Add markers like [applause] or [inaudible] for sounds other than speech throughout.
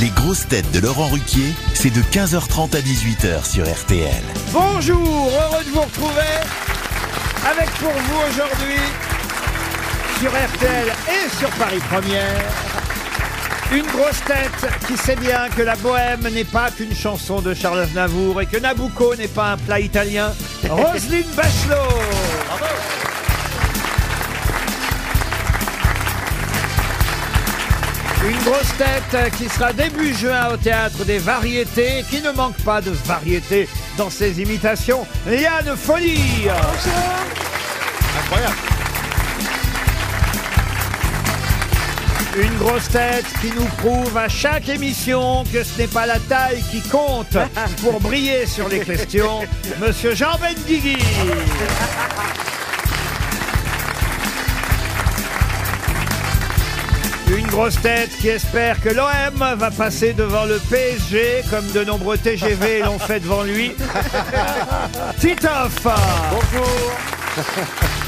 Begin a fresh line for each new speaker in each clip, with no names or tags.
Les grosses têtes de Laurent Ruquier, c'est de 15h30 à 18h sur RTL.
Bonjour, heureux de vous retrouver avec pour vous aujourd'hui sur RTL et sur Paris Première. Une grosse tête qui sait bien que la bohème n'est pas qu'une chanson de Charles Aznavour et que Nabucco n'est pas un plat italien. Roselyne Bachelot. Une grosse tête qui sera début juin au théâtre des variétés, qui ne manque pas de variété dans ses imitations. Yann Folie.
Incroyable.
Une grosse tête qui nous prouve à chaque émission que ce n'est pas la taille qui compte pour briller sur les
[laughs]
questions, Monsieur Jean Benguigui. Une grosse tête qui espère que l'OM va passer devant le PSG comme de nombreux TGV l'ont fait devant
[laughs]
lui. Titoff
Bonjour.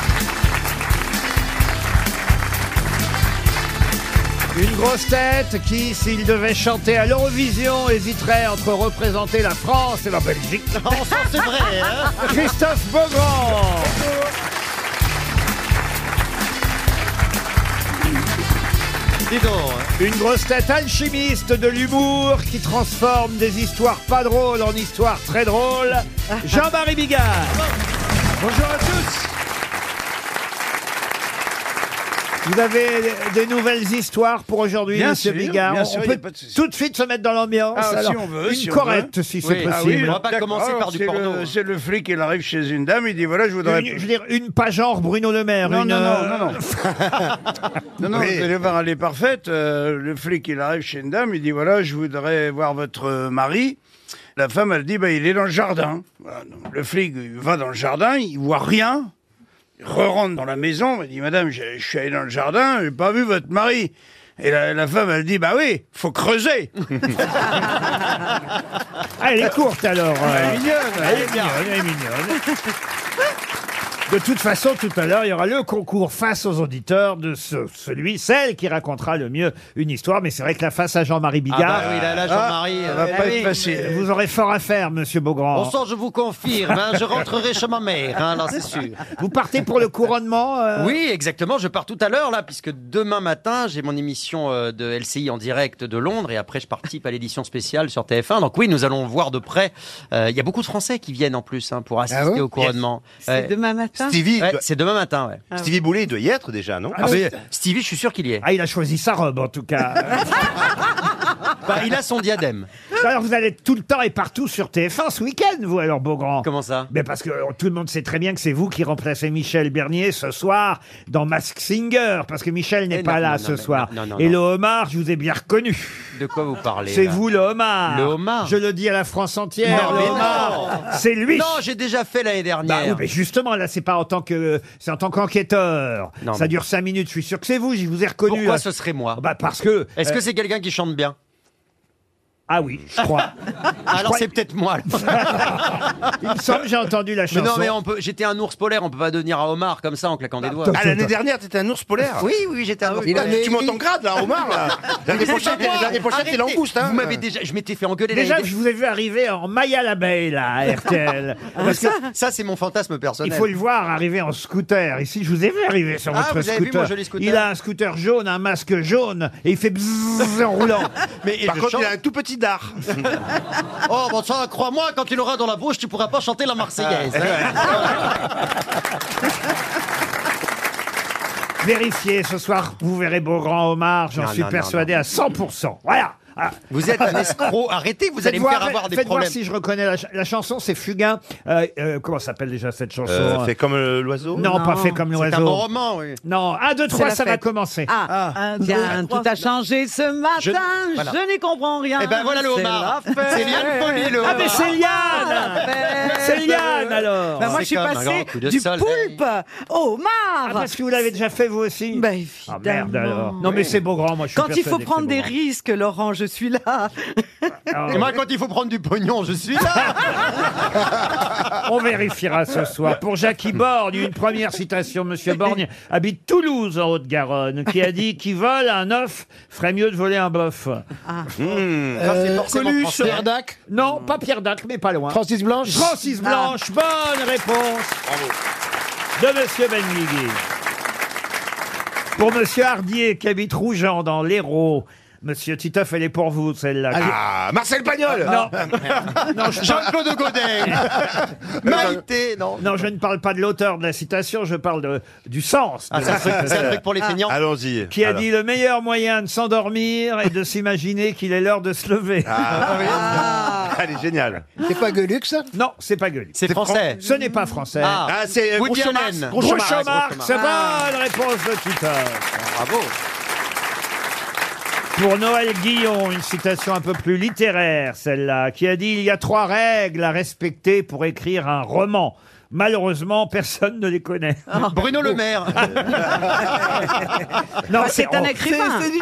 Une grosse tête qui, s'il devait chanter à l'Eurovision, hésiterait entre représenter la France et la
[laughs]
Belgique.
c'est vrai, hein
Christophe Beaugrand
Dis donc. hein.
Une grosse tête alchimiste de l'humour qui transforme des histoires pas drôles en histoires très
[laughs]
drôles. Jean-Marie Bigard. Bonjour à tous. Vous avez des nouvelles histoires pour aujourd'hui,
Bien
Monsieur
sûr,
Bigard.
bien
On-
sûr,
on
y a
peut
pas de souci.
tout de suite se mettre dans l'ambiance.
Ah, si
Alors,
on veut,
une
si on
correcte, si c'est
Oui,
possible.
ah oui,
On va pas
d'accord.
commencer par du
c'est
porno,
le-
hein.
C'est le flic, il arrive chez une dame, il dit voilà, je voudrais.
Une- je veux dire, une pas genre Bruno Le Maire.
Non,
une,
non, non,
euh,
Ah non, non. non, non, vous allez voir, elle est parfaite. Euh, le flic, il arrive chez une dame, il dit voilà, je voudrais voir votre euh, mari. La femme, elle dit bah, il est dans le jardin. Voilà, donc, le flic il va dans le jardin, il voit rien. Il re-rentre dans la maison, il dit madame, je, je suis allé dans le jardin, j'ai pas vu votre mari. Et la, la femme, elle dit bah oui, faut creuser.
[laughs]
Ah, elle est courte alors. euh.
Elle est bien.
Elle est mignonne. De toute façon, tout à l'heure, il y aura le concours face aux auditeurs de ce- celui, celle qui racontera le mieux une histoire. Mais c'est vrai que la face à Jean-Marie
Ah
Bigard, Ah,
bah oui, là, là, Jean-Marie.
Ça va
euh,
pas
oui.
être facile.
vous aurez fort à faire, Monsieur Beaugrand.
Bon sang, je vous confirme, hein, je rentrerai chez ma mère, hein, là, c'est sûr.
Vous partez pour le couronnement euh,
Oui, exactement, je pars tout à l'heure, là, puisque demain matin, j'ai mon émission euh, de LCI en direct de Londres, et après, je participe à l'édition spéciale sur TF1. Donc oui, nous allons voir de près. Euh, Il y a beaucoup de Français qui viennent en plus hein,
Ah
pour assister au couronnement.
C'est
Ouais.
demain matin Ah
Stevie,
Ouais,
doit-
c'est demain matin, ouais.
Stevie Boulet il doit y être déjà, non
Ah, mais Stevie, je suis sûr qu'il y est.
Ah, il a choisi sa robe en tout cas.
[laughs] Bah, il a son diadème.
alors vous allez tout le temps et partout sur TF1 ce week-end, vous alors Beaugrand.
Comment ça
Mais parce que euh, tout le monde sait très bien que c'est vous qui remplacez Michel Bernier ce soir dans Mask Singer, parce que Michel n'est
Eh
pas
non,
là
non,
ce
non, mais
soir.
non, non, non,
et
non.
le homard, je vous ai bien reconnu.
De quoi vous parlez
C'est
là
vous le homard.
Le homard
Je le dis à la France entière.
Non,
le
mais
homard, c'est lui.
Non, j'ai déjà fait l'année
Bah oui,
dernière.
mais justement, là, c'est pas en tant que, c'est en tant qu'enquêteur.
Non,
Ça
mais-
dure cinq minutes. Je suis sûr que c'est vous. Je vous ai reconnu.
Pourquoi
là.
ce serait moi
Bah parce que.
Est-ce
euh,
que c'est quelqu'un qui chante bien
Ah oui, je
[laughs]
crois.
Alors
crois-
c'est peut-être moi. alors.
Il me semble que j'ai entendu la
mais
chanson.
non, mais on peut. J'étais un ours polaire. On peut pas devenir un homard comme ça en claquant
Bah,
des doigts.
Ah, l'année dernière, t'étais un ours polaire
Oui, Ah oui, j'étais un ours
Putain,
polaire.
Tu montes en grade, là,
[laughs]
Omar, [laughs] là L'année prochaine, t'es- l'année prochaine, t'es
Arrêtez.
langouste, hein
Vous m'avez déjà. Je m'étais fait engueuler.
Déjà,
l'année
je vous ai vu arriver en maille à l'abeille, là, à
[laughs]
RTL. Parce que
dernière. Ah, Ça, c'est mon fantasme
Il
personnel.
faut le voir arriver en scooter. Ici, je vous ai vu arriver sur
Ah,
votre
vous avez vu
scooter.
mon joli scooter
Il a un scooter jaune, un masque jaune, et il fait bzzz en roulant.
[laughs] Mais
Par
je
contre,
chante-
il a un tout petit dard.
[laughs] oh bon sang, crois-moi, quand tu l'auras dans la bouche, tu pourras pas chanter la
Ah,
Marseillaise. hein.
Vérifiez ce soir, vous verrez Beaugrand Omar, j'en
Non,
suis
non, non,
persuadé
non.
à 100%. Voilà. Ah,
vous êtes un escroc. Arrêtez, vous allez me
voir,
faire avoir des
faites voir
problèmes.
si je reconnais la, ch- la chanson, c'est Fugain. Euh, euh, comment s'appelle déjà cette chanson hein
Euh, Fait comme euh, l'oiseau
non, pas
Non,
fait comme
C'est un bon
l'oiseau.
roman. Oui.
Non,
[laughs]
1, 2, 3,
la
ça va
fête.
commencer.
Ah, un, deux, bien, tout a changé ce matin, je,
voilà.
n'y comprends rien.
Eh ben voilà le
C'est
homard.
la fête.
C'est Liane Folly le
Ah, mais
homard.
c'est
La
Liane
fête.
C'est Liane alors
Ben, moi,
C'est
je suis
comme un
passé
grand coup de
du
sol,
poulpe au
Ah,
homard.
parce que vous l'avez déjà fait vous aussi
Ben,
Ah merde
évidemment.
alors. Non mais c'est beau grand moi je suis
Quand il faut
persuadé que
prendre
c'est
des
Beaugrand.
risques, Laurent, je je suis là.
Ah,
Et moi, quand il faut prendre du pognon, je suis là.
[laughs] On vérifiera ce soir. Pour Jackie Borgne, une première citation. Monsieur Borgne habite Toulouse, en Haute-Garonne, qui a dit Qui vole un œuf ferait mieux de voler un bœuf.
Hmm.
Euh,
Coluche. Oh,
Non, pas Pierre Dac, mais pas loin.
Francis Blanche
Francis Blanche, bonne réponse de Monsieur Benguigui. Pour Monsieur Hardier, qui habite Rougean dans l'Hérault, Monsieur Titoff, elle est pour vous, celle-là.
Ah, Marcel Pagnol [laughs]
non,
hein.
Jean-Claude Godet. Maïté, non.
non, je ne parle pas de l'auteur de la citation, je parle de, du sens. de
Ah, c'est
la
un truc, c'est un truc pour les feignants.
Allons-y.
qui a
Alors.
dit le meilleur moyen de s'endormir est
[laughs]
de s'imaginer qu'il est l'heure de se lever.
Ah, Elle est géniale.
C'est quoi Gueulux
Non, c'est pas Gueulix.
C'est français.
Ce n'est pas français.
Ah,
Ah, c'est euh,
Woody
Groucho
Allen.
Marx.
Groucho
Groucho
Marx,
Marx.
c'est bonne réponse de Titoff.
Bravo.
Pour Noël Guillon, une citation un peu plus littéraire, celle-là, qui a dit Il y a trois règles à respecter pour écrire un roman. Malheureusement, personne ne les connaît.
Ah.
Oh.
Bruno Le Maire.
[laughs]
Non,
Ah, C'est un écrivain.
c'est du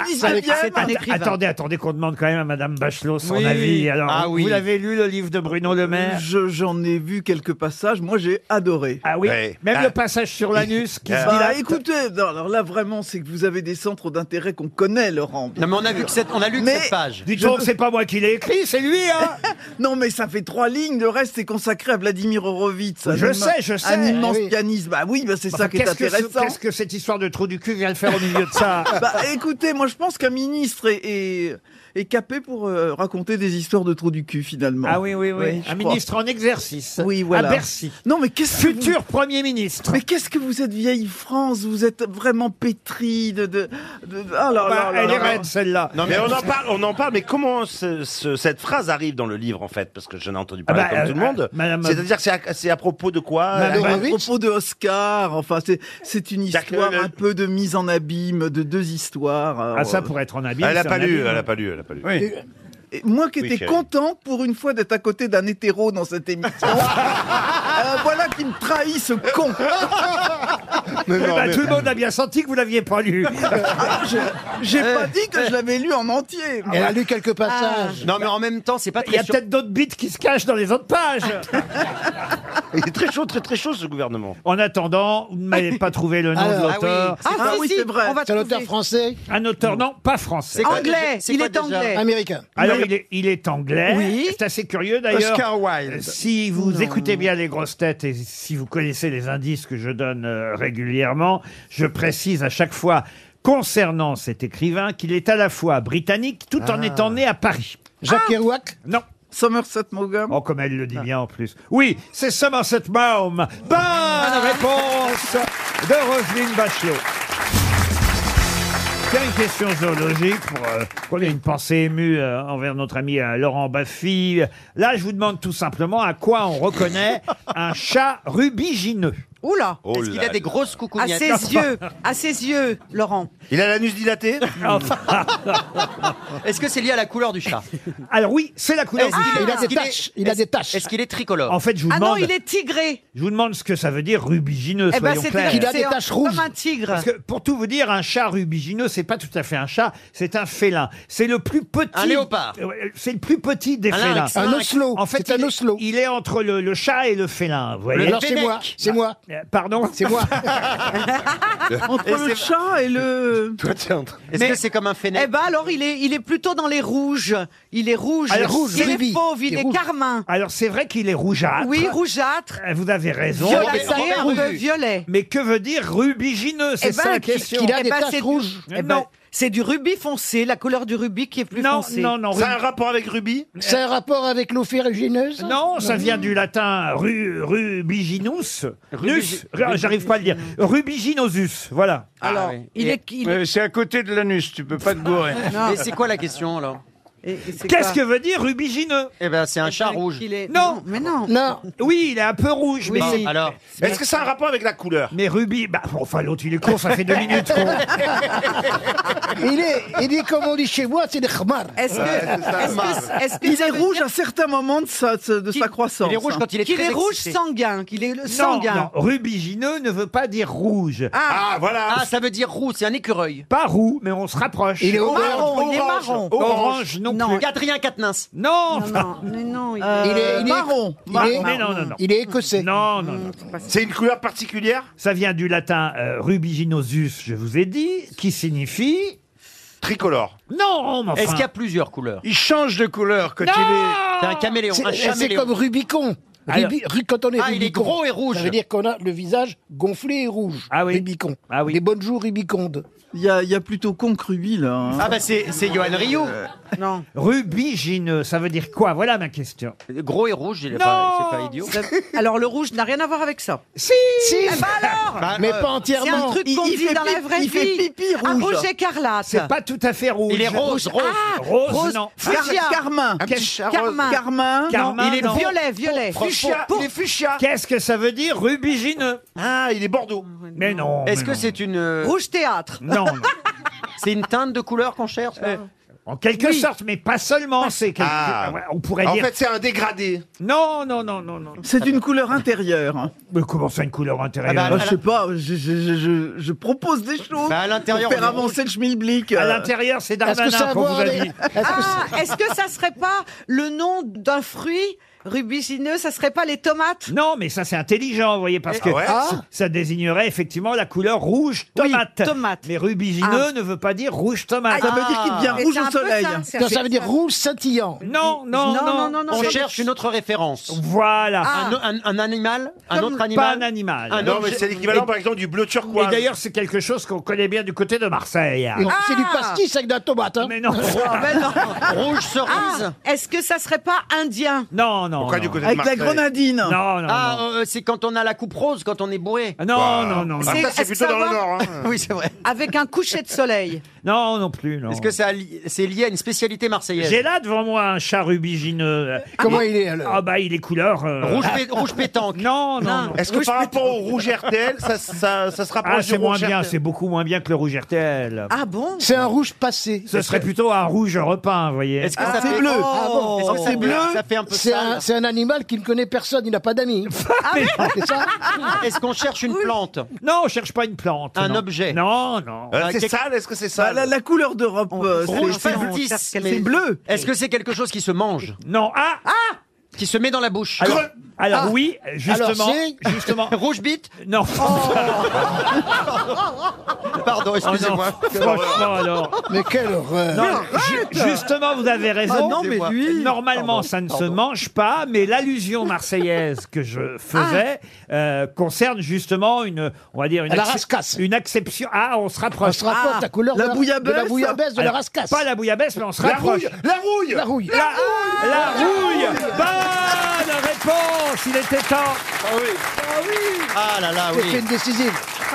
Ah, C'est un écrivain.
Attendez, attendez qu'on demande quand même à Madame Bachelot son avis. Alors,
Ah oui.
vous l'avez lu le livre de Bruno Le Maire
Je- J'en ai vu quelques passages, moi j'ai adoré.
Ah oui,
Ouais.
même
Ah.
le passage sur l'anus qui se dit
Bah,
là.
écoutez, non, alors là vraiment c'est que vous avez des centres d'intérêt qu'on connaît, Laurent.
Non, mais on a, vu que cette, on a lu que
Mais-
cette page.
Dites donc, c'est pas moi qui l'ai écrit, c'est lui, hein
[laughs] Non mais ça fait trois lignes, le reste c'est consacré à Vladimir Horowitz.
Je
un
sais, je sais.
Un immense
Eh oui.
pianiste. Bah oui, bah, c'est ça qui est
Qu'est-ce que ce-
intéressant.
Qu'est-ce que cette histoire de trou du cul vient de faire au milieu de ça
[laughs]
Eh
Bah écoutez, moi je pense qu'un ministre est, est, est capé pour euh, raconter des histoires de trou du cul finalement.
Ah oui, oui, oui.
Oui, je
Un
crois.
ministre en exercice.
Oui, voilà.
À Bercy.
Non mais qu'est-ce que vous-
Futur Premier ministre.
Mais qu'est-ce que vous êtes vieille France, vous êtes vraiment pétrie de... de, de- Ah là
Bah,
là là
elle est
là.
raide, celle-là.
Non, mais on en parle, on en parle, mais comment ce- ce- cette phrase arrive dans le livre en fait Parce que je n'ai entendu
Ah
parler
bah,
comme
euh,
tout le monde.
euh, madame-
C'est-à-dire que c'est à, c'est à propos de
Madame-
quoi euh,
À
Horowitz
Ah, propos de Oscar, enfin c'est c'est une
C'est-à-dire que
histoire
le-
un peu de mise en abîme de deux histoires.
Ah,
Alors,
ça
euh,
pourrait être en habit.
Elle
n'a
n'a pas lu, elle n'a pas lu, elle n'a pas lu.
Oui.
et moi qui
Oui,
étais
chérie.
content pour une fois d'être à côté d'un hétéro dans cette émission. Euh, voilà qui me trahit ce con.
ben, Tout le monde a bien senti que vous l'aviez pas lu.
Ah, je- J'ai pas dit que je l'avais lu en entier. Ah.
Elle a lu quelques passages.
Ah Non, mais en même temps, c'est pas
Il y
très
a
sûr.
peut-être d'autres bites qui se cachent dans les autres pages.
[laughs]
[laughs] Il est très chaud, très très chaud ce gouvernement.
En attendant, vous ne m'avez pas trouvé le nom
Alors,
de
ah oui.
l'auteur.
Ah,
Ah
si,
oui,
si,
c'est vrai.
On va
C'est un auteur
trouver.
français,
Un auteur, non, pas français.
C'est quoi
Anglais,
déjà- c'est
il
quoi
est
déjà
anglais.
américain.
Alors, il est, il est anglais.
Oui.
C'est assez curieux d'ailleurs. euh,
Oscar Wilde.
Si vous écoutez bien les grosses têtes et si vous connaissez les indices que je donne euh, régulièrement, je précise à chaque fois concernant cet écrivain qu'il est à la fois britannique tout en étant né à Paris. Ah
Jacques Kerouac
Non.
Ah. Somerset Maugham. Ah.
Oh, comme elle le dit bien en plus. Oui, c'est Somerset Maugham. Bonne
Ah.
réponse de Roselyne Bachelot. Tiens, une question zoologique pour euh, qu'on ait une pensée émue euh, envers notre ami euh, Laurent Baffy. Là, je vous demande tout simplement à quoi on reconnaît un chat rubigineux.
[laughs] Oula.
Oh
Est-ce qu'il
là
a des
là.
grosses
À
coucougnettes
ses yeux, à ses yeux, Laurent.
Il a l'anus dilaté
[laughs] Est-ce que c'est lié à la couleur du chat
Alors oui, c'est la couleur
Est-ce
du
qu'il
chat.
est-
Il a
est-ce
des
qu'il est-
taches. Il a des taches.
Est-ce qu'il est tricolore
En fait, je vous,
Ah non,
demande,
il est tigré.
je vous demande ce que ça veut dire rubigineux,
Eh ben,
soyons
c'est
clairs.
Il a
c'est
des
un-
taches rouges.
Comme un tigre.
Parce que pour tout vous dire, un chat rubigineux, c'est pas tout à fait un chat, c'est un félin. C'est le plus petit.
Un léopard.
Euh, C'est le plus petit des
Un
félins.
lynx.
Un oslo.
En fait,
c'est un
il,
oslo.
il est entre le, le chat et le félin. Vous voyez.
Alors c'est moi, c'est moi,
Euh, Pardon. [laughs]
c'est moi.
Entre le chat et le...
Est-ce que c'est comme un fennec
Eh ben alors il est, il est plutôt dans les rouges. Il est rouge.
Alors, rouge,
il
Ruby.
est fauve, il
Il est
est,
rouge.
carmin.
Alors c'est vrai qu'il est rougeâtre.
Oui, rougeâtre,
Euh, Vous avez raison.
violacé,
Robert
un peu
Ruby.
violet.
Mais que veut dire rubigineux C'est
Eh ben,
ça la
qui-
question.
Qu'il a
Eh
des
ben,
taches
c'est-
rouges.
Eh ben,
Non.
c'est du rubis foncé, la couleur du rubis qui est plus
Non,
foncée.
non, non.
Ça a un rapport avec Ruby
C'est un rapport avec l'eau ferrugineuse
Non, oh, ça vient du latin ru, rubiginus.
Rubigi-
Nus. Ah, J'arrive pas à le dire. Rubiginosus. Voilà.
Alors,
Ah, oui.
il est, il est-
Euh, C'est à côté de l'anus, tu peux pas te gourer.
non.
Mais c'est quoi la question alors
Et- et c'est
Qu'est-ce que
quoi
veut dire rubigineux
Eh ben, c'est un chat rouge.
Il est-
Non.
mais non.
Non.
Oui, il est un peu rouge, mais
Bon,
c'est-
alors,
Est-ce que ça a un rapport avec la couleur
Mais Ruby, bah, enfin l'autre il est court, ça fait deux minutes.
[laughs]
qu'on-
Ah. Il est, il est comme
[laughs]
on dit chez moi, c'est des khmar.
Est-ce que, est-ce que, est-ce que
Il
ça
est
veut
rouge
dire
à certains moments de sa, de sa croissance. hein.
il est rouge quand il est
Qu'il
très
est rouge
excité.
sanguin, qu'il est le
non,
sanguin.
non, rubigineux ne veut pas dire rouge.
Ah, voilà
Ah, ça veut dire roux, c'est un écureuil.
Pas roux, mais on se rapproche.
Il est au
marron, il est marron.
Orange, non,
non,
Non.
plus. Adrien Quatennens.
Non,
Non, non, mais non, il-
Il est, il est-
marron.
il
Mar-
est-
mais non, non, non.
Il est écossais.
non, non, non.
Hmm. C'est une couleur particulière
Ça vient du latin euh, rubiginosus, je vous ai dit, qui signifie...
Tricolore.
Non, mais enfin...
Est-ce qu'il y a plusieurs couleurs
Il change de couleur quand il est...
C'est un caméléon,
C'est-
un
C'est
chaméléon.
comme Rubicon.
Alors-
Rubi- Ru- quand on est
Ah, il est
Rubicon,
gros et rouge.
Ça veut dire qu'on a le visage gonflé et rouge.
Ah oui.
Rubicon.
Ah oui.
Les bonnes joues rubicondes.
Il y a, il y a plutôt Concrubi, là. hein.
Ah bah c'est c'est Johan Rioux.
non.
Rubigineux, ça veut dire quoi Voilà ma question.
Gros et rouge, il
Non.
est pas- c'est pas idiot.
Alors le rouge n'a rien à voir avec ça.
Si
Si,
Eh ben alors
Bah,
mais
euh,
pas
C'est un
entièrement.
truc
il-
qu'on
il
dit
fait
dans la
pipi-
vraie
il fait
vie.
pipi
Un
rouge.
rouge écarlate.
C'est pas tout à fait rouge.
Il est rose, rose.
Ah,
Rose,
rose.
non.
Car-
Fuchsia.
Carmin.
Qu'est-ce
Carmin.
Carmin.
Carmin,
il est
non.
violet, violet.
Fuchsia,
Pour-
il est fuchsia.
Qu'est-ce que ça veut dire rubigineux
Ah, il est bordeaux.
Mais non.
Est-ce
mais
que
non.
c'est une euh,
Rouge théâtre.
Non, non.
[laughs] c'est une teinte de couleur qu'on cherche ça
En quelque
Oui.
sorte, mais pas seulement. C'est quelque-
Ah.
Ouais, On pourrait dire.
c'est un dégradé.
Non, non, non, non, non.
C'est une couleur intérieure.
Mais comment ça une couleur intérieure
Ah bah,
Ah,
à
je
la-
sais pas, je, je- je- je- je propose des choses
Bah, à l'intérieur,
pour faire
on est
avancer le schmilblick.
À
euh.
l'intérieur, c'est
Est-ce que ça
Darmanin
a à
qu'on
voir
vous a
avec...
dit.
est-ce que ça-
Ah, est-ce que ça serait pas le nom d'un fruit rubicineux Ça serait pas les tomates
Non, mais ça c'est intelligent, vous voyez, parce que
Eh,
ouais
Ah,
ça désignerait effectivement la couleur rouge tomate.
tomate.
Mais rubigineux ne veut pas dire rouge tomate.
Ça veut dire qu'il devient
Mais
rouge
Ah. c'est
au
un peu
soleil.
ça, c'est-
non, ça veut dire rouge scintillant.
Non, non, non,
non, non, non.
On
c'est-
cherche une autre référence.
Voilà.
Un, un- un animal, un
Comme-
autre
pas
Pas un
animal.
animal.
Un
Non,
objet-
mais c'est l'équivalent, par exemple, du bleu turquoise.
Et d'ailleurs, c'est quelque chose qu'on connaît bien du côté de Marseille.
Et C'est du pastis avec de la tomate. Hein. [laughs]
Mais non.
Ben non.
rouge cerise.
Ah, Est-ce que ça serait pas indien
Non, non.
Pourquoi
non.
du côté
Avec
de
la
Marseille
grenadine.
Non, non.
Ah,
non. Ah,
euh, c'est quand on a la coupe rose, quand on est bourré.
Non,
Bah,
non, non, non.
bah,
C'est-
ça, c'est
est-ce
plutôt
que
dans
ça
le
va
Nord. hein.
Oui, c'est vrai.
avec un coucher de soleil
Non, non plus, non.
Est-ce que ça li- c'est lié à une spécialité marseillaise
hein. J'ai là Ah, devant moi un chat rubigineux.
Comment il est alors
Ah bah, il est couleur... euh,
Rouge, pé- rouge pétanque.
Non, non,
Non.
non.
Est-ce que par rapport au rouge RTL, ça, ça, ça se rapproche
Ah,
du
c'est moins
rouge
bien,
RTL?
c'est beaucoup moins bien que le rouge RTL.
Ah bon
C'est un rouge passé.
Ce serait plutôt un rouge repeint, vous voyez.
Est-ce que
Ah,
ça
c'est
fait
bleu.
Ah bon. Est-ce que ça
Oh.
fait-
C'est
bleu.
Ça fait un peu
C'est un,
sale. Ah
c'est un animal qui ne connaît personne, il n'a pas d'amis. [laughs]
[laughs]
C'est ça
Ah.
Est-ce qu'on cherche une plante
Ah Non, on cherche pas une plante.
Un
non.
objet.
Non, non.
Euh,
Ah,
c'est
quelque-
sale Est-ce que c'est
Bah,
sale
la, la couleur d'Europe, euh, c'est
Rouge
c'est-
pastis.
c'est
Mais-
bleu.
Est-ce que c'est quelque chose qui se mange
[laughs] Non, ah,
Qui se met dans la bouche Ah.
Alors, alors oui,
Alors,
justement,
c'est-
justement,
[laughs] Rouge bite Oh.
non, Oh,
Pardon, excusez-moi.
franchement alors,
Mais quelle horreur
Non, ju- justement vous avez raison.
Ah non, mais lui.
Normalement, ça ne se mange pas, mais l'allusion marseillaise que
Ah.
je faisais euh, concerne justement une, on va dire une,
La
accep-
rascasse.
une exception. Ah, on se
On
rapproche.
se rapporte la couleur
la
de, la, de
bouillabaisse
la bouillabaisse de la
Alors,
rascasse.
Pas la bouillabaisse, mais on se
La
rapproche.
rouille La rouille
La rouille. Ah,
La, la rouille. Bonne [laughs] réponse. Il était temps.
Ah là là,
C'est
oui.
une décisive.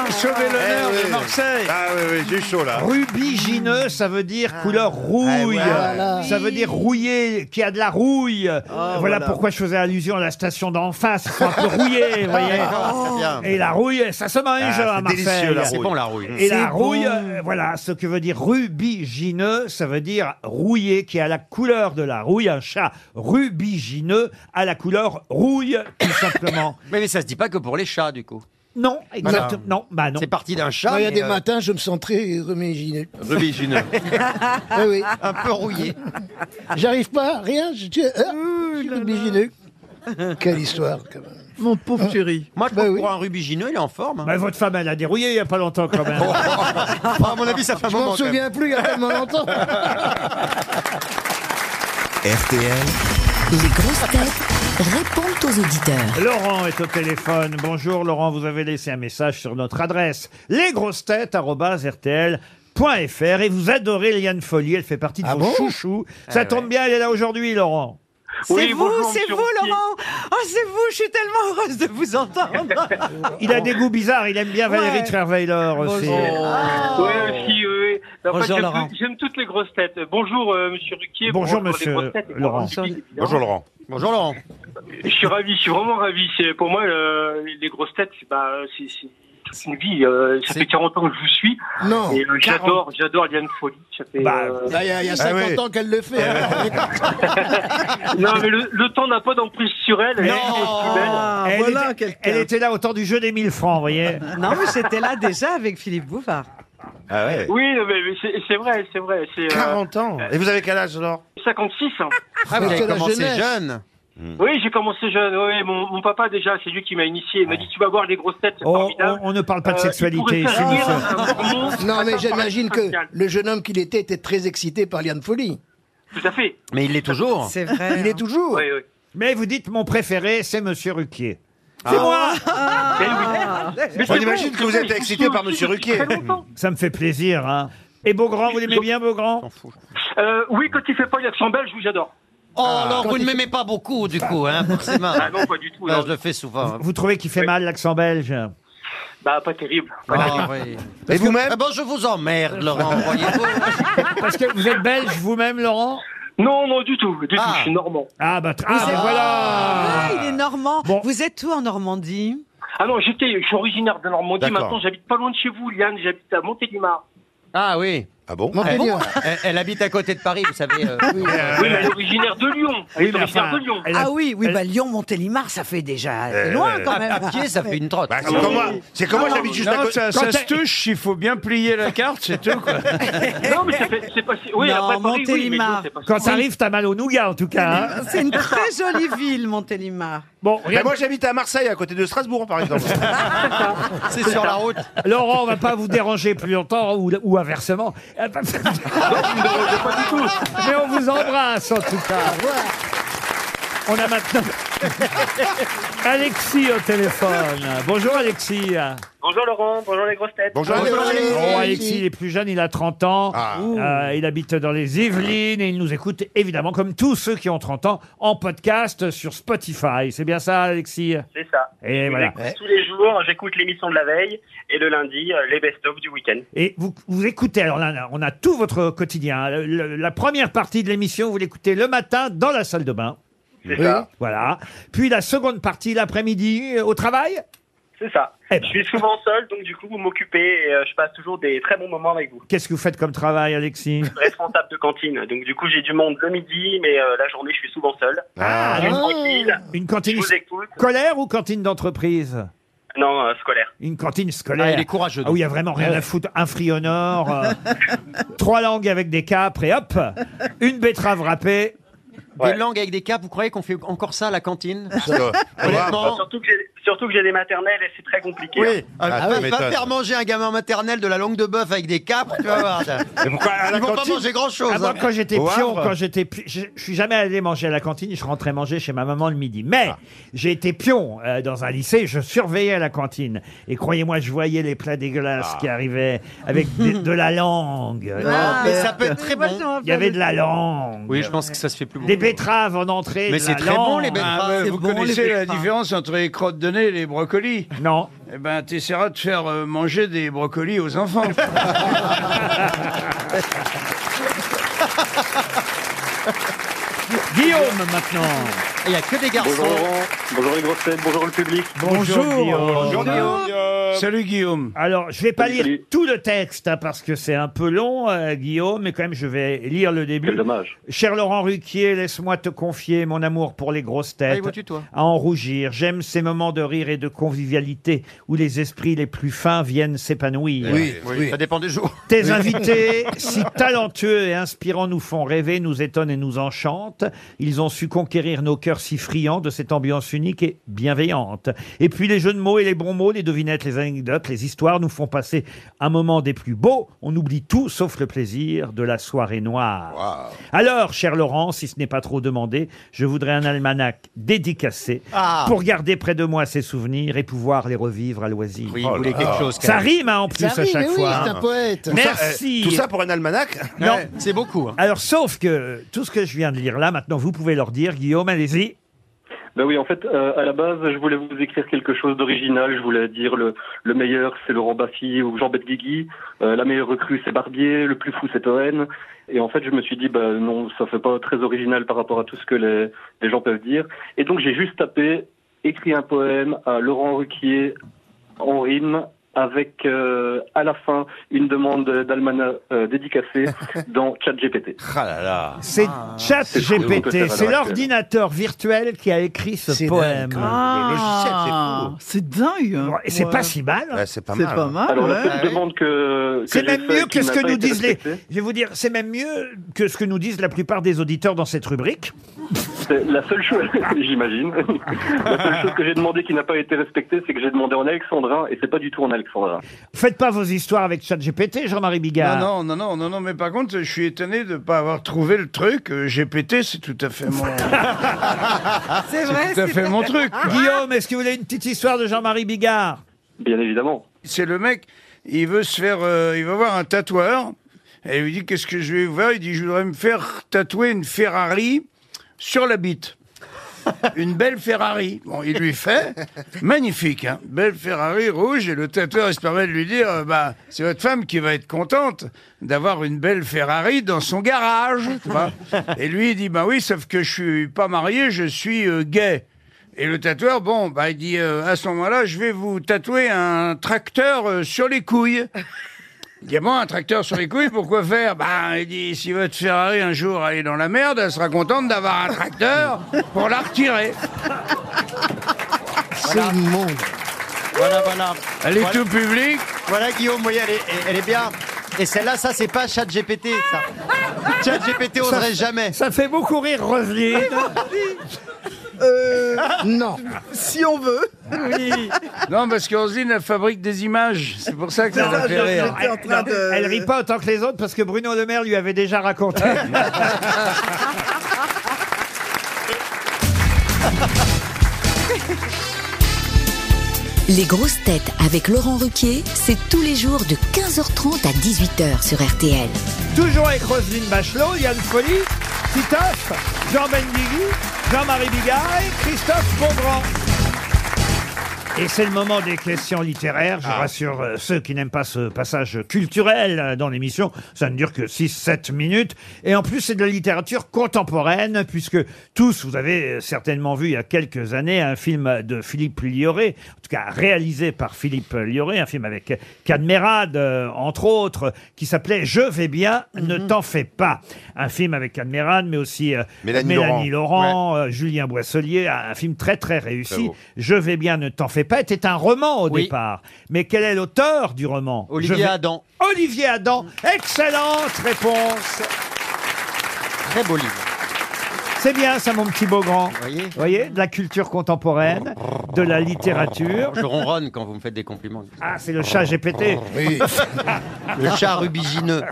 Sauver l'honneur
Eh Ah, oui.
de Marseille.
Ah oui, oui, j'ai chaud là.
Rubigineux, ça veut dire
Ah.
couleur rouille.
voilà.
Ça veut dire rouillé, qui a de la rouille.
Oh,
voilà,
voilà.
pourquoi je faisais allusion à la station d'en face. C'est un peu rouillé, vous voyez.
Ah, bien.
Et la rouille, ça se mange
Ah,
à
c'est
Marseille.
délicieux la rouille.
C'est bon la rouille.
Et la rouille, euh, voilà, ce que veut dire rubigineux, ça veut dire rouillé, qui a la couleur de la rouille. Un chat rubigineux a la couleur rouille, tout simplement.
[coughs] Mais, mais ça se dit pas que pour les chats, Ah, du coup.
Non, exactement. Non, bah non.
C'est parti d'un chat.
Non, il y a
mais,
des
[laughs] euh,
matins, je me sens très remégineux.
Rubigineux.
Ah [laughs] oui,
Un peu rouillé.
j'arrive pas, rien, je suis, ah, je suis rubigineux. Quelle histoire, quand même.
Mon pauvre chéri.
Moi, je
Bah
trouve
oui.
pour un rubigineux, il est en forme. hein.
Bah, votre femme, elle a dérouillé il n'y a pas longtemps quand
[laughs]
même.
Enfin, à mon avis, ça fait un
Je m'en
moment. quand même.
souviens plus il y a tellement longtemps.
RTL,
Les grosses têtes répondent aux auditeurs.
Laurent est au téléphone. Bonjour Laurent, vous avez laissé un message sur notre adresse lesgrossetêtes.rtl.fr et vous adorez Liane Folly, elle fait partie de
Ah
vos
bon
chouchous. Ça tombe bien, elle est là aujourd'hui Laurent.
C'est vous, c'est vous, Laurent Oh, c'est vous, je suis tellement heureuse de vous entendre
[laughs] Il a des goûts bizarres, il aime bien Valérie
Ouais.
Trierweiler aussi.
Oui, aussi, oui, oui. En fait,
Bonjour,
j'aime-
Laurent.
J'aime toutes les grosses têtes. Bonjour, euh, monsieur Ruquier.
Bonjour,
les
monsieur
grosses têtes et
Laurent.
bonjour, Philippe, évidemment.
Bonjour Laurent.
Bonjour Laurent.
Je suis ravi, je suis vraiment ravi. C'est pour moi euh, les grosses têtes, c'est- bah, c'est c'est toute une vie. euh, ça
C'est-
fait 40 ans que je vous suis
Non,
et euh, j'adore, j'adore Liane Folly. Ça fait,
Bah,
euh,
Là, il y a, il y a 50
oui.
ans qu'elle le fait. hein. [laughs]
Non, mais le, le temps n'a pas d'emprise sur elle. Elle est- elle est plus belle.
Ah,
Oh, Elle
voilà
était-
quelqu'un.
Elle était là au temps du jeu des 1000 francs, vous voyez.
[laughs] Non, mais j'étais là déjà avec Philippe Bouvard.
Ah ouais
Oui, non, mais, mais c'est c'est vrai, c'est vrai. C'est euh,
ans. Et vous avez quel âge alors
56. hein. Hmm.
Ah, vous avez commencé jeune.
Oui, j'ai commencé jeune. Oui, mon, mon papa déjà, c'est lui qui m'a initié. Il m'a dit tu vas voir les grosses têtes. c'est
Oh,
formidable.
on- on ne parle
Euh,
pas de sexualité
il pourrait faire
chez
rire
nous,
un mormon.
Non, mais
Attends,
j'imagine que
parle social.
le jeune homme qu'il était était très excité par Liane Folie.
Tout à fait.
Mais il l'est toujours.
Ah, C'est vrai. hein.
Il est toujours.
Oui, oui.
Mais vous dites mon préféré, c'est Monsieur Ruquier. C'est moi
Mais Ah. Ben oui. [laughs] Mais
Ah. On
c'est
imagine
bon,
que vous
c'est
êtes
vrai,
excité
je
par
suis
Monsieur
aussi depuis
Ruquier.
très longtemps.
Ça me fait plaisir, hein. Et Beaugrand, vous l'aimez bien, Beaugrand
Euh, oui, quand il fait pas l'accent belge, oui, j'adore.
Oh,
Ah.
alors vous ne m'aimez pas beaucoup, du coup, hein, forcément.
Ah non, pas du tout.
Non,
non.
je le fais
hein.
souvent.
Vous trouvez qu'il fait mal l'accent
[laughs]
belge
Bah, pas terrible.
Ah, oui.
Et vous-même
Ah bon, je vous emmerde, Laurent, voyez-vous.
Parce que vous êtes belge vous-même, Laurent
Non, non, du tout. Du
Ah.
tout, je suis normand.
Ah, bah, tr- ah, mais voilà
Ah, il est normand.
Bon.
Vous êtes où en Normandie
Ah non, j'étais, je suis originaire de Normandie.
D'accord.
Maintenant, j'habite pas loin de chez vous, Liane. J'habite à Montélimar.
Ah oui.
Ah bon
Montpellier.
Elle, elle habite à côté de Paris, vous savez. euh.
Oui, mais elle est originaire de Lyon. Elle
Oui,
est
mais
originaire
enfin,
de Lyon.
elle a-
Ah oui, oui,
elle-
bah Lyon, Montélimar, ça fait déjà
Euh,
loin
à,
quand même. Ah
à pied, ça fait une trotte.
Bah, c'est comme moi, c'est comme moi, j'habite juste à
Ah, Non,
côté.
ça, ça
Quand
se
elle-
touche, il faut bien plier la carte, c'est tout.
[laughs]
Quoi.
Non, mais ça fait- c'est pas si. Oui,
Non,
après Paris, oui, mais
Montélimar.
non, c'est pas si-
Quand t'arrives, t'as mal au nougat, en tout cas.
[laughs]
hein.
[laughs] C'est une très jolie ville, Montélimar.
Bon,
Bah,
regarde-
moi j'habite à Marseille, à côté de Strasbourg par exemple.
C'est sur la route.
Laurent, on va pas vous déranger plus longtemps, ou, ou inversement. Mais on vous embrasse, en tout cas. On a maintenant... Alexis au téléphone. Bonjour, Alexis.
Bonjour Laurent, bonjour les grosses têtes.
Bonjour. Alexis.
Bon, Alexis, il est plus jeune, il a 30 ans.
Ah.
Euh, il habite dans les Yvelines et il nous écoute évidemment, comme tous ceux qui ont 30 ans, en podcast sur Spotify. C'est bien ça, Alexis
C'est ça.
Et voilà.
Tous les jours, j'écoute l'émission de la veille et le lundi, euh, les best-of du week-end.
Et vous, vous écoutez, alors là, on a tout votre quotidien. hein. Le- le- la première partie de l'émission, vous l'écoutez le matin dans la salle de bain.
C'est ça.
Voilà. Puis la seconde partie l'après-midi euh, au travail.
C'est ça.
Eh ben.
Je suis souvent seul, donc du coup, vous m'occupez et euh, je passe toujours des très bons moments avec vous.
Qu'est-ce que vous faites comme travail, Alexis
Responsable de cantine, donc du coup, j'ai du monde le midi, mais euh, la journée, je suis souvent seul.
Ah.
Je suis tranquille,
Une
je
cantine
vous écoute.
scolaire ou cantine d'entreprise
Ah.
Non, euh, scolaire.
Une cantine scolaire.
Ah, il Ah, est courageux.
Ah oui, il n'y a vraiment rien à foutre. Un fruit au nord, euh, [laughs] trois langues avec des capres et hop, [laughs] une betterave râpée.
Des langues avec des capes, vous croyez qu'on fait encore ça à la cantine
Parce que-
[laughs] Honnêtement,
Surtout que j'ai- surtout que j'ai des maternelles et c'est très compliqué. hein.
Oui, ah,
va,
tu
va
m'étonnes.
faire manger un gamin maternel de la langue de bœuf avec des capes, tu vas voir. ça.
Mais pourquoi à la
Ils vont pas
cantine
manger grand-chose.
Ah, moi,
hein.
quand j'étais
Au
pion,
Havre
quand j'étais, pi- je, je suis jamais allé manger à la cantine. Je rentrais manger chez ma maman le midi. Mais
Ah.
j'ai été pion euh, dans un lycée. Je surveillais la cantine et croyez-moi, je voyais les plats dégueulasses
Ah.
qui arrivaient avec des- de la langue. Euh,
Ah,
mais ça peut être très
Moi,
bon.
je me
Il y avait de la
rappelle.
langue.
Oui, je pense que ça se fait plus
Des
beaucoup.
betteraves en entrée.
Mais
de
c'est
la
très bon,
langue.
les betteraves.
Ah ouais,
c'est
vous
bon,
connaissez
les
la
pépins.
différence entre les crottes de nez et les brocolis
Non.
Eh ben, t'essaieras de faire euh, manger des brocolis aux enfants.
Guillaume maintenant.
Il n'y a que des garçons.
Bonjour Laurent, bonjour les grosses têtes, bonjour le public.
Bonjour. Guillaume.
Salut Guillaume.
Euh, Alors, je vais pas
Salut,
lire
salut.
tout le texte hein, parce que c'est un peu long, euh, Guillaume, mais quand même, je vais lire le
Quel
début.
dommage.
Cher Laurent Ruquier, laisse-moi te confier mon amour pour les grosses
Allez,
têtes.
vous tutoie.
à en rougir. J'aime ces moments de rire et de convivialité où les esprits les plus fins viennent s'épanouir.
Oui, oui.
Ça dépend des jours.
[laughs] Tes
[laughs]
invités, si talentueux et inspirants, nous font rêver, nous étonnent et nous enchantent. Ils ont su conquérir nos cœurs si friands de cette ambiance unique et bienveillante. Et puis les jeux de mots et les bons mots, les devinettes, les anecdotes, les histoires nous font passer un moment des plus beaux. On oublie tout sauf le plaisir de la soirée noire. Alors, cher Laurent, si ce n'est pas trop demandé, je voudrais un almanach dédicacé
Ah.
pour garder près de moi ces souvenirs et pouvoir les revivre à loisir.
Oui,
Oh
vous voulez quelque chose. quand
Ça
même.
rime hein, en plus
Ça
à
rit,
chaque
mais oui,
fois.
c'est
hein.
un poète.
Tout ça, euh,
Merci.
tout ça pour un almanach
Non.
Ouais, C'est beaucoup. hein.
Alors, sauf que tout ce que je viens de lire là, maintenant, vous pouvez leur dire, Guillaume, allez-y.
Ben oui, en fait, euh, à la base, je voulais vous écrire quelque chose d'original. Je voulais dire le, le meilleur, c'est Laurent Baffy ou Jean Benguigui. Euh, la meilleure recrue, c'est Barbier. Le plus fou, c'est Owen. Et en fait, je me suis dit, bah non, ça fait pas très original par rapport à tout ce que les, les gens peuvent dire. Et donc, j'ai juste tapé, écrit un poème à Laurent Ruquier en rime
avec euh, à la fin une demande d'Almana euh,
[laughs]
dédicacée dans ChatGPT.
Ah là là. Ah.
C'est
Ah,
ChatGPT, c'est
l'ordinateur.
l'ordinateur virtuel qui a écrit ce
C'est
poème.
dingue,
Ah, c'est dingue. hein.
Et c'est
Ouais.
pas si mal.
c'est
pas C'est mal, pas hein. mal,
Alors, la
ouais.
seule demande que. que
C'est
j'ai
même
faite
mieux
qui
que ce
n'a
que
pas
nous
été
disent les.
respectée,
Je vais vous dire, c'est même mieux que ce que nous disent la plupart des auditeurs dans cette rubrique.
c'est La seule chose, [laughs] j'imagine, la seule chose que j'ai demandé qui n'a pas été respectée, c'est que j'ai demandé en alexandrin et c'est pas du tout en alexandrin.
Faites pas vos histoires avec ChatGPT, Jean-Marie Bigard.
Non, non, non, non, non, mais par contre, je suis étonné de ne pas avoir trouvé le truc. Euh, GPT, c'est tout à fait mon...
C'est
vrai, tout à c'est fait vrai. mon truc, quoi.
Guillaume, est-ce que vous voulez une petite histoire de Jean-Marie Bigard
Bien évidemment.
C'est le mec, il veut se faire, euh, il va voir un tatoueur. Et il lui dit qu'est-ce que je vais voir Il dit je voudrais me faire tatouer une Ferrari sur la bite. [laughs] Une belle Ferrari. Bon, il lui fait magnifique, hein, belle Ferrari rouge. Et le tatoueur il se permet de lui dire, euh, bah c'est votre femme qui va être contente d'avoir une belle Ferrari dans son garage. tu vois. et lui il dit bah oui, sauf que je suis pas marié, je suis euh, gay. Et le tatoueur, bon, bah, il dit euh, à ce moment-là, je vais vous tatouer un tracteur euh, sur les couilles. Il dit, Ah bon, un tracteur sur les couilles, pourquoi faire Bah, il dit, si votre Ferrari un jour elle est dans la merde, elle sera contente d'avoir un tracteur pour la retirer.
C'est immonde.
Voilà, voilà.
Elle est
Voilà.
tout public.
Voilà, Guillaume, vous voyez, elle est, elle est bien. Et celle-là, ça, c'est pas ChatGPT, ça. ChatGPT oserait jamais.
Ça fait beaucoup rire,
[laughs]
Roselyne.
Euh,
Non.
si on veut.
Oui.
Non, parce qu'Orzeline, elle fabrique des images. C'est pour ça que ça hein.
Non,
la
je-
fait rire.
J'étais en train
Non,
de-
Elle rit pas autant que les autres parce que Bruno Le Maire lui avait déjà raconté.
[laughs]
[laughs]
Les grosses têtes avec Laurent Ruquier, c'est tous les jours de 15h30 à 18h sur RTL.
Toujours avec Roselyne Bachelot, Yann Folie, Titoff, Jean Benguigui, Jean-Marie Bigard et Christophe Beaugrand. Et c'est le moment des questions littéraires. Je rassure euh, ceux qui n'aiment pas ce passage culturel euh, dans l'émission. Ça ne dure que 6-7 minutes. Et en plus, c'est de la littérature contemporaine, puisque tous, vous avez euh, certainement vu il y a quelques années un film de Philippe Lioré, en tout cas réalisé par Philippe Lioré, un film avec Cadmerade, euh, entre autres, qui s'appelait Je vais bien, ne t'en fais pas. Un film avec Cadmerade, mais aussi euh,
Mélanie
Laurent, euh, Julien Boisselier, un un film très très réussi.
Bravo.
Je vais bien, ne t'en fais pas, était un roman au
Oui.
départ. Mais quel est l'auteur du roman Je
Olivier
vais-
Adam.
Olivier Adam. Excellente réponse.
Très beau livre.
C'est bien ça, mon petit Beaugrand.
Vous voyez
Vous voyez, de la culture contemporaine, de la littérature.
Je ronronne quand vous me faites des compliments.
Ah, c'est le chat GPT.
Oui.
Le
[laughs]
chat rubigineux.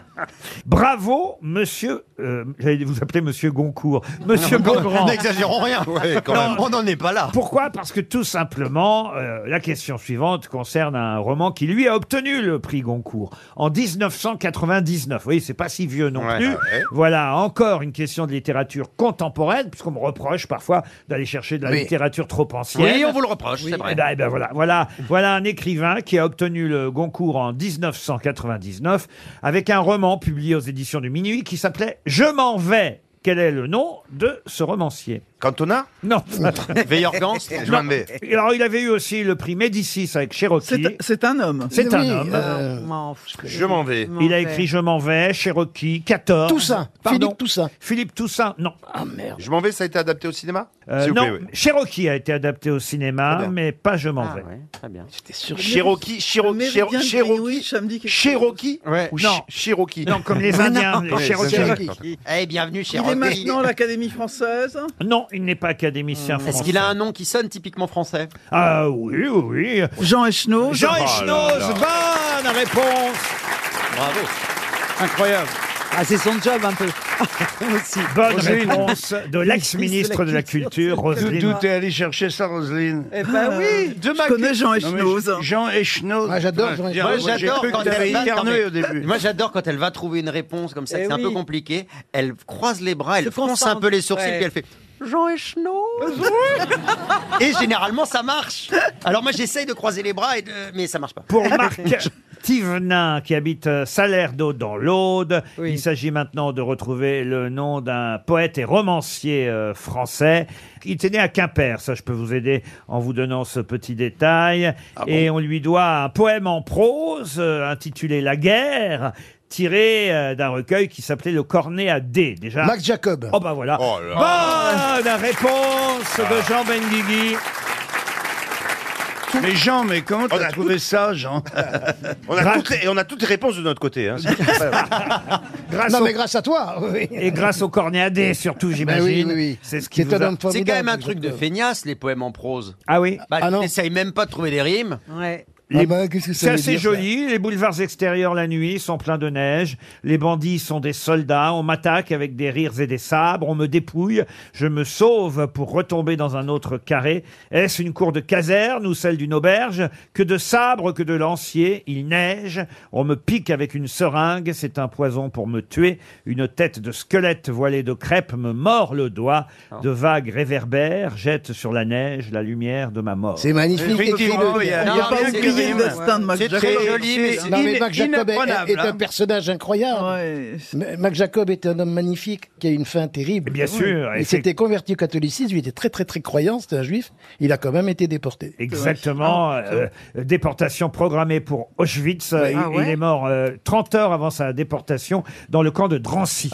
Bravo, monsieur. euh, J'allais vous appeler monsieur Goncourt. Monsieur Beaugrand.
[laughs] N'exagérons rien.
Non, même.
On n'en est pas là.
Pourquoi Parce que tout simplement, euh, la question suivante concerne un roman qui lui a obtenu le prix Goncourt en 1999. Oui, c'est pas si vieux non
Ouais,
plus.
ouais.
Voilà encore une question de littérature contemporaine, puisqu'on me reproche parfois d'aller chercher de la
Oui.
littérature trop ancienne.
Oui, on vous le reproche, c'est
Eh
vrai.
ben, eh ben voilà, voilà, voilà un écrivain qui a obtenu le Goncourt en 1999 avec un roman publié aux éditions du Minuit qui s'appelait Je m'en vais. Quel est le nom de ce romancier
Cantona [laughs]
Non.
Veillergans.
m'en vais.
Et Alors, il avait eu aussi le prix Médicis avec Cherokee.
C'est- C'est un homme.
C'est un
Oui,
homme.
euh,
Je m'en vais.
Il a écrit Je m'en vais, Cherokee, 14.
Toussaint.
Pardon.
Philippe Toussaint.
Philippe Toussaint, non.
Ah merde.
Je m'en vais, ça a été adapté au cinéma
Oh, Euh,
S'il vous
non,
plaît, oui.
Cherokee a été adapté au
Très
cinéma,
bien.
mais pas Je m'en vais.
Ah, très bien.
J'étais sûr.
Cherokee, Chiro- Chiro-
Méridien de
Cherokee,
Greenwich, ça me dit quelque
Cherokee
Ouais.
ou
Non.
Chi- Cherokee.
Non, comme
Ah
les Indiens, les
Oui, les
Cherokees.
Indiens.
Eh, bienvenue chez
Il est
Rocky.
maintenant à l'Académie française.
Non, il n'est pas académicien français.
Est-ce qu'il a un nom qui sonne typiquement français
Ah oui, oui, oui.
Jean Echnaud.
Jean
là
Echnoz, bonne réponse.
Bravo.
Incroyable.
Ah, c'est son job
[laughs]
un peu.
Bonne
Roselyne.
réponse de l'ex-ministre de la Culture,
D'où
Roselyne.
d'où t'es allé chercher ça, Roselyne Ah.
Eh ben oui, je connais Jean
Non, mais
Echnaud.
Jean Echnaud.
Ah, j'adore Jean Echnaud.
Moi,
Moi,
J'ai
j'adore
cru
quand
que t'avais
elle-
éternué
Non,
au début.
Moi, j'adore quand elle va trouver une réponse comme ça, que
Eh
c'est un peu
oui.
compliqué. Elle croise les bras, elle
Se
fronce un
concentre.
peu les sourcils,
Ouais.
puis elle fait Jean
[laughs]
Echnaud. [laughs] Et généralement, ça marche. Alors, moi, j'essaye de croiser les bras, et de... mais ça marche pas. Bah
Pour Marc, Thivenin qui habite euh, Salerdo dans l'Aude. Il s'agit maintenant de retrouver le nom d'un poète et romancier euh, français. Il était né à Quimper, ça je peux vous aider en vous donnant ce petit détail.
Ah
et on lui doit un poème en prose euh, intitulé La guerre tiré euh, d'un recueil qui s'appelait Le Cornet à D déjà.
Max Jacob.
Oh bah voilà. Bonne réponse de Jean Benguigui.
Mais Jean, mais comment t'as trouvé ça,
[laughs]
Jean
On a toutes les- et on a toutes les réponses de notre côté. hein.
non,
au-
mais grâce à toi. oui. Ben
Et grâce au Cornet à D surtout, j'imagine.
oui, oui, oui.
C'est ce
Qui
qui
est
nous
un
a-
homme
C'est quand même un truc de feignasse, les poèmes en prose.
Ah oui
Bah, t'essayes même pas de trouver des rimes.
Ouais.
Les-
Ah bah, qu'est-ce que ça
C'est
veut
assez
dire, ça
joli. Les boulevards extérieurs la nuit sont pleins de neige. Les bandits sont des soldats. On m'attaque avec des rires et des sabres. On me dépouille. Je me sauve pour retomber dans un autre carré. Est-ce une cour de caserne ou celle d'une auberge Que de sabres, que de lanciers. Il neige. On me pique avec une seringue. C'est un poison pour me tuer. Une tête de squelette voilée de crêpe me mord le doigt. De vagues réverbères jettent sur la neige la lumière de ma mort.
C'est magnifique. Écris-le.
Il n'a pas oublié le destin de Max
C'est
Jacob.
très joli, mais
c'est
Non, mais
in-
Mac Jacob est,
inapprenable,
est un
hein.
personnage incroyable. Ma- Mac Jacob est un homme magnifique qui a une fin terrible.
Bien sûr, et
Il
c'est-
s'était converti au catholicisme, il était très très très croyant, c'était un juif. Il a quand même été déporté.
Exactement.
Ah,
euh, euh, déportation programmée pour Auschwitz. Euh, il,
Ah ouais
il est mort euh, 30 heures avant sa déportation dans le camp de Drancy.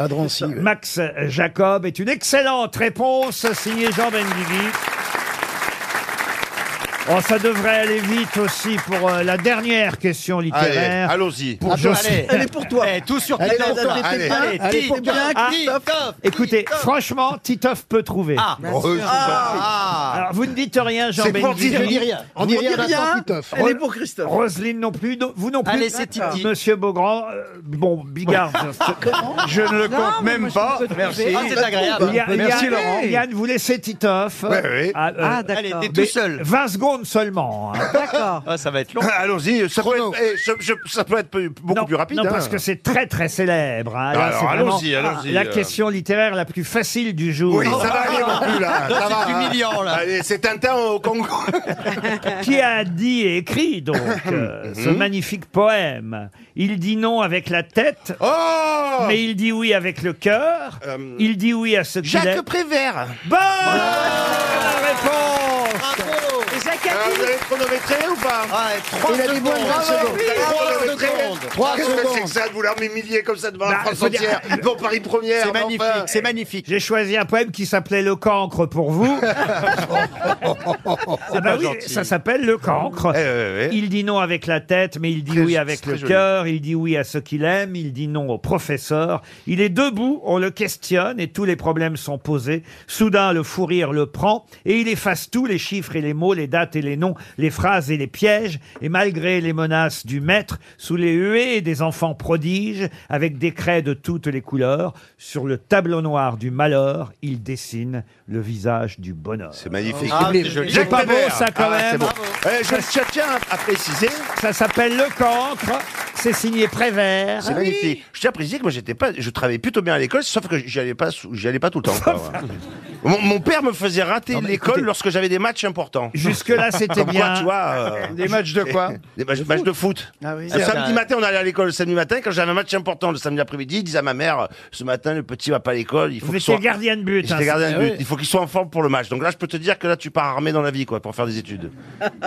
Max Jacob est une excellente réponse signée Jean Benguigui. Oh, ça devrait aller vite aussi pour euh, la dernière question littéraire.
Allez, allons-y.
Pour
Attends,
José-
allez. Elle est pour toi.
Eh, tout
Elle est
Titoff.
pour toi. Allez.
Titoff.
Allez, Allez, pour Titoff. toi.
Ah,
Titoff.
Titoff. Écoutez, franchement, Titoff peut trouver.
Ah, Bien sûr. heureusement.
Ah. Alors, vous ne dites rien, Jean
C'est
Benguigui.
pour dire- je dis rien. On dit
Vous
rien,
dites
on attend Titoff. Elle
Ro-
est pour Christophe.
Roselyne non plus, non- vous non plus.
Allez, c'est Titi.
Monsieur Beaugrand, euh, bon, Bigard.
Je ne le compte même pas. Merci.
Yann-
Merci,
Yann-
Laurent.
Yann, vous laissez Titoff. euh,
Ouais, ouais.
Ah, d'accord. Allez, t'es tout
mais
seul.
20 secondes seulement. hein.
D'accord.
Ah, ça va être long.
[laughs] Allons-y, ça, peut être- eh, je- je- ça peut être peu- beaucoup plus rapide.
Non,
hein.
parce que c'est très très célèbre. hein. Là,
Alors,
c'est vraiment
allons-y, allons-y,
La
euh.
question littéraire la plus facile du jour.
Oui, ça va aller non
[laughs]
plus là.
[laughs]
Non,
ça
c'est
va, hein.
humiliant, là.
Allez, c'est Tintin au Congo.
[laughs] Qui a dit et écrit donc euh, ce
Mhm.
magnifique poème Il dit non avec la tête,
Oh
mais il dit oui avec le cœur. il dit oui à ce qu'il
Euh, Jacques
est.
Prévert.
Bonne réponse.
Et Jacques
ah, Vous avez chronométré ou pas
Il a dit moins de 20 Ah, secondes. Trois
Qu'est-ce que
secondes.
c'est que ça de vouloir m'humilier comme ça devant la
Bah,
France
faut dire-
entière
[laughs]
Devant Paris Première
C'est
mais
magnifique,
enfin.
c'est magnifique. J'ai choisi un poème qui s'appelait Le cancre pour
[laughs]
vous. Ah bah
pas
oui,
gentil. Eh,
ça s'appelle le cancre. Il dit non avec la tête, mais il dit oui avec
très
le
joli.
cœur. Il dit oui à ce qu'il aime. Il dit non au professeur. Il est debout, on le questionne et tous les problèmes sont posés. Soudain, le fou rire le prend et il efface tous les chiffres et les mots, les dates et les noms, les phrases et les pièges. Et malgré les menaces du maître, sous les huées des enfants prodiges, avec des craies de toutes les couleurs, sur le tableau noir du malheur, il dessine le visage du bonheur. C'est
magnifique.
C'est pas beau ça quand
Ah, c'est
même.
beau. Eh, je, je tiens à préciser.
Ça s'appelle Le Cancre. C'est signé Prévert.
C'est magnifique. Je tiens à préciser que moi j'étais pas, je travaillais plutôt bien à l'école, sauf que j'y allais pas, sou- j'y allais pas tout le temps.
[laughs]
quoi, voilà. mon, mon père me faisait rater l'école lorsque j'avais des matchs importants.
Jusque-là, c'était
Comme quoi,
bien.
tu vois, euh,
Des matchs de quoi
Des matchs, matchs de foot.
Ah oui.
Le samedi matin, on allait à l'école le samedi matin. Quand j'avais un match important le samedi après-midi, je disais à ma mère euh, ce matin, le petit va pas à l'école. Il faut
Vous
qu'il
étiez
soit
gardien de but. hein,
J'étais gardien de
c'est-
but. Il faut qu'il soit en forme pour le match. Donc là, je peux te dire que là, tu pars armé dans la vie, quoi, pour faire
[laughs]
des études.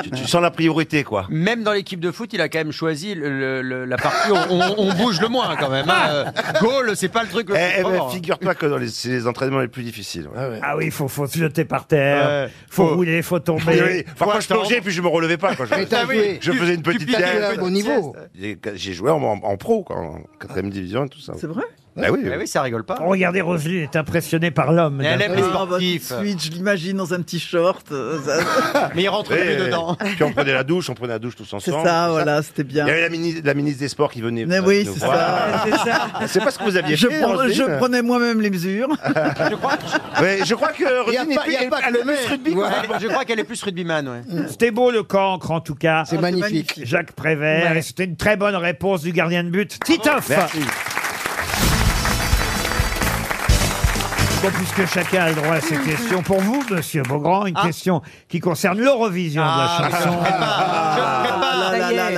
tu, tu sens la priorité, quoi.
Même dans l'équipe de foot, il a quand même choisi le- le- le- la partie où on, on bouge le moins quand même.
Ah.
hein. Euh, Goal, c'est pas le truc le
Eh,
plus
eh ben,
fort.
figure-toi que dans les, c'est les entraînements les plus difficiles. ouais.
Ah oui, faut, faut se jeter par terre.
Ouais.
faut, rouler, faut
Oui,
tomber.
oui. Parfois, je plongeais, puis je me relevais pas. Quand je,
Mais t'as
Ah
joué.
je faisais une
Tu- tu
petite
piquais
sieste.
à bon niveau.
J'ai- J'ai joué en, en- en pro, quoi, en quatrième division et tout ça. C'est
vrai
Bah oui.
Ah oui, ça rigole pas.
Oh, Regardez, Roselyne est impressionnée par l'homme.
Elle aime les
Ah, bah, tout de
sportifs.
suite, je l'imagine dans un petit short. euh, ça-
[laughs] Mais il rentre
Et-
plus dedans.
Puis on prenait la douche, on prenait la douche tous ensemble.
C'est ça, voilà, c'était bien.
Il y avait la ministre, la ministre des Sports qui venait.
Mais
euh,
oui,
nous
c'est
voir.
ça. c'est ça.
[laughs] C'est pas ce que vous aviez
je
fait.
prends-
Roselyne.
je prenais moi-même les
[laughs]
mesures.
[laughs]
Ouais, je crois que
Il y a
Roselyne est
pas- il
plus,
y a pas
elle
que
est plus
le
rugby. quoi.
Elle- Je crois qu'elle est plus rugbyman, ouais.
Mm. C'était beau le cancre en tout cas. Ah,
C'est magnifique.
Jacques Prévert.
Ouais.
Et c'était une très bonne réponse du gardien de but, Titoff.
Merci.
Bon, puisque chacun a le droit à ses questions, pour vous, monsieur Beaugrand,
Ah.
une question qui concerne l'Eurovision de la
bah,
chanson.
Ah,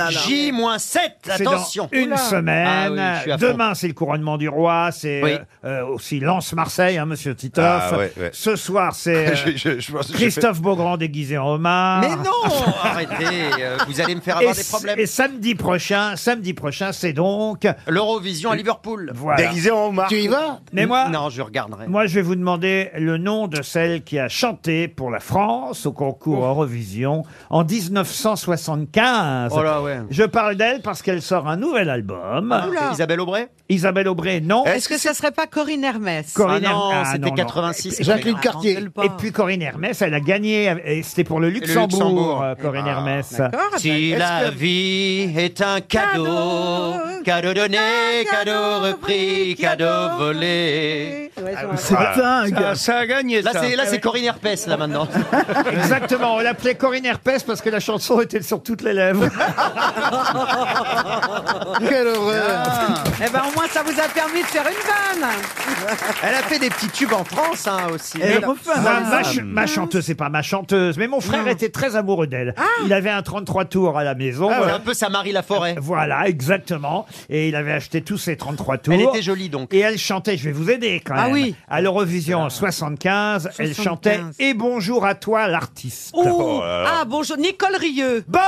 J-7,
C'est dans
attention.
une
Ah
semaine.
oui, je suis à fond.
Demain, c'est le couronnement du roi. C'est
Oui.
euh, euh, aussi Lance-Marseille, hein, monsieur Titoff.
Ah, ouais, ouais.
Ce soir,
[laughs]
c'est euh,
Je- je- je pense que j'ai
Christophe Beaugrand déguisé en homard.
Mais [laughs] non,
[laughs]
arrêtez, euh, vous allez me faire
Et
avoir des
s-
problèmes.
Et samedi prochain, samedi prochain, c'est donc
l'Eurovision à Liverpool.
Voilà. Déguisé en homard. Tu y vas Mais moi-
Non, je regarderai.
Moi, je vais vous demander le nom de celle qui a chanté pour la France au concours
Oh.
Eurovision en 1975.
Oh là, ouais.
Je parle d'elle parce qu'elle sort un nouvel album.
Ah, Oula. Isabelle Aubray
Isabelle Aubray, non.
Est-ce que ça serait pas Corinne Hermès
Corinne
Ah non,
Hermès-
c'était 86,
Et puis-
Jacqueline
Ah,
Cartier.
elle parle. Et puis Corinne Hermès, elle a gagné. Et c'était pour le Luxembourg,
Luxembourg. eh ben,
euh, Corinne Hermès.
Si
Est-ce
la
que-
vie est un cadeau, cadeau donné, cadeau repris, cadeau volé. Ah,
C'est dingue. Ça- ça
a gagné. Là,
ça.
c'est là,
Ah
c'est
oui.
Corinne Herpès là maintenant.
[laughs] Exactement, on l'appelait Corinne Herpès parce que la chanson était sur toutes les lèvres.
Quelle Eh ben au moins ça vous a permis de faire une vanne
Elle a fait des petits tubes en France hein, aussi.
Elle
Mais-
refait un
Ah,
ma, ch- ma chanteuse, c'est pas ma chanteuse, mais mon frère était très amoureux d'elle. Il avait un 33 tours à la maison.
Ah, C'est
Voilà.
un peu sa Marie Laforêt.
Voilà, exactement. Et il avait acheté tous ses 33 tours.
Elle était jolie donc.
Et elle chantait, je vais vous aider quand même.
Ah oui.
À l'Eurovision en 75, elle
75.
chantait Et bonjour à toi l'artiste. Oh,
Ouh. Ah bah. bonjour, Nicole Rieux
Bonne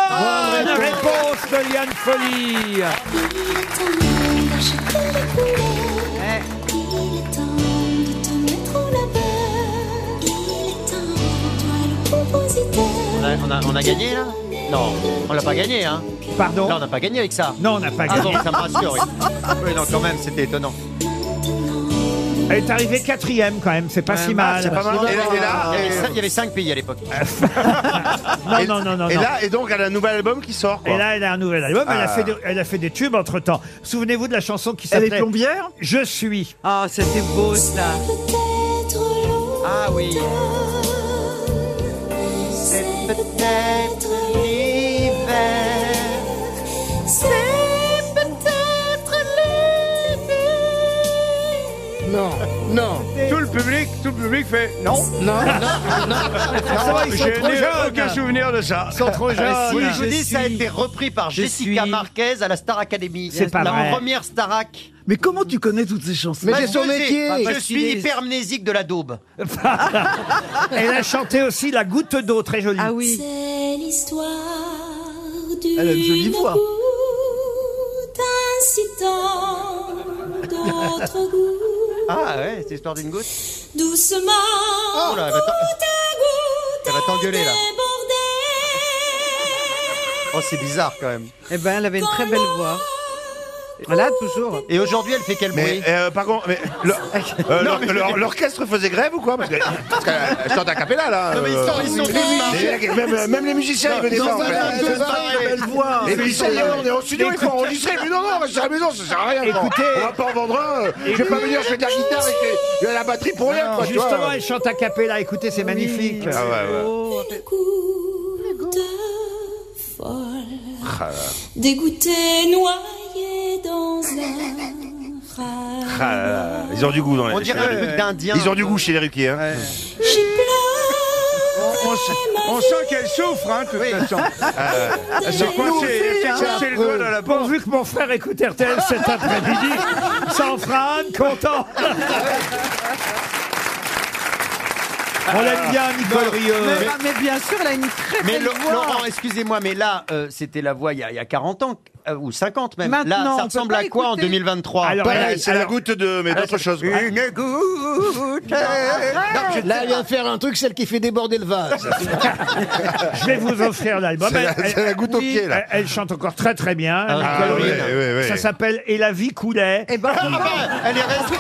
réponse de Liane Folie
Eh.
On a, on a- on a gagné là Non, on l'a pas gagné hein.
Pardon
Là, on n'a pas gagné avec ça.
Non, on n'a pas
Ah
gagné.
bon, ça me rassure. Oui. Ah Oui, non, quand même, c'était étonnant.
Elle est arrivée quatrième quand même, Euh, c'est
Ah,
pas si
bah,
mal. Ah.
il, y avait, cin- il y avait cinq pays à l'époque. [laughs]
Non, non, non, non.
Et
non.
là, et donc, elle a un nouvel album qui sort. Quoi.
Et là, elle a un nouvel album. Elle, a
Ah.
fait des, elle a fait des tubes entre temps. Souvenez-vous de la chanson qui
Elle est
s'appelait.
plombière
Je suis.
Ah, c'était beau ça
Ah oui.
C'est peut-être l'hiver. C'est peut-être l'hiver.
Non, non. Tout le public, tout le public fait non.
Non, non, non.
Ça va,
ils sont trop
j'ai
jeunes.
aucun souvenir de ça.
Ils sont
Ah,
trop jeunes.
Ah, Si
Oui,
je vous
je
dis, ça a
suis-
été repris par
je
Jessica
suis-
Marquez à la Star Academy.
C'est pas
la
vrai.
première Starac.
Mais comment tu connais toutes ces chansons
Bah, je sais, Je suis
[laughs]
hypermnésique de la daube.
Elle a chanté aussi La goutte d'eau, très jolie.
Ah oui
C'est l'histoire
Elle a une jolie
d'une
voix.
goutte
[laughs]
incitant d'autres gouttes
Ah ouais, c'est l'histoire d'une goutte.
doucement.
Oh là, elle va t'en-
goutte à goutte
elle va t'engueuler, là.
débordait.
Oh, c'est bizarre quand même.
Eh ben elle avait une très belle voix. Voilà, toujours.
Et aujourd'hui, elle fait quel
Mais
bruit
euh, par contre, mais, le- euh, l'or- l'or- l'orchestre faisait grève ou quoi Parce que parce qu'elle chante à capella là.
Non, mais ils
euh,
sont- ils sont
les
tous
musiciens, Même, même les musiciens, ils venaient
Non,
pas.
non,
en fait.
non, non, non,
belle voix.
Et puis ça y est, on est en studio, il faut enregistrer. Mais non, non, on va sur la maison, ça sert à rien. quoi.
Écoutez-
on va pas en vendre un. euh, Je vais pas venir, je fais de la guitare et je fais de la batterie pour rien. quoi, tu vois.
Justement, elle chante à cappella. Écoutez, c'est magnifique.
Ah ouais, ouais.
Goutte folle, dégoûtée, noyée dans un
Ah
rage.
là là, Ils ont du goût dans les.
On dirait un truc d'indien.
Ils ont du goût chez les Ruquier. Hein.
J'ai
On,
pleuré
on s- on sent qu'elle souffre, hein, de toute
[laughs]
façon. Elle s'est coincée, elle s'est coincée le doigt dans la porte.
Euh, Pourvu que mon frère écoute RTL cet après-midi, ça en fera un de content. On l'aime bien, Nicole
Ah, Mais,
Rieux.
bah, mais bien sûr, elle a une très
Mais
belle
Lo-
voix.
Laurent, excusez-moi, mais là, euh, c'était la voix il y, a, il y a 40 ans, euh, ou 50 même.
Maintenant,
là,
on peut
ça ressemble
pas
à quoi en
écouter.
2023
Alors,
Pareil,
elle-
c'est la
alors-
goutte de. Mais d'autres choses. quoi.
Une
euh,
Ah goutte
Là, elle vient de faire un truc, celle qui fait déborder le [laughs] vase.
je vais vous offrir l'album.
C'est la-
Elle-
c'est la goutte au
oui,
pied, là.
Elle, elle chante encore très très bien.
Ah,
Nicole
ouais,
Rieux.
ouais, ouais.
Ça s'appelle Et la vie coulait.
Eh ben,
Elle est restée.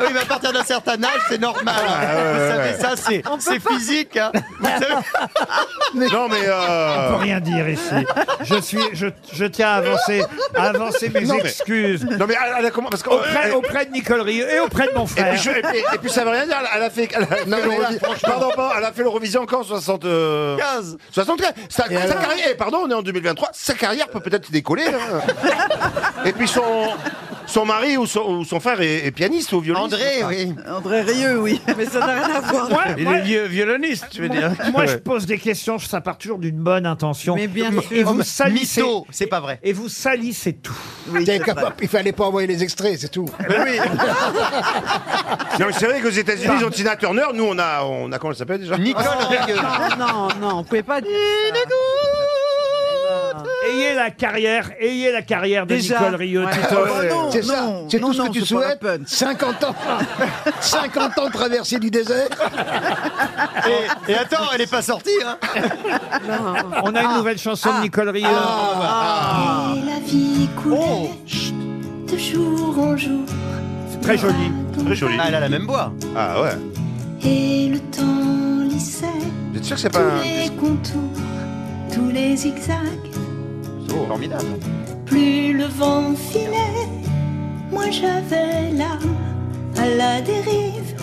Oui, mais à partir d'un certain âge, c'est normal.
Ah,
Vous savez, ça, c'est- c'est physique. hein. Vous savez-
Non, mais.
On
euh,
peut rien dire ici. Je suis, je, je tiens à avancer, à avancer mes
Non, mais-
excuses
Non, mais elle, elle a comment Parce que.
auprès,
elle-
auprès de Nicole Rieux et auprès de mon
Et
frère.
puis, je- et puis- et puis ça veut rien dire, elle a- elle a fait, elle
[laughs]
a fait
mais là,
l'Eurovision- pardon, pardon, elle a fait l'Eurovision quand 60, euh,
15.
75 Sa, sa
[laughs]
carrière, eh, pardon, on est en 2023, sa carrière peut peut-être décoller. hein. et puis son, son mari ou son, ou son frère est, est pianiste ou violoniste
André, oui.
André Rieu, oui. Mais ça n'a rien à voir.
Moi,
Il
moi-
est vieux violoniste, [laughs] tu veux
Moi-
dire
Moi, je
Ouais.
pose des questions, ça part toujours d'une bonne intention.
Mais bien
Et- Et
sûr.
vous salissez.
Mytho,
c'est pas vrai.
Et vous salissez tout.
T'es capable- Il fallait pas envoyer les extraits, c'est tout.
Non, mais c'est vrai qu'aux États-Unis, ils ont Tina Turner. Nous, on a, on a comment elle s'appelle déjà [laughs]
Nicole
Non, non, non, vous pouvez pas dire.
Ayez la carrière, ayez la carrière de
Déjà.
Nicole Rieu,
Ouais.
Tito.
Oh, non,
C'est ça,
non,
c'est
non,
tout ce
non,
que tu
c'est pas la
souhaites. 50 ans, 50 ans traversé du désert.
Et, et attends, elle est pas sortie, hein
On a une nouvelle chanson de Nicole Rieu.
Ah,
Ah,
bah,
bah.
Et la vie coulait
Oh,
chut, de jour en jour.
Très jolie.
Très jolie.
Ah, elle a la même voix.
Ah ouais.
Et le temps lissait
Vous êtes sûr que c'est
tous
pas un
les contours, tous les zigzags.
Oh, Formidable.
Plus le vent filait, moi j'avais l'âme à la dérive.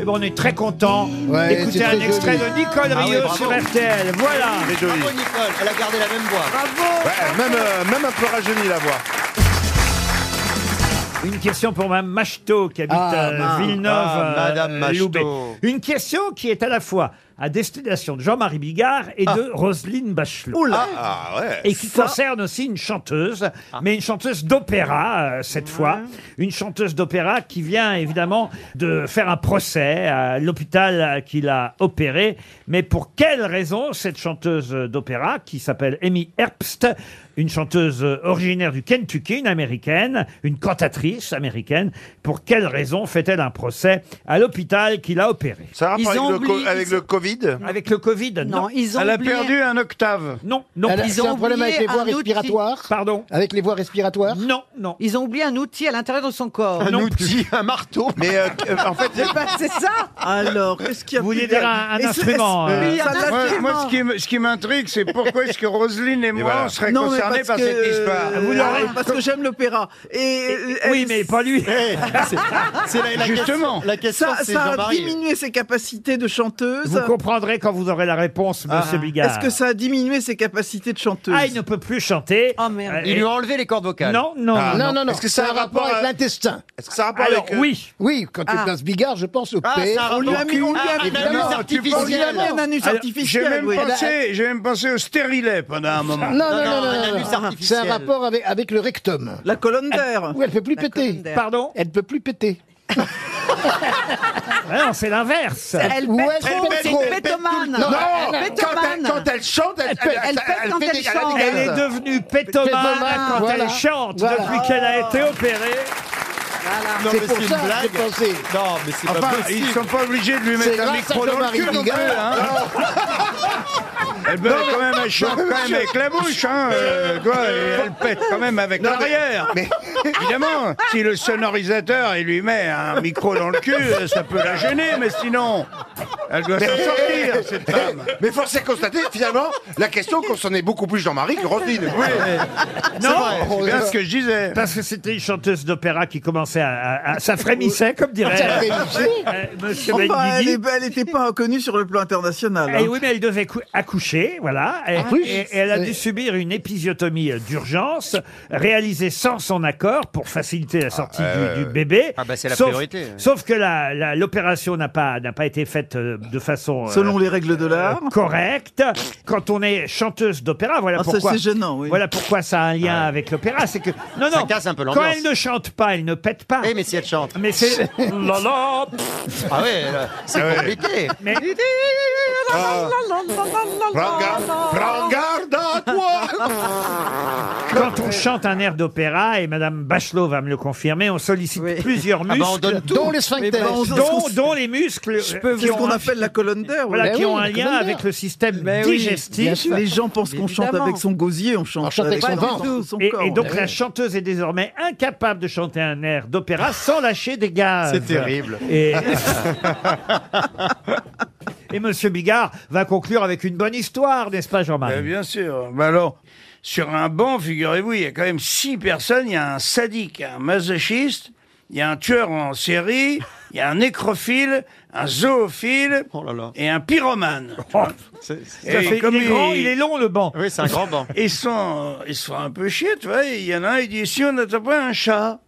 Et ben, on est très content
Ouais, c'est
d'écouter
très
un extrait
joli.
de Nicole
Ah oui,
Rieu
bravo.
sur RTL. Voilà.
Très jolie.
Bravo, Nicole, elle a gardé la même voix.
Ouais, même, euh, même un peu rajeunie la voix.
Une question pour Mme Macheteau qui habite
Ah,
euh,
mince.
Villeneuve.
Ah, Madame
euh,
Macheteau.
Loubet. Une question qui est à la fois à destination de Jean-Marie Bigard et
Ah.
de Roselyne Bachelot.
Ah ouais.
Et qui concerne aussi une chanteuse, mais une chanteuse d'opéra euh, cette fois. Une chanteuse d'opéra qui vient évidemment de faire un procès à l'hôpital qui l'a opérée. Mais pour quelle raison cette chanteuse d'opéra, qui s'appelle Amy Herbst, une chanteuse originaire du Kentucky, une américaine, une cantatrice américaine, pour quelle raison fait-elle un procès à l'hôpital qui l'a opérée
Ça a rapport
Ils
avec,
ont
le, co-
oublié-
avec le Covid
Avec le Covid
Non,
Non.
ils ont
Elle a
oublié-
perdu un octave.
Non, non.
Elle a-
Ils
C'est
ont
un problème avec les
oublié
voies
un outil.
respiratoires.
Pardon.
Avec les voies respiratoires.
Non, non.
Ils ont oublié un outil à l'intérieur de son corps.
Un
Non
outil, un [laughs] marteau.
Mais euh, euh, en fait,
[laughs] Eh ben, c'est ça
Alors, qu'est-ce qu'il y a
Vous
plus
vouliez
de-
dire un- un
Et c'est-
instrument, euh,
Oui, il y a
Ça
un
l'a-
instrument.
Moi, moi, ce qui me- ce qui m'intrigue, c'est pourquoi est-ce que Roselyne et moi,
voilà.
on serait
Non, mais
concernés
parce
par
que-
cette histoire Euh,
Vous l'aurez-
Ah, Parce que j'aime l'opéra. Et, euh,
Oui,
elle-
mais pas lui.
[laughs]
Eh, c'est- c'est la, la
Justement.
question- La question,
Ça,
c'est
ça a
Jean-Marie.
diminué ses capacités de chanteuse. Ah.
Vous comprendrez quand vous aurez la réponse, monsieur Bigard.
Est-ce que ça a diminué ses capacités de chanteuse
Ah, il ne peut plus chanter.
Oh, merde.
Euh,
Ils lui ont enlevé les cordes vocales.
Non, non,
Ah,
non.
Non, non, non.
Est-ce que ça a
C'est
un rapport
avec
à-
l'intestin
est-ce que ça a rapport
Alors,
avec. euh,
oui.
Oui, quand tu
Ah.
places Bigard, je pense au
Ah,
père.
ça a
On lui a
rapport-
mis, on lui a
Ah,
mis-
un
non,
tu
anus
Ah,
on lui a mis
artificiel.
un
Alors,
anus
J'ai
artificiel.
même,
oui.
pensé, j'ai même pensé au stérilet pendant Bah, un moment.
Non, non,
Non,
non,
non,
non,
un
non,
anus
non. C'est un
artificiel.
rapport avec, avec le rectum.
La colonne d'air.
Où elle peut plus
La
péter.
colonne d'air.
Pardon
Elle peut
[laughs]
plus péter.
Ah Non, c'est l'inverse.
Elle
Ouais,
pète
elle
trop,
pète
c'est
trop.
une pétomane.
Non,
elle
quand, elle, quand elle chante, elle,
Elle pète quand elle
des-
chante.
des
Elle est
gaz.
devenue pétomane
Pétomane,
quand
voilà.
elle chante
Voilà.
depuis qu'elle a été opérée.
Non,
C'est
mais
pour
une
ça que
blague.
j'ai pensé.
Non, mais
Ah,
c'est
Enfin,
bah,
pas
ils
possible.
sont pas obligés de lui
C'est
mettre un
grâce à
micro dans le
Jean-Marie
cul non plus,
Bigard.
hein. Elle peut quand même, elle chante quand même avec la bouche, hein. euh, quoi, et elle pète quand même avec l'arrière. Évidemment, si le sonorisateur, il lui met un micro dans le cul, euh, ça peut la gêner, mais sinon, elle doit s'en
eh,
sortir, cette femme.
Mais force est de constater, finalement, la question concernait beaucoup plus Jean-Marie que Roselyne.
Oui,
Non
c'est bien ce que je disais.
parce que c'était une chanteuse d'opéra qui commençait à, à- à- ça frémissait, comme
[laughs]
Ça
dirait
fait
euh,
chier.
euh, Monsieur
Enfin,
Benguigui.
elle n'était pas inconnue sur le plan international. hein.
Eh oui, mais elle devait cou- accoucher, voilà.
Ah
Et,
oui,
et- et
je-
elle a
oui.
dû subir une épisiotomie euh, d'urgence, réalisée sans son accord pour faciliter la sortie du-
ouais,
du,
ouais.
bébé.
Ah, bah, c'est la
Sauf-
priorité.
Sauf que la- la- l'opération n'a pas, n'a pas été faite euh, de façon euh,
Selon les règles de l'art.
correcte. Quand on est chanteuse d'opéra, voilà
Ah, ça,
pourquoi.
c'est gênant, oui.
Voilà pourquoi ça a un lien avec l'opéra, c'est que non non.
Ça casse un peu
quand
l'ambiance.
elle ne chante pas, elle ne pète pas.
Eh, mais si elle chante.
Mais
[laughs]
c'est La la,
Ah ouais, là, c'est compliqué.
mais
Prends garde, prends garde
[laughs]
à toi
Quand on chante un air d'opéra, et Madame Bachelot va me le confirmer, on sollicite
Oui.
plusieurs
Ah
muscles,
bah, on donne tout.
Dont les sphincters.
ben, on-
dont, dont les muscles euh,
C'est
qui
ce
ont
qu'on
un,
appelle la colonne d'air.
voilà,
Ben
qui
oui,
ont un
le
lien
colonnaire.
avec le système
Mais Bah oui,
bien
digestif.
sûr.
Les gens pensent qu'on chante
Évidemment.
avec son gosier, on chante,
On chante avec son ventre.
son
Et,
corps.
et donc la chanteuse est désormais incapable de chanter un air d'opéra sans lâcher des gaz.
C'est terrible.
Et... et Monsieur Bigard va conclure avec une bonne histoire, n'est-ce pas
Euh,
Jean-Marie
bien sûr. Bah alors, sur un banc, figurez-vous, il y a quand même six personnes. Il y a un sadique, un masochiste, il y a un tueur en série, il y a un nécrophile, un zoophile
Oh
et un
[laughs]
pyromane.
Ça fait- il est grand, il est long le banc.
Oui, c'est un grand banc.
Ils sont, ils sont un peu chiés, tu vois. Il y en a un, il dit si on attrapait un chat.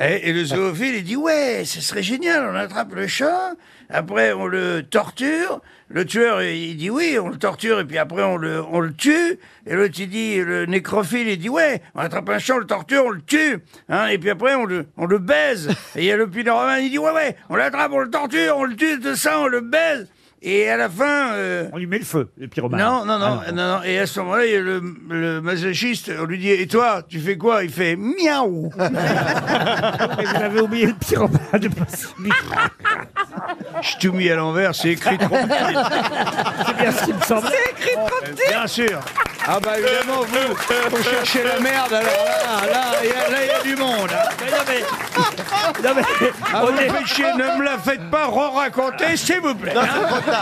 Et, et le zoophile, il dit ouais, ce serait génial, on attrape le chat, après on le torture. Le tueur, il dit oui, on le torture et puis après on le, on le tue. Et l'autre, il dit, le nécrophile, il dit ouais, on attrape un chat, on le torture, on le tue. Hein, et puis après on le, on le baise. Et il y a le pyloromane, il dit ouais, ouais, on l'attrape, on le torture, on le tue, tout ça, on le baise. Et à la fin. euh,
On lui met le feu, le pyromane.
Non, non, non,
Ah,
non, non. Et à ce moment-là, il y a le, le masochiste, on lui dit Et toi, tu fais quoi Il fait Miaou
[laughs] Mais vous avez oublié le pyromane de
Je t'ai mis à l'envers, c'est écrit trop
C'est bien ce qui me semblait.
C'est écrit trop Bien sûr Ah bah évidemment, vous, vous cherchez la merde, alors là, là, il y a- là, il y, a du monde hein.
Non mais,
Ah,
on
vous
est-
me faites chier, ne me la faites pas re-raconter, s'il vous plaît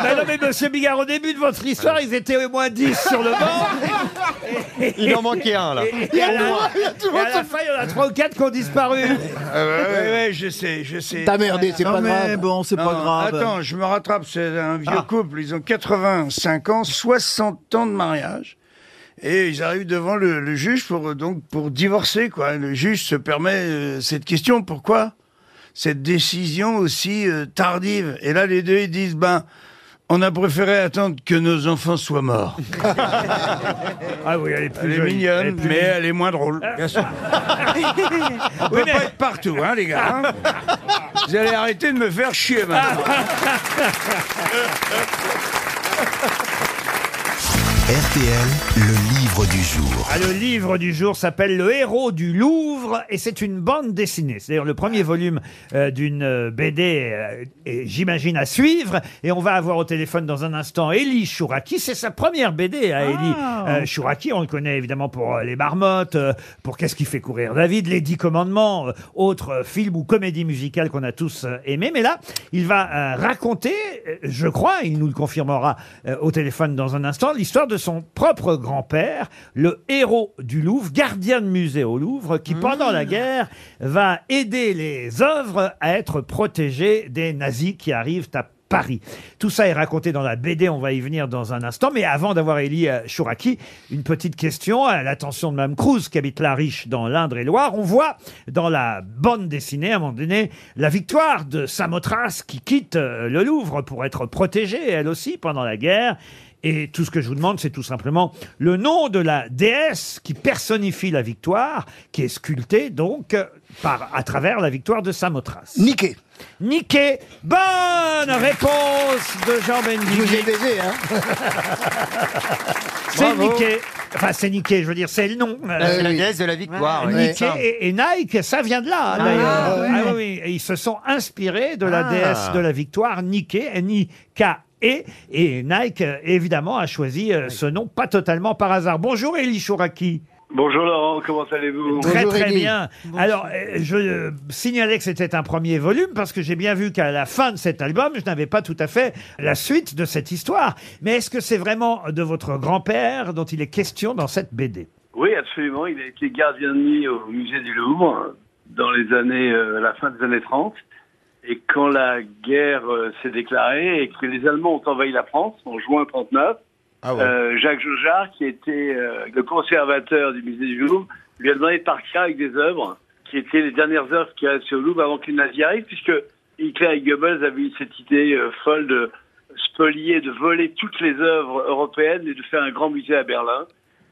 Mais non, mais monsieur Bigard, au début de votre histoire, ils étaient au moins 10 sur le banc.
Il en manquait un, là.
Et, et à la, et à la fin, il y en a 3 ou 4 qui ont disparu.
ouais, ouais, je sais, je sais.
T'as merdé, c'est
Non,
pas
mais
grave.
bon, c'est pas
Non,
grave. Ah.
attends,
je me rattrape, c'est un vieux couple, ils ont 85 ans, 60 ans de mariage. Et ils arrivent devant le, le juge pour euh, donc pour divorcer quoi. Le juge se permet euh, cette question pourquoi cette décision aussi euh, tardive. Et là les deux ils disent ben on a préféré attendre que nos enfants soient [laughs] morts.
ah oui, elle est plus
Elle est
jolie.
mignonne,
Elle est plus
mais
jolie.
elle est moins drôle. Bien sûr. on peut pas être partout, hein, les gars. [laughs] hein. Vous allez arrêter de me faire chier maintenant.
RTL, le livre du jour.
Ah, le livre du jour s'appelle Le héros du Louvre et c'est une bande dessinée. C'est d'ailleurs le premier volume euh, d'une euh, BD, euh, et j'imagine, à suivre. Et on va avoir au téléphone dans un instant Elie Chouraki. C'est sa première BD à Elie euh, Chouraki. On le connaît évidemment pour euh, Les Marmottes, euh, pour Qu'est-ce qui fait courir David, Les Dix Commandements, euh, autres euh, films ou comédies musicales qu'on a tous euh, aimés. Mais là, il va euh, raconter, euh, je crois, il nous le confirmera euh, au téléphone dans un instant, l'histoire de son propre grand-père, le héros du Louvre, gardien de musée au Louvre, qui pendant la guerre va aider les œuvres à être protégées des nazis qui arrivent à Paris. Tout ça est raconté dans la BD, on va y venir dans un instant. Mais avant d'avoir Élie euh, Chouraki, une petite question à l'attention de Mme Cruz qui habite La Riche dans l'Indre-et-Loire. On voit dans la bande dessinée, à un moment donné, la victoire de Samothrace qui quitte euh, le Louvre pour être protégée, elle aussi, pendant la guerre. Et tout ce que je vous demande, c'est tout simplement le nom de la déesse qui personnifie la victoire, qui est sculptée donc euh, par, à travers la victoire de Samothrace.
Niqué.
Niqué. Bonne réponse de Jean Bendigui.
Je vous ai baisé, hein
C'est
Bravo.
niqué. Enfin, c'est niqué, je veux dire, c'est le nom.
Ah, c'est la oui. déesse de la victoire, oui.
Niqué
Ouais.
et, et Nike, ça vient de là, hein,
Ah,
d'ailleurs.
ouais.
Ah oui, oui, ils se sont inspirés de la
Ah.
déesse de la victoire, niqué, N-I-K-E. E. Et Nike, euh, évidemment, a choisi euh, ce nom pas totalement par hasard. Bonjour, Elie Chouraki.
Bonjour Laurent, comment allez-vous
Très très bien. Alors, euh, je euh, signalais que c'était un premier volume parce que j'ai bien vu qu'à la fin de cet album, je n'avais pas tout à fait la suite de cette histoire. Mais est-ce que c'est vraiment de votre grand-père dont il est question dans cette BD
Oui, absolument. Il a été gardien de nuit au musée du Louvre dans les années, euh, à la fin des années 30. Et quand la guerre euh, s'est déclarée et que les Allemands ont envahi la France en juin 39,
Ah
euh, Jacques Jaujard, qui était euh, le conservateur du musée du Louvre, lui a demandé de partir avec des œuvres qui étaient les dernières œuvres qui restaient au Louvre avant que les nazis arrivent, puisque Hitler et Goebbels avaient eu cette idée euh, folle de spolier, de voler toutes les œuvres européennes et de faire un grand musée à Berlin.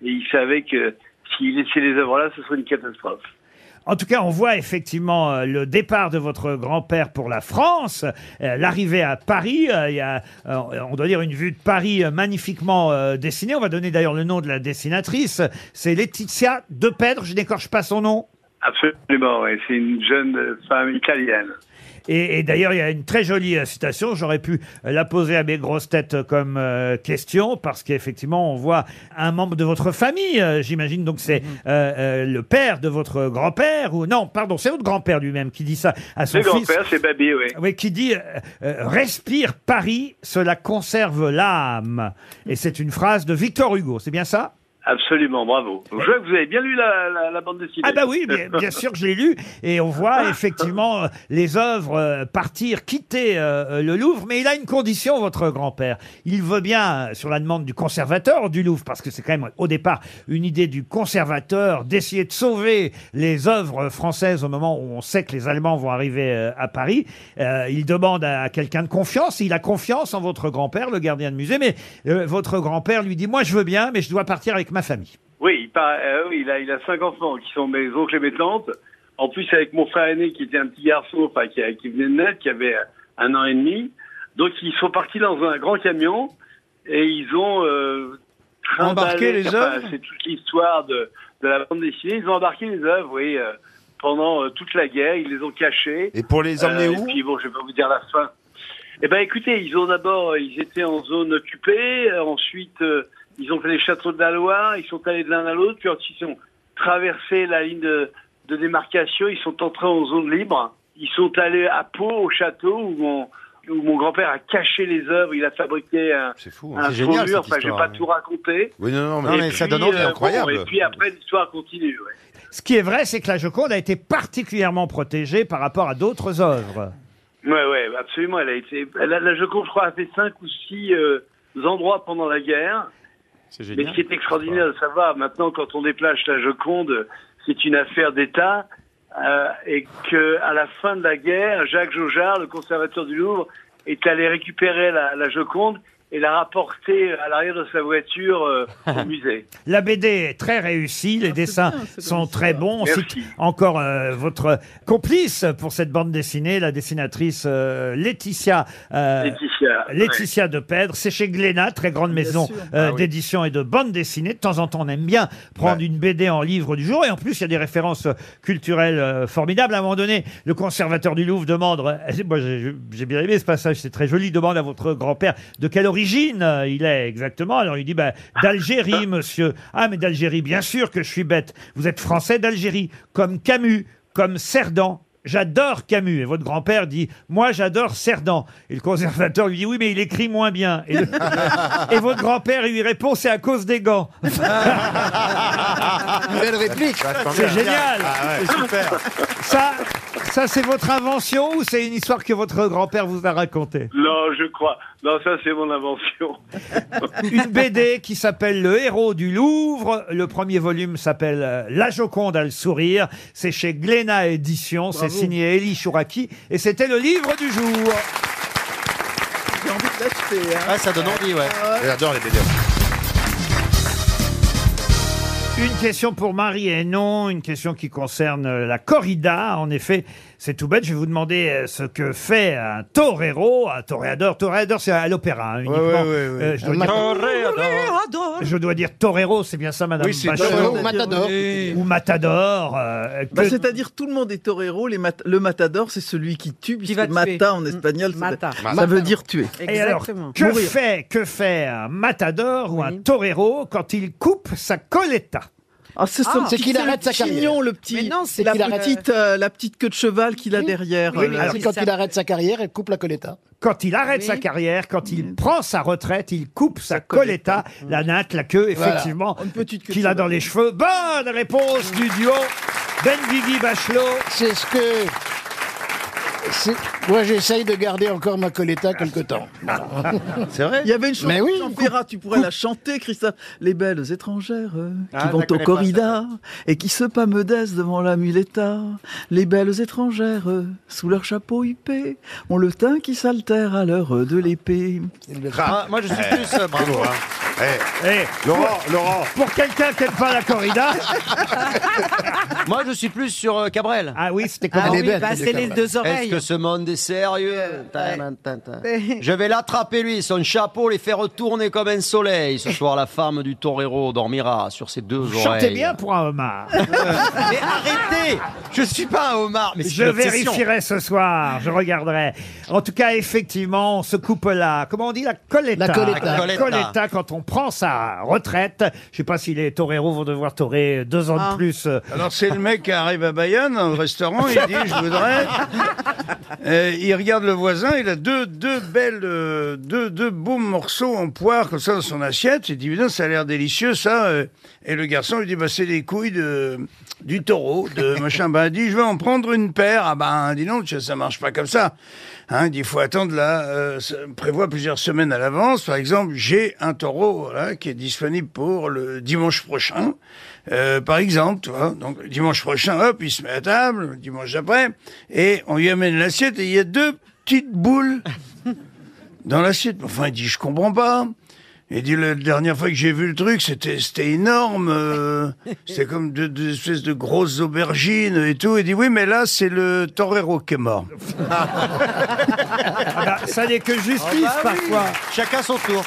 Et il savait que s'il laissait les œuvres là, ce serait une catastrophe.
En tout cas, on voit effectivement euh, le départ de votre grand-père pour la France, euh, l'arrivée à Paris. euh, il y a, euh, on doit dire une vue de Paris euh, magnifiquement euh, dessinée. On va donner d'ailleurs le nom de la dessinatrice. C'est Laetitia Depèdre. Je n'écorche pas son nom.
Absolument, ouais. c'est une jeune euh, femme italienne.
Et, et d'ailleurs, il y a une très jolie euh, citation. J'aurais pu euh, la poser à mes grosses têtes euh, comme euh, question, parce qu'effectivement, on voit un membre de votre famille. euh, J'imagine donc c'est euh, euh, le père de votre grand-père ou non, pardon, c'est votre grand-père lui-même qui dit ça à son
Le
fils.
grand-père, c'est Babi, oui.
Oui, qui dit euh, euh, respire Paris, cela conserve l'âme. Et c'est une phrase de Victor Hugo. C'est bien ça
Absolument, bravo. Je vois que vous avez bien lu la, la- la bande dessinée.
Ah bah oui, bien, bien sûr que je l'ai lu et on voit effectivement euh, les œuvres euh, partir, quitter euh, euh, le Louvre, mais il a une condition, votre grand-père. Il veut bien, euh, sur la demande du conservateur du Louvre, parce que c'est quand même au départ une idée du conservateur d'essayer de sauver les œuvres françaises au moment où on sait que les Allemands vont arriver euh, à Paris. Euh, il demande à quelqu'un de confiance, il a confiance en votre grand-père, le gardien de musée, mais euh, votre grand-père lui dit, moi je veux bien, mais je dois partir avec ma famille.
Oui, il, paraît- euh, oui, il a, il a cinq enfants qui sont mes oncles et mes tantes. En plus, avec mon frère aîné qui était un petit garçon, enfin, qui, qui venait de naître, qui avait un an et demi. Donc, ils sont partis dans un grand camion et ils ont euh,
Embarqué
trimballé-
les
enfin,
œuvres
C'est toute l'histoire de, de la bande dessinée. Ils ont embarqué les œuvres, oui, euh, pendant euh, toute la guerre. Ils les ont cachées. Euh,
Et pour les emmener
Et
où
puis, bon, je vais pas vous dire la fin. Eh ben, écoutez, ils ont d'abord, euh, ils étaient en zone occupée. euh, ensuite, euh, ils ont fait les châteaux de la Loire. Ils sont allés de l'un à l'autre. Puis ensuite, ils ont traversé la ligne de, de démarcation. Ils sont entrés en zone libre. Ils sont allés à Pau, au château où mon, où mon grand-père a caché les œuvres. Il a fabriqué un,
fou, hein.
un
C'est
faux mur.
génial, cette
Enfin, je vais
histoire,
pas tout raconter.
Oui, non, non,
Et
mais, ça
puis,
donne envie,
euh, bon,
incroyable.
et puis après, l'histoire continue. ouais.
Ce qui est vrai, c'est que la Joconde a été particulièrement protégée par rapport à d'autres œuvres.
Ouais, ouais, absolument. Elle a été. La, la Joconde, je crois, a fait cinq ou six euh, endroits pendant la guerre.
C'est
Mais ce qui est extraordinaire de savoir maintenant, quand on déplace la Joconde, c'est une affaire d'État. euh, et que à la fin de la guerre, Jacques Jaujard, le conservateur du Louvre, est allé récupérer la, la Joconde et l'a rapportée à l'arrière de sa voiture euh, au musée.
La BD est très réussie, les dessins sont très bons. On cite encore euh, votre complice pour cette bande dessinée, la dessinatrice euh, Laetitia. euh,
Laetitia, ouais.
Laetitia de Pedre, c'est chez Glénat, très grande maison
sûr.
euh,
Ah oui. Bah.
d'édition et de bande dessinée. De temps en temps, on aime bien prendre une BD en livre du jour. Et en plus, il y a des références euh, culturelles euh, formidables. À un moment donné, le conservateur du Louvre demande, euh, moi j'ai j'ai bien aimé ce passage, c'est très joli, demande à votre grand-père de quelle origine euh, il est exactement. Alors il dit, bah,
[laughs]
d'Algérie, monsieur. Ah, mais d'Algérie, bien sûr que je suis bête. Vous êtes français d'Algérie, comme Camus, comme Cerdan. J'adore Camus. Et votre grand-père dit, moi j'adore Cerdan. Et le conservateur lui dit, oui, mais il écrit moins bien. Et, le- et votre grand-père lui répond, c'est à cause des gants.
Belle réplique.
C'est génial.
Ah
Ça, ça c'est votre invention ou c'est une histoire que votre grand-père vous a racontée
Non, je crois. Non, ça c'est mon invention.
Une BD qui s'appelle Le héros du Louvre. Le premier volume s'appelle euh, La Joconde à le sourire. C'est chez Glénat Édition. C'est
Bravo.
signé Elie Chouraki. Et c'était le livre du jour.
J'ai envie de l'acheter. hein. Ah ouais.
J'adore les BD.
Une question pour Marie et non, une question qui concerne euh, la corrida. En effet, c'est tout bête. Je vais vous demander euh, ce que fait un torero, un toréador. Toréador, c'est à l'opéra hein, uniquement. Euh, je, dois dire, Euh.
Oh,
je dois dire torero, c'est bien ça, Madame
Oui, c'est
Bachelot.
torero, matador.
Ou matador. euh,
Bah,
que-
C'est-à-dire tout le monde est torero. les mat- le matador, c'est celui qui tue, puisque
va tuer.
mata en espagnol, ça-
Mata.
ça,
Mata.
veut dire tuer.
Et alors, que fait, que fait un matador ou un torero quand il coupe sa coletta
Ah, c'est son petit- c'est le petit chignon, le
Mais
petit,
non, c'est
la
qu'il arrête-
petite, euh, la petite queue de cheval qu'il a derrière.
Oui, mais
euh,
c'est
la-
quand il
arrête sa carrière, elle coupe la coletta.
Quand il arrête
Oui.
sa carrière, quand il prend sa retraite, il coupe Mm. sa coletta, Mm. la natte, la queue,
Voilà.
effectivement,
Une petite queue
qu'il a dans les cheveux. Bonne réponse du duo Ben Guigui Bachelot.
C'est ce que. c'est- Moi, j'essaye de garder encore ma coletta quelque temps.
C'est vrai
Il y avait une chanson
Mais oui,
qui en fera, tu pourrais la chanter, Christophe. Les belles étrangères euh, qui
Ah, je la
vont au
connais pas,
corrida et qui se pameudaissent devant la muletta. Les belles étrangères, euh, sous leur chapeau huppé, ont le teint qui s'altère à l'heure euh, de l'épée.
Ah, moi, je suis
Eh,
plus euh, bravo. Ah,
bravo,
Eh. Laurent,
Laurent. Pour quelqu'un qui n'aime pas la corrida.
[laughs] Moi, je suis plus sur euh, Cabrel.
Ah oui, c'était
comment Ah Elle est oui, belle, bah, c'est Cabrel. les deux oreilles.
Est-ce que ce monde est sérieux Tin, tin, tin. Je vais l'attraper, lui, son chapeau, les faire tourner comme un soleil. Ce soir, la femme du torero dormira sur ses deux
Vous
oreilles.
chantez bien pour un homard.
Mais arrêtez Je suis pas un homard. Mais c'est
je
une obsession.
vérifierai ce soir, je regarderai. En tout cas, effectivement, ce couple-là, comment on dit la coletta
La coletta.
La
La coletta.
coletta, quand on prend sa retraite, je sais pas si les toreros vont devoir torer deux ans de plus. euh,
Alors c'est le mec qui arrive à Bayonne, au restaurant, il dit je voudrais. Euh, il regarde le voisin, il a deux, deux belles, euh, deux, deux beaux morceaux en poire comme ça dans son assiette. Il dit putain ça a l'air délicieux ça. euh, Et le garçon lui dit, bah, c'est les couilles de, du taureau,
[laughs]
de machin. Ben, il dit, je vais en prendre une paire. Ah ben, dis non, ça marche pas comme ça. Hein, il dit, faut attendre là, euh, ça prévoit plusieurs semaines à l'avance. Par exemple, j'ai un taureau voilà, qui est disponible pour le dimanche prochain. Euh, par exemple, tu vois. Donc, le dimanche prochain, hop, il se met à table, le dimanche d'après, et on lui amène l'assiette, et il y a deux petites [laughs] boules dans l'assiette. Enfin, il dit, je comprends pas. Il dit, la dernière fois que j'ai vu le truc, c'était, c'était énorme. euh, c'était comme deux, deux espèces de grosses aubergines et tout. Il dit, oui, mais là, c'est le torero qui est mort.
Ah bah, ça n'est que justice parfois. Oh bah Chacun son tour.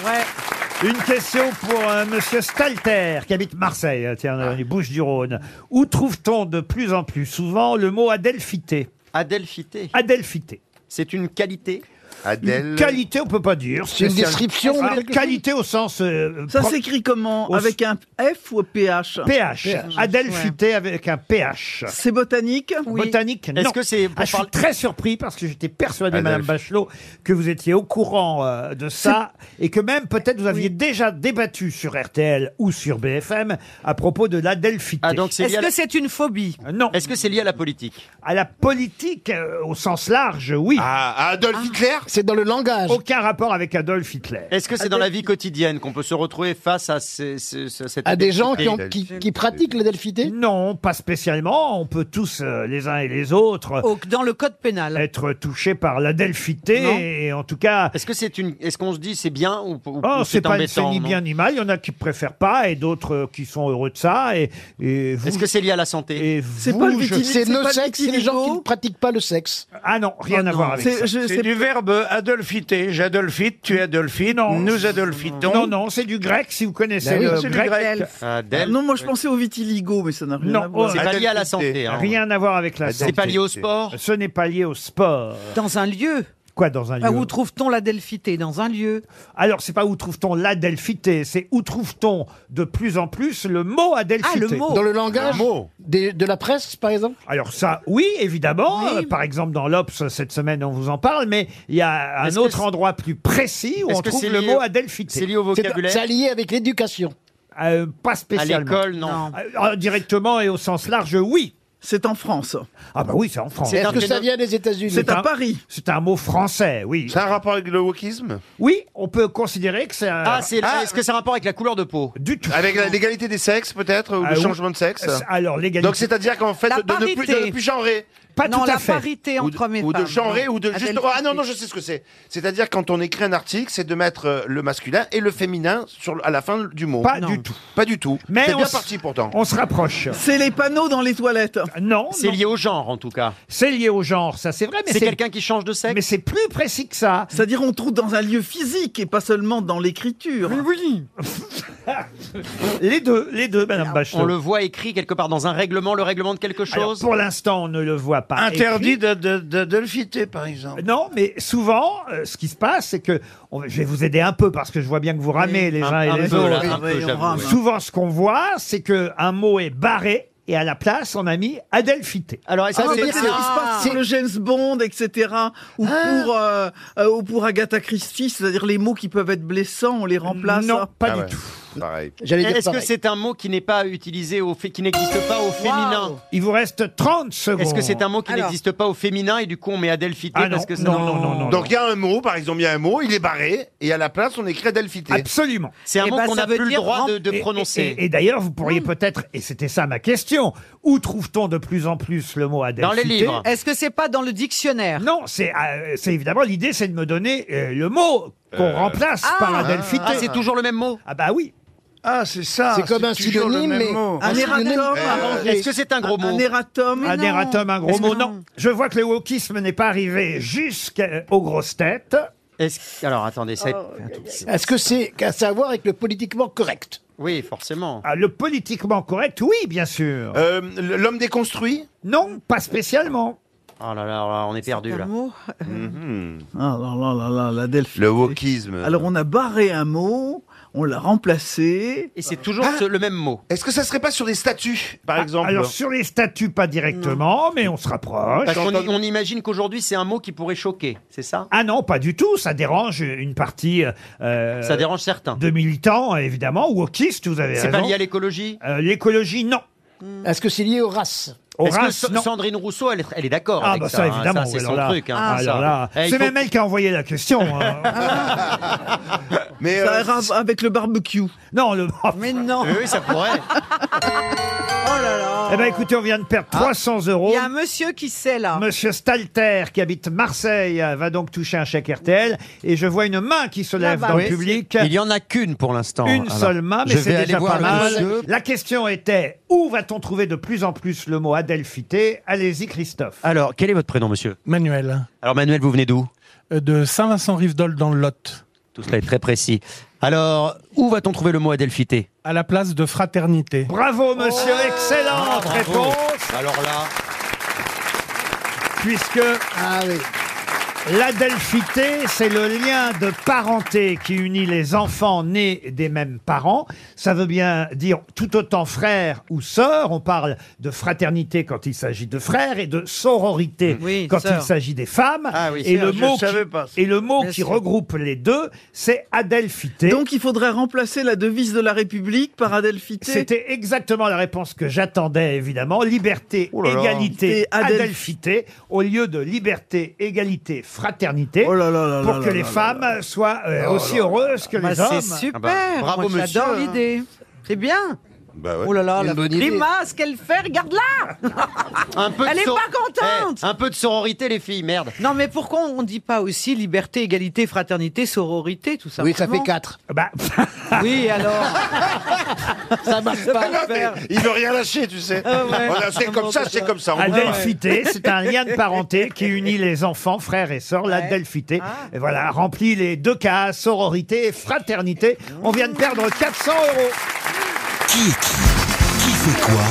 Une question pour euh, Monsieur Stalter, qui habite Marseille, euh, tiens, dans les Bouches-du-Rhône. Où trouve-t-on de plus en plus souvent le mot adelphité Adelphité. Adelphité. C'est une qualité.
Adèle-
Une qualité, on peut pas dire.
C'est une
Spécial-
description
Ah,
quelque
Qualité au sens.
Ça s'écrit comment Avec un F ou un PH
PH. Adelphité avec un PH.
C'est botanique
Botanique, non.
Est-ce que c'est
Ah, je suis très surpris parce que j'étais persuadé, Madame
Adelph-
Bachelot, que vous étiez au courant euh, de ça et que même peut-être vous aviez déjà débattu sur RTL ou sur BFM à propos de l'adelphité.
Ah, Est-ce que
Ah, c'est une phobie Non.
Est-ce que c'est lié à la politique
À la politique euh, au sens large, oui. Ah, À Adolf Hitler
C'est dans le langage.
Aucun rapport avec Adolf Hitler.
Est-ce que c'est dans la vie quotidienne qu'on peut se retrouver face à ces- ce- ce- cette
À des gens qui,
identité
ont- qui, qui pratiquent la delphité
Non, pas spécialement. On peut tous, euh, les uns et les autres, Oh, dans le code pénal, être touchés par la
Non.
delphité. Et en tout cas,
Est-ce que c'est une Est-ce qu'on se dit c'est bien ou, ou-
oh,
ou
c'est pas c'est
embêtant
ni
non
bien ni mal. Il y en a qui préfèrent pas et d'autres euh, qui sont heureux de ça. Et,
Est-ce que c'est lié à la santé
C'est
C'est nos sexes, c'est les gens qui ne pratiquent pas le sexe.
Ah non, rien à voir avec ça.
C'est du verbe adolphiter. J'adolphite, tu adolphites, nous adolphitons.
Non, non, c'est du grec, si vous connaissez
Ben oui,
le
c'est du
grec.
grec.
euh,
Ah,
Non, moi je pensais au vitiligo, mais ça n'a rien
Non,
à voir.
oh,
hein.
Rien à voir avec la
C'est
santé.
pas lié au sport
Ce n'est pas lié au sport.
Dans un lieu
Quoi, dans un lieu
Ah, Où trouve-t-on la delphité Dans un lieu
Alors, c'est pas où trouve-t-on l'adelphité, c'est où trouve-t-on de plus en plus le mot adelphité.
Dans le langage
mot.
des- de la presse, par exemple
Alors ça, oui, évidemment. Euh, Par exemple, dans l'Obs, cette semaine, on vous en parle, mais il y a un
Est-ce
autre
que c'est-
endroit plus précis où
Est-ce
on
que
trouve
c'est
le
lié-
mot adelphité.
c'est lié au vocabulaire C'est lié avec l'éducation.
Euh, pas spécialement.
À l'école, non.
Euh, euh, directement et au sens large, oui.
C'est en France.
Ah bah oui, c'est en France. Hein
Est-ce que ça vient des États-Unis
un- C'est un mot français, oui.
Ça a un rapport avec le wokisme
Oui, on peut considérer que c'est un...
Ah, c'est est-ce que ça a rapport avec la couleur de peau
Du tout.
Avec la- l'égalité des sexes, peut-être, ou
Ah,
le
oui.
changement de sexe
Alors, l'égalité-
Donc, c'est-à-dire qu'en fait,
La
de ne, plus, de
parité.
ne plus genrer.
Pas
Non, tout à la fait. parité
Ou de-
entre hommes et
Ou de
femmes,
genrer,
non.
ou de juste.
Adelphité.
Ah non, non, je sais ce que c'est. C'est-à-dire, quand on écrit un article, c'est de mettre euh, le masculin et le féminin sur, le- à la fin du mot.
Pas Non. du tout.
Pas du tout.
Mais
c'est
on
bien
s-
parti pourtant.
On se rapproche.
C'est les panneaux dans les toilettes.
Non.
C'est lié au genre en tout cas.
C'est lié au genre, ça c'est vrai, mais
C'est quelqu'un qui change de sexe.
Mais c'est plus précis que ça.
C'est-à-dire on trouve dans un lieu physique et pas seulement dans l'écriture. Ah,
oui. les deux, les deux, Madame Bachelot.
On le voit écrit quelque part dans un règlement, le règlement de quelque
Alors,
chose.
pour l'instant, on ne le voit pas.
Interdit
écrit.
de- de- de- d'adolphiter, par exemple.
Non, mais souvent, euh, ce qui se passe, c'est que on- je vais vous aider un peu parce que je vois bien que vous ramez les
Un-
uns et
un
les
peu,
autres.
là, un peu, Oui, on j'avoue, rame. hein. oui.
Souvent, ce qu'on voit, c'est que un mot est barré et à la place, on a mis adelphité.
Alors,
Ah, c'est ce qui se passe sur le James Bond, etc. Ou,
Ah.
pour, euh, euh, ou pour Agatha Christie, c'est-à-dire les mots qui peuvent être blessants, on les remplace.
Non,
Ah
pas
du
tout.
Ah Pareil.
Est-ce que c'est un mot qui n'est pas utilisé au fait, qui n'existe pas au féminin
Il vous reste 30 secondes.
Est-ce que c'est un mot qui n'existe pas au féminin et du coup on met adelphité
Ah non,
parce que ça-
non, non, non, non,
Donc, il y a un mot, par exemple, il y a un mot, il est barré, et à la place, on écrit adelphité.
Absolument.
C'est un
Eh
mot
ben,
qu'on
ça
n'a
veut
plus le
dire Mm.
droit de-
rem-
de
et- et-
prononcer.
Et, et d'ailleurs, vous pourriez peut-être, et c'était ça ma question, où trouve-t-on de plus en plus le mot adelphité
Est-ce que c'est pas dans le dictionnaire
Non, c'est euh, c'est évidemment l'idée, c'est de me donner euh, le mot qu'on
Euh,
remplace
ah,
par adelphité.
Ah, c'est toujours le même mot
Ah bah oui.
Ah, c'est ça.
C'est comme un
toujours le
synonyme,
même
mais-
mot.
Un
erratum
Euh,
arrangé.
Est-ce que c'est un gros mot
Un erratum.
Un erratum, un gros mot. Non, je vois que le wokisme n'est pas arrivé jusqu'aux grosses têtes.
Est-ce- Alors attendez, ça...
Oh,
Est-ce que c'est à savoir avec le politiquement correct
oui, forcément.
Ah, le politiquement correct, oui, bien sûr.
Euh, L'homme déconstruit
Non, pas spécialement.
Oh là là, oh là, on est perdu là.
Mhm.
Ah là là là là, la Delphine.
Le wokisme.
Euh.
Alors on a barré un mot, on l'a remplacé.
Et c'est toujours
Ah.
ce- le même mot.
Est-ce que ça serait pas sur les statues, par exemple
Alors sur les statuts, pas directement, mais on se rapproche.
Ah,
Parce qu'on i- on imagine qu'aujourd'hui, c'est un mot qui pourrait choquer, c'est ça
Ah non, pas du tout. Ça dérange une partie. euh,
Ça dérange certains.
De militants, évidemment, ou wokistes, vous avez
C'est pas
raison.
lié à l'écologie
Euh, L'écologie, non.
Hmm.
Est-ce que c'est lié aux races
Aux
Est-ce
races,
que
non.
Sa- Sandrine Rousseau, elle est, elle est d'accord
Ah
avec
bah ça,
ça, hein,
évidemment,
c'est
oui,
son
alors là.
truc. hein,
Ah,
ça.
alors là,
Eh, il
c'est
faut-
même elle qui a envoyé la question. hein.
Mais
Ça a un rapport avec le barbecue.
Non, le.
Mais non.
Oui, oui, ça pourrait.
[laughs] Oh là là. Ah,
Eh ben écoutez, on vient de perdre 300 euros.
Il y a un monsieur qui sait là.
Monsieur Stalter, qui habite Marseille, va donc toucher un chèque RTL. Et je vois une main qui se lève
Là-bas.
dans le
Oui,
public.
Il y en a qu'une pour l'instant.
Une
Alors,
seule main, mais
je vais
c'est
aller
déjà pas
voir le
mal.
monsieur.
La question était où va-t-on trouver de plus en plus le mot adelphité Allez-y, Christophe.
Alors, quel est votre prénom, monsieur
Manuel,
Alors, Manuel, vous venez d'où
euh, de Saint-Vincent-Rivedol dans le Lot,
Tout cela est très précis. Alors, où va-t-on trouver le mot adelphité
à la place de Fraternité.
Bravo, monsieur. Excellente réponse.
Alors là,
Puisque. L'adelphité, c'est le lien de parenté qui unit les enfants nés des mêmes parents. Ça veut bien dire tout autant frère ou sœur. On parle de fraternité quand il s'agit de frères et de sororité
Oui,
quand
sœur.
il s'agit des femmes.
Ah oui,
et,
sœur,
le
je
mot qui,
savais pas ça.
et le mot
Bien
qui
sûr.
regroupe les deux, c'est adelphité.
Donc il faudrait remplacer la devise de la République par adelphité.
C'était exactement la réponse que j'attendais, évidemment. Liberté,
là là.
égalité,
Et Adelph-
adelphité, au lieu de liberté, égalité, fraternité,
là
pour
là
que
là
les
là
femmes soient euh, aussi heureuses que
Bah,
les
c'est
hommes.
super. Moi, J'adore l'idée. C'est bien. Oh là là, la grimace qu'elle fait, regarde-la
un peu de
Elle est
sor-
pas contente
Eh, Un peu de sororité, les filles, merde.
Non mais pourquoi on dit pas aussi liberté, égalité, fraternité, sororité, tout ça
Oui, ça fait quatre.
Bah,
[laughs] Oui, alors Ça marche pas. l'affaire.
Il veut rien lâcher, tu sais.
Ah ouais.
On a- c'est comme ça, c'est comme ça. on peut pas.
Adelphité, c'est un lien de parenté qui unit les enfants, frères et sœurs. L'adelphité,
Ah.
et voilà, remplit les deux cas, sororité et fraternité. On vient de perdre 400 euros.
Qui est qui Qui fait quoi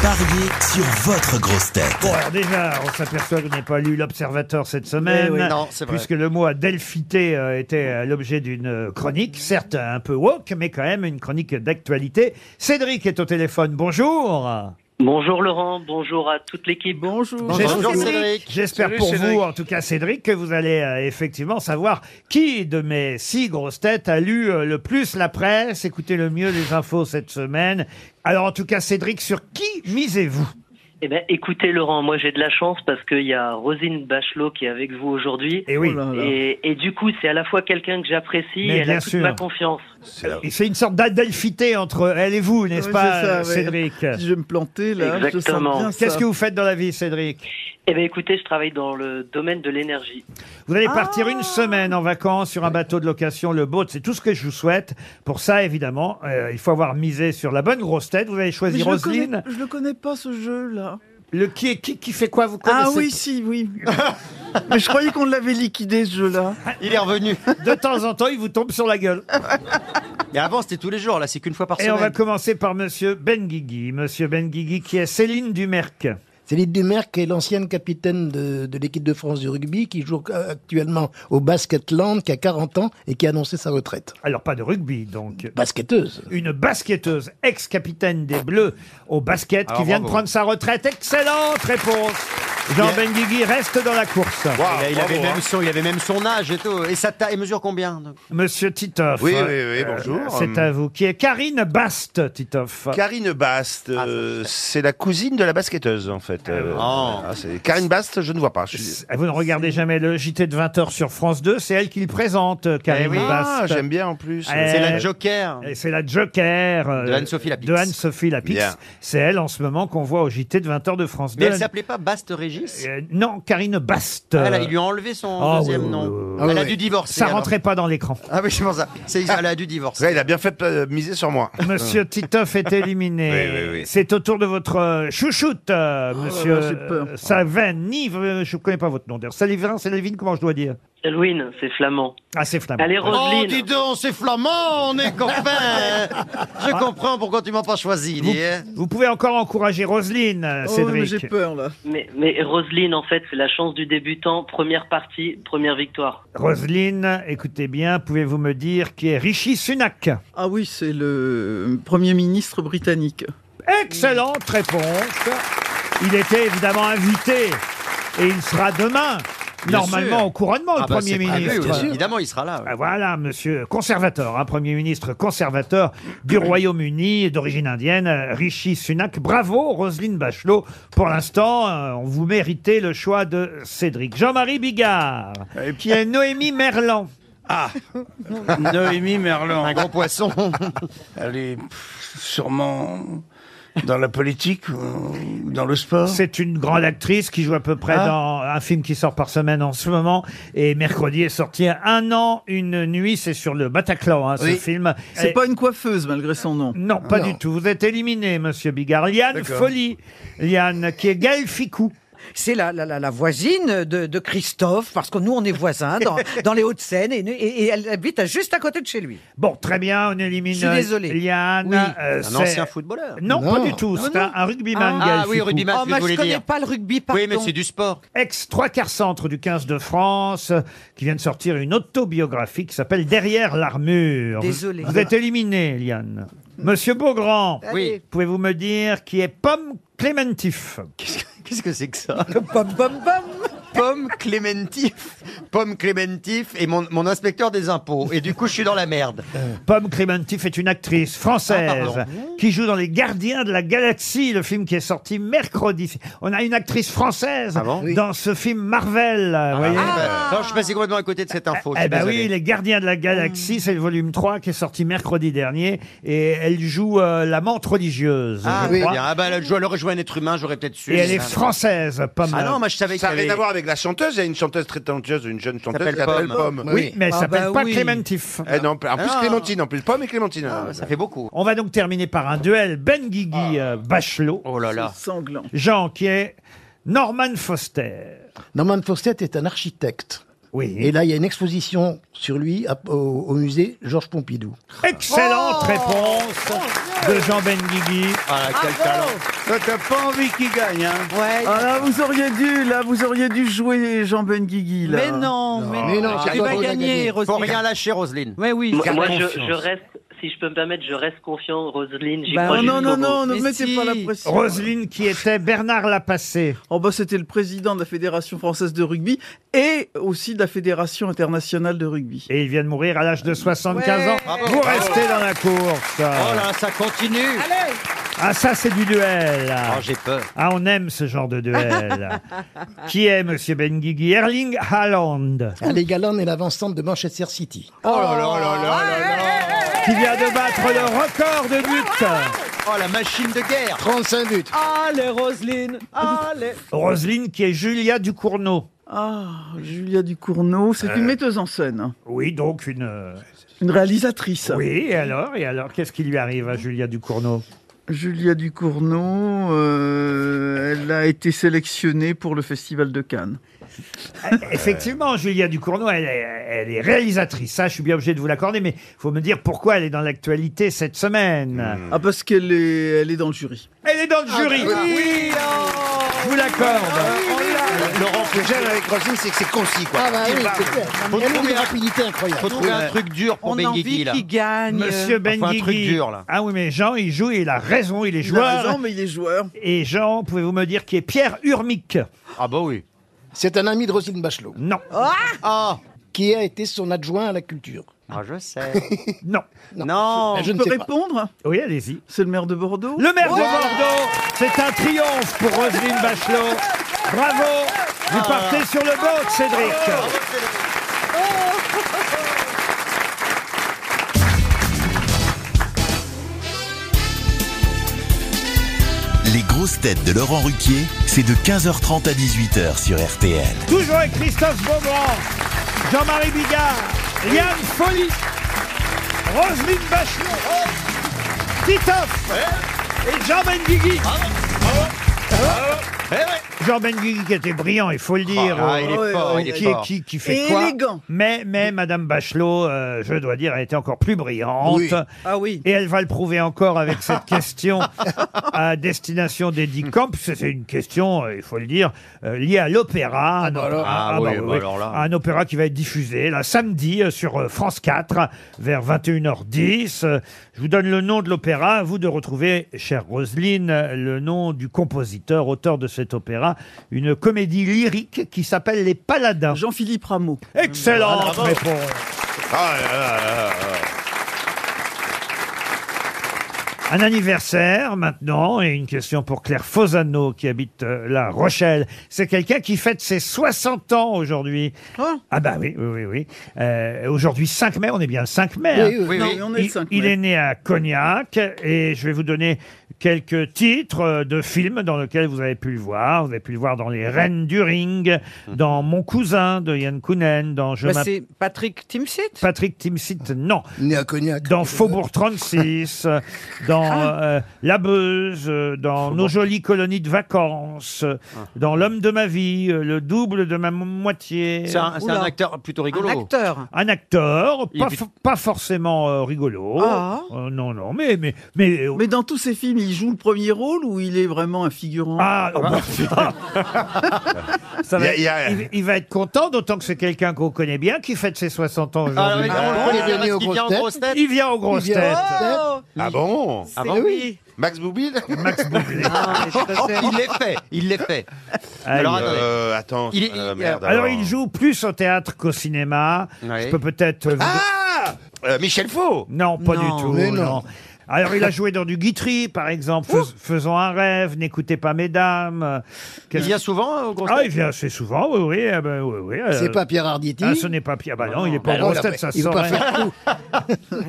Pariez sur votre grosse tête.
Bon, alors déjà, on s'aperçoit que je n'ai pas lu l'Observateur cette semaine.
Eh oui. Non, c'est vrai.
Puisque le mot adelphité euh, était euh, l'objet d'une euh, chronique, certes un peu woke, mais quand même une chronique d'actualité. Cédric est au téléphone, bonjour.
Bonjour Laurent, bonjour à toute l'équipe.
Bonjour.
J'espère- J'espère pour vous, hein. en tout cas Cédric, que vous allez euh, effectivement savoir qui de mes six grosses têtes a lu euh, le plus la presse, écouté le mieux les infos cette semaine. Alors en tout cas Cédric, sur qui misez-vous
Eh ben, écoutez Laurent, moi j'ai de la chance parce qu'il y a Rosine Bachelot qui est avec vous aujourd'hui.
Et oui. Oh là là.
Et, et du coup, c'est à la fois quelqu'un que j'apprécie
Mais
et elle
bien
a toute
sûr.
ma confiance.
Et C'est une sorte d'adelphité entre elle et vous, n'est-ce
Oui,
pas,
c'est ça,
euh,
oui.
Cédric
Je vais me planter là. je sens bien ça.
Qu'est-ce que vous faites dans la vie, Cédric
Eh ben, écoutez, je travaille dans le domaine de l'énergie.
Vous allez partir
Ah.
une semaine en vacances sur un bateau de location, le boat. C'est tout ce que je vous souhaite. Pour ça, évidemment, euh, il faut avoir misé sur la bonne grosse tête. Vous avez
Mais
choisi
je le
Roselyne.
connais- Je le connais pas ce jeu là.
Le qui, est qui qui fait quoi vous connaissez
Ah oui, si, oui. Mais je croyais qu'on l'avait liquidé ce jeu-là.
Il est revenu.
De temps en temps, il vous tombe sur la gueule.
Et avant, c'était tous les jours. Là, c'est qu'une fois par
Et
semaine.
on va commencer par Monsieur Benguigui. Monsieur Benguigui, qui est Céline Dumerc.
Céline Dumerc est l'ancienne capitaine de, de l'équipe de France de rugby qui joue euh, actuellement au Basketland, qui a 40 ans et qui a annoncé sa retraite.
Alors pas de rugby, donc.
Basketteuse.
Une basketteuse, ex-capitaine des Bleus au basket,
Alors,
qui vient de
bravo.
prendre sa retraite. Excellente réponse. Jean Benguigui reste dans la course.
il, a- il avait même son, il avait même son âge et tout. Et sa taille, elle mesure combien donc
Monsieur Titoff.
Oui, oui, oui,
euh,
bonjour.
C'est à vous. Qui est Karine Bast, Titoff.
[laughs] Karine Bast,
Ah,
euh, c'est la cousine de la basketteuse en fait. Euh, ah, c'est- Karine Bast, je ne vois pas. je suis-
Ah, Vous ne regardez jamais le JT de 20h sur France 2, c'est elle qui le présente, euh, Karine
Eh
oui.
Bast.
Ah, j'aime bien en plus.
C'est la Joker.
Et C'est la Joker. euh,
De Anne-Sophie Lapix.
De Anne-Sophie Lapix.
Bien.
C'est elle en ce moment qu'on voit au JT de 20h de France 2.
Mais elle s'appelait pas Bast Régis
Euh, non, Karine Bast.
Ah, elle a- il lui a enlevé son
Ah,
deuxième
oui, oui,
nom.
oui, oui.
Elle
Ah,
a
oui.
dû divorcer.
Ça
alors.
rentrait pas dans l'écran.
Ah oui, c'est pour ça.
C'est- Elle a dû divorcer.
Ouais, il a bien fait euh, miser sur moi.
[laughs]
[laughs]
Monsieur Titoff est éliminé.
Oui, oui, oui.
C'est au tour de votre euh, chouchoute,
Ah, bah,
euh, monsieur
là, j'ai peur.
euh, Salveni. euh, Je ne connais pas votre nom d'ailleurs. Salivin, Salivine, comment je dois dire
Halloween, c'est flamand.
Ah, c'est flamand.
Allez,
Oh,
Roselyne.
dis donc, c'est flamand, on
[laughs]
est copains. Je comprends pourquoi tu m'as pas choisi, dis, hein.
Oh, Vous pouvez encore encourager Roselyne, euh,
Oh,
Oh,
Cédric.
là. Mais, mais Roselyne, en fait, c'est la chance du débutant. Première partie, première victoire.
Roselyne, écoutez bien, pouvez-vous me dire qui est Rishi Sunak
[laughs] Ah oui, c'est le euh, Premier ministre britannique.
Excellente réponse. Il était évidemment invité et il sera demain.
Bien
Normalement
sûr.
au couronnement,
Ah
le
bah,
Premier
c'est prévu,
ministre.
bien sûr. Évidemment, il sera là.
Ah, voilà, monsieur conservateur, un Premier ministre conservateur du Royaume-Uni, d'origine indienne, euh, Rishi Sunak. Bravo, Roselyne Bachelot. Pour l'instant, euh, on vous méritez le choix de Cédric. Jean-Marie Bigard,
Eh
qui est Noémie Merlan. Ah
Noémie Merlan.
Un grand poisson.
[laughs] Elle est pff, sûrement dans la politique ou dans le sport.
C'est une grande actrice qui joue à peu près
Ah.
dans un film qui sort par semaine en ce moment. Et mercredi est sorti Un an, une nuit. C'est sur le Bataclan, hein, ce
Oui.
film.
C'est
Et-
pas une coiffeuse malgré son nom.
Non, pas du tout. Vous êtes éliminé, monsieur Bigard. Liane
D'accord.
Folie. Liane, qui est Gaël Ficou.
C'est la, la, la, la voisine de, de Christophe, parce que nous, on est voisins
[laughs]
dans, dans les Hauts-de-Seine, et, et- et elle habite à- juste à côté de chez lui.
Bon, très bien, on élimine
Je suis désolé.
Liane.
Oui.
euh,
Un
c'est-
ancien footballeur.
Non,
Non.
pas du tout. C'est un, un rugbyman,
Ah.
Gaël
Ah oui,
Ficou.
rugbyman, c'est ce que je voulais dire.
pas le rugby,
Oui, mais c'est du sport.
Ex trois quarts centre du 15 de France, euh, qui vient de sortir une autobiographie qui s'appelle Derrière l'armure.
Désolé.
Vous êtes éliminé, Liane. Monsieur Beaugrand,
Oui.
pouvez-vous me dire qui est Pomme Clémentif
Qu'est-ce que c'est que ça Pomme,
pomme, pomme
Pomme Clémentif Pomme Clémentif et mon, mon inspecteur des impôts. Et du coup, je suis dans la merde.
Euh, Pomme Clémentif est une actrice
Ah,
française
pardon.
qui joue dans Les Gardiens de la Galaxie, le film qui est sorti mercredi. On a une actrice française dans ce film Marvel. vous voyez.
Ah, bah, non, je suis passé complètement à côté de cette info. je
Eh
suis
ben
désolé.
oui, Les Gardiens de la Galaxie, c'est le volume 3 qui est sorti mercredi dernier et elle joue euh, l'amante religieuse.
Ah,
je
oui,
crois.
bien. Ah, bah, là, je dois le rejoindre un être humain, j'aurais peut-être su.
Et elle est
Ah,
française, Pomme.
Ah non, moi, je savais
Ça n'a
qu'il y
rien à
avait-
voir avec la chanteuse. Il y a une chanteuse très talentueuse, une jeune chanteuse
s'appelle
qui s'appelle
Pomme.
Pomme.
Oui, mais elle Ah s'appelle bah pas oui. Clémentif.
Eh non, en plus
Ah.
Clémentine, en plus Pomme et Clémentine. ça fait
Ah, beaucoup.
On va donc terminer par un duel Ben Guigui euh, Bachelot.
Oh là là.
Sanglant.
Jean qui est Norman Foster.
Norman Foster est un architecte.
Oui.
Et là, il y a une exposition sur lui à- au, au musée Georges Pompidou.
Oh.
Excellente réponse de Jean Benguigui.
Ah,
quel Bravo. talent.
Toi, t'as pas envie qu'il gagne, hein
Ouais.
Ah là, vous auriez dû, là, vous auriez dû jouer Jean Benguigui, là.
Mais non, mais,
Ah,
il va gagner,
Faut
Roselyne.
rien lâcher, Ah, Roselyne.
Ouais, oui.
Moi,
Garde
moi, je,
confiance.
je reste, si je peux me permettre, je reste confiant, Roselyne. J'y
Bah,
crois
oh non,
jusqu'au
non, non,
bout.
ne mettez pas la pression.
Roselyne qui était Bernard Lapassé.
Oh bah c'était le président de la Fédération française de rugby et aussi de la Fédération internationale de rugby.
Et il vient de mourir à l'âge de 75
Ouais.
ans.
Bravo.
Vous
Bravo.
restez dans la course.
Oh là, ça continue.
Allez.
Ah ça c'est du duel.
Oh, j'ai peur.
Ah on aime ce genre de
[laughs]
duel. qui est Monsieur Benguigui Erling Haaland.
Allez, Galland est l'avancante de Manchester City.
Oh là là là là là là.
Qui vient de battre le record de buts.
Oh, la machine de guerre. Ah,
35 buts.
Allez, Roselyne. Allez.
Roselyne qui est Julia Ducournau.
Ah, Julia Ducournau, c'est
Euh.
une metteuse en scène.
Oui, donc une... euh,
Une réalisatrice.
Oui, et alors Et alors, qu'est-ce qui lui arrive à Julia Ducournau
Euh.
Julia Ducournau, euh, elle a été sélectionnée pour le Festival de Cannes.
Euh, Effectivement, Julia Ducournau, elle est, elle est réalisatrice. Ça, je suis bien obligé de vous l'accorder, mais il faut me dire pourquoi elle est dans l'actualité cette semaine.
Ah, parce qu'elle est, elle est dans le jury.
Elle est dans le jury.
oui,
Je vous l'accorde.
Laurent, ce que j'aime avec Rosine, c'est que c'est concis, quoi.
Ah bah
Il
oui,
parle.
c'est clair.
Faut
Il y a
trouver
une
un-
rapidité incroyable.
faut trouver un Ouais. truc dur pour On a Benguigui, envie là. qu'il gagne. euh,
Monsieur
Enfin, un
Benguigui.
truc dur, là.
Ah oui, mais Jean, il joue, et il a raison, il est
Il a
joueur.
raison, mais il est joueur.
Et Jean, pouvez-vous me dire qui est Pierre Urmic
Ah bah oui.
C'est un ami de Roselyne Bachelot.
Non.
Ah Qui a été son adjoint à la culture.
Ah, je sais.
Non.
Non.
Je peux répondre
Oui, allez-y.
C'est le maire de Bordeaux
Le maire de Bordeaux, c'est un triomphe pour Roselyne Bachelot. Bravo Vous partez sur le boat, Cédric
Les grosses têtes de Laurent Ruquier, c'est de 15h30 à 18h sur RTL.
Toujours avec Christophe Beaugrand, Jean-Marie Bigard, Liane Folly, Roselyne Bachelot,
Eh
Titoff et Jean Benguigui. Jean Benguigui qui était brillant, il faut le dire.
Ah, il est
euh,
fort,
euh,
il est
qui,
fort.
Qui, qui fait
Et
quoi
élégant.
Ah, Mais, mais Madame Bachelot, euh, je dois dire, a été encore plus brillante.
Oui.
Ah oui. Et elle va le prouver encore avec [laughs] cette question à destination d'Eddie Camp. C'est une question, euh, il faut le dire, euh, liée à l'opéra. Un opéra-
Ah
bah
oui, bah alors là.
Un opéra qui va être diffusé là, samedi euh, sur euh, France 4 vers 21h10. Euh, Je vous donne le nom de l'opéra. À vous de retrouver, chère Roselyne, euh, le nom du compositeur, auteur de cet opéra. Une comédie lyrique qui s'appelle Les Paladins. Jean-Philippe Rameau. Excellente
Bravo.
réponse.
Ah là là là là là.
Un anniversaire maintenant et une question pour Claire Fosano qui habite euh, La Rochelle. C'est quelqu'un qui fête ses 60 ans aujourd'hui.
Oh.
ah bah oui, oui, oui. oui. Euh, aujourd'hui 5 mai, on est bien le 5 mai. hein.
Oui, oui, Oui, non, oui. on est le
Il-
5
Il
mai.
est né à Cognac et je vais vous donner quelques titres euh, de films dans lesquels vous avez pu le voir. Vous avez pu le voir dans Les Reines du Ring,
Mmh.
dans Mon Cousin de Yann Kounen, dans Je
Bah,
m'appelle-
c'est Patrick Timsit
Patrick Timsit, non. Dans Faubourg
[laughs]
36, euh, dans
Ah.
euh, La Beuse, euh, dans Nos jolies colonies de vacances, euh,
Ah.
dans L'homme de ma vie, euh, Le double de ma mo- moitié.
C'est un, c'est un
Oula.
acteur plutôt rigolo.
Un acteur,
Il est
pas,
plutôt-
fo- pas forcément euh, rigolo.
Ah.
Euh, non, non, mais... mais, mais euh,
Mais dans tous ces films, il joue le premier rôle ou il est vraiment un figurant
Ah, oh,
[laughs]
bah, ça va-
Il y a- il y a-
il, il va être content, d'autant que c'est quelqu'un qu'on connaît bien, qui fête ses 60 ans
Ah,
aujourd'hui.
oui, on le connaît bien parce qu'il vient aux grosses têtes.
Il vient aux grosses
Il vient aux
têtes.
grosses
Ah bon
Ah bon
oui.
Max Boublil
Ah, Max Boublil.
[laughs]
il l'est fait, il l'est fait. Alors, attendez.
euh, attends,
Il est-
euh,
il-
merde.
Alors, il joue plus au théâtre qu'au cinéma.
Ouais.
Je peux peut-être. vous-
Ah Euh, Michel Faux
Non, pas
Non,
du tout.
mais non.
non. Alors, il a joué dans du Guitry, par exemple. Fais- faisons un rêve, n'écoutez pas mesdames. Euh,
Il
qu'est-ce-
vient souvent euh, aux grosses
Ah, il
têtes
vient assez souvent, oui, oui. eh ben, oui, oui, euh,
C'est pas Pierre Arditi
Ah, ce n'est pas Pierre. Bah non, il est pas
Bah
en
non,
grosse
il a
tête,
pas-
ça se
il veut pas
saurait.
faire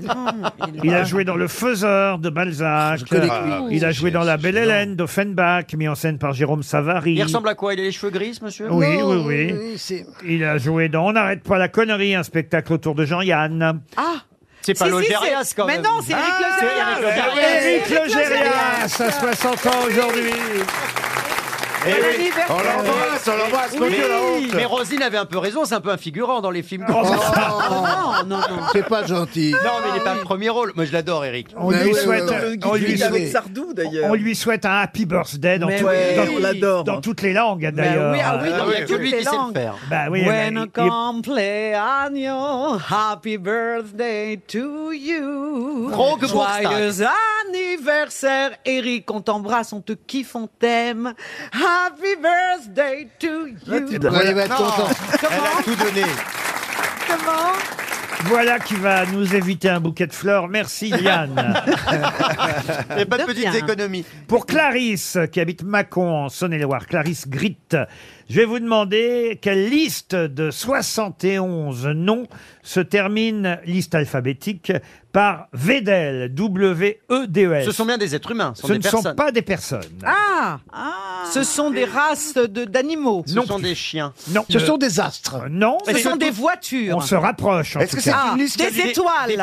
Il a joué dans Le Faiseur de Balzac. Euh,
connais que lui.
Il a joué dans La Belle Hélène d'Offenbach, mis en scène par Jérôme Savary.
Il ressemble à quoi Il a les cheveux gris, ce monsieur
Oui, oui, oui.
euh,
Il a joué dans On n'arrête pas la connerie, un spectacle autour de Jean-Yann.
Ah
C'est pas
Si, si,
Logérias,
c'est-
quand
Mais
même.
non, c'est Eric
Ah, c'est
Logérias.
Eric Logérias.
Eric
Eric
Logérias, à
Logérias.
60 ans aujourd'hui.
Eh
Bon
oui.
anniversaire.
On l'embrasse, on l'embrasse, mon
Oui.
Dieu, la honte.
Mais Rosine avait un peu raison, c'est un peu un figurant dans les films.
Oh.
non, non, non.
C'est pas gentil.
Non, mais il n'est pas le premier rôle. Moi, je l'adore, Eric.
On lui souhaite, euh, on lui souhaite-
Sardou
on lui souhaite un happy birthday dans,
Mais
tout-
ouais,
dans-
on l'adore.
dans toutes les langues
Bah
d'ailleurs.
oui, ah oui, dans
oui,
toutes
oui,
les
il sait le
langues.
faire.
Bah oui,
When
bah, il-
a
il-
compleaños, happy birthday to you.
Gros que bon
Joyeux
stack.
anniversaire, Eric, on t'embrasse, on te kiffe, on t'aime. Happy birthday to you.
Elle a tout donné.
Comment
Voilà qui va nous éviter un bouquet de fleurs. Merci Yann.
[laughs]
Et pas de petites
rien.
économies.
Pour Clarisse, qui habite Mâcon, en Saône-et-Loire, Clarisse Gritte, je vais vous demander quelle liste de 71 noms se termine, liste alphabétique, par E Vedel, W-E-D-E-L.
Ce sont bien des êtres humains, ce sont
Ce
des
ne sont
personnes.
pas des personnes.
Ah, Ce sont des races de- d'animaux.
Ce sont des chiens.
Non. Euh,
Ce sont des astres.
Non.
Ce
mais-
sont des voitures.
On se rapproche. en tout cas.
Ah, des étoiles,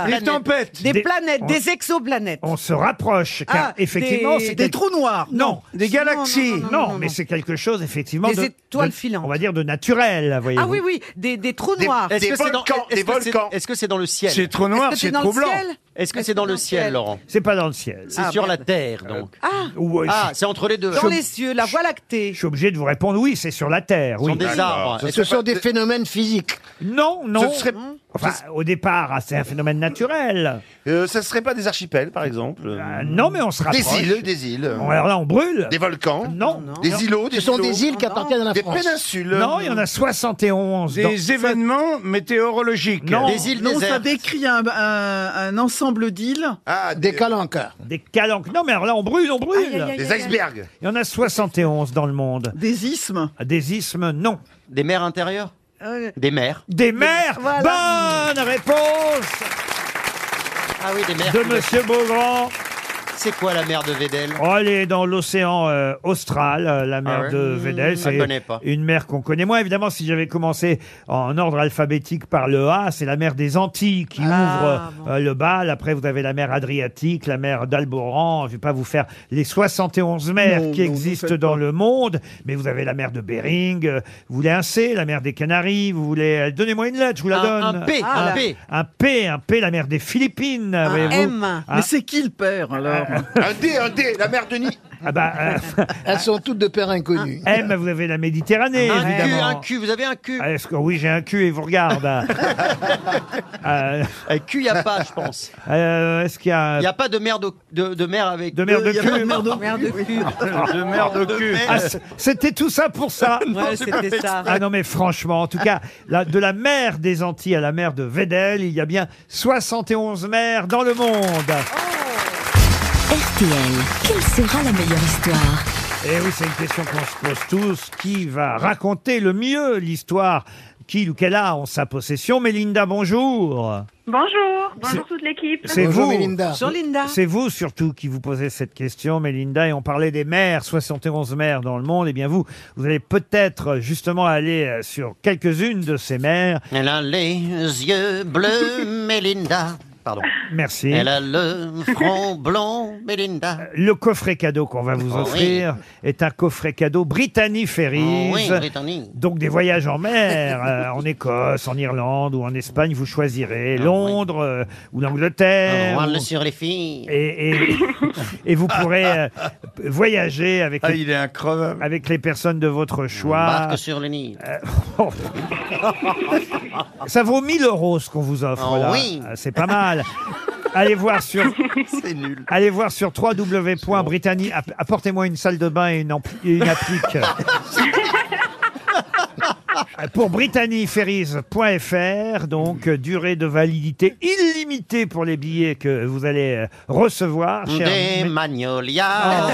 des, planètes,
On-
des exoplanètes.
On se rapproche, car
Ah,
effectivement,
des-
c'est
des
trous
noirs.
Non,
Des galaxies.
Non, mais c'est quelque chose effectivement
Des
de-
étoiles
de- On va dire de naturel, voyez-vous.
Ah oui, oui, des, des trous noirs.
Est-ce que c'est dans, est-ce que c'est- est-ce que c'est dans le ciel
C'est trop noir,
Est-ce que c'est c'est dans le
blanc.
troublant. ciel
Est-ce que c'est dans le ciel, Laurent
C'est pas dans le ciel.
C'est sur la Terre, donc.
Ah,
Ouais,
Ah,
je-
c'est entre les deux.
dans les cieux, la voie lactée.
Je suis obligé de vous répondre oui, c'est sur la Terre.
sont
Oui.
des arbres.
Ce sont des phénomènes physiques.
Non, non.
Ce serait-
Enfin, au départ, ah, c'est un phénomène naturel. Euh,
Euh, ça serait pas des archipels, par exemple
non, mais on se
Des
rapproche.
îles, des îles.
Bon, alors là, on brûle.
Des volcans
Non.
Des îlots
Ce sont des îles qui appartiennent à la
Des
France.
péninsules
Non, il y en a 71.
Des
dans-
événements météorologiques.
Non.
Des îles
non, ça
désertes.
décrit un, un- un ensemble d'îles.
Ah,
Des calanques.
Des calanques. Non, mais alors là, on brûle, on brûle.
Aïe, aïe, aïe, Des aïe. icebergs.
Il y en a 71 dans le monde. Ah,
Des isthmes.
Des isthmes, non.
Des mers intérieures
Euh,
Des mers.
Des mers. Bonne réponse
Ah oui, des mers.
de Monsieur Beaugrand.
C'est quoi la mer de Védel
Oh, elle est dans l'océan euh, austral, euh, la mer
ouais
de Vedel.
Mmh, je la connais pas.
une mer qu'on connaît. Moi, évidemment, si j'avais commencé en ordre alphabétique par le A, c'est la mer des Antilles qui ouvre euh, le bal. Après, vous avez la mer Adriatique, la mer d'Alboran. Je vais pas vous faire les 71 mers
Non,
qui
non, ne
existent
faites
dans
pas.
le monde, mais vous avez la mer de Bering. euh, Vous voulez un C, la mer des Canaries. Vous voulez euh, donnez-moi une lettre, je vous la
Un-
donne.
un P, Ah, un la- P.
un P, un P, la mer des Philippines. voyez-vous.
Mais
Hein
c'est qui le père alors
Un dé, un dé, la mère de Denis.
Ah bah,
Elles sont toutes de pères inconnus.
M, Eh, vous avez [laughs] la Méditerranée,
Un cul,
évidemment.
un cul, vous avez un cul.
Ah, Est-ce que oui, j'ai un cul et vous
[laughs]
regarde. euh,
Un cul, y a pas, je pense.
euh, Est-ce qu'il y a,
Il n'y a pas de mer de, de, de mer avec.
de merde de cul
[laughs] De mer de cul.
Ah, c- c'était tout ça pour ça.
Ouais, [laughs] Non, c'était c'est pas ça. exprès.
Ah non, mais franchement, en tout cas, la- de la mer des Antilles à la mer de Védel, il y a bien 71 mers dans le monde.
Oh. RTL, quelle sera la meilleure histoire
Et Eh oui, c'est une question qu'on se pose tous. Qui va raconter le mieux l'histoire qu'il ou qu'elle a en sa possession Mélinda, bonjour.
Bonjour, bonjour toute l'équipe.
C'est vous.
C'est
C'est vous surtout qui vous posez cette question, Mélinda. Et on parlait des maires, 71 maires dans le monde. Et bien vous, vous allez peut-être justement aller euh, sur quelques-unes de ces maires.
Elle a les yeux bleus, Mélinda. Pardon.
Merci.
Elle a le [laughs] front blond, Mélinda.
Le coffret cadeau qu'on va vous
Oh
offrir est un coffret cadeau Brittany Ferries.
Oh oui, Brittany.
Donc des voyages en
[laughs]
mer, euh, en Écosse, en Irlande ou en Espagne, vous
Ah,
choisirez Londres euh, ou l'Angleterre.
Roi
ou-
sur les filles.
et, et- et vous pourrez euh, voyager avec, les, avec les personnes de votre choix.
Barque sur le Nil. [laughs] oh.
Ça vaut 1000 euros ce qu'on vous offre
Oh
là.
oui.
Ah, C'est pas mal. Allez voir sur. C'est nul. Allez voir sur www.britannie. app- Apportez-moi une salle de bain et une, ampli- et une applique. pour britanniferries.fr, donc euh, durée de validité illimitée pour les billets que vous allez euh, recevoir, cher,
Des magnolias,
Ah.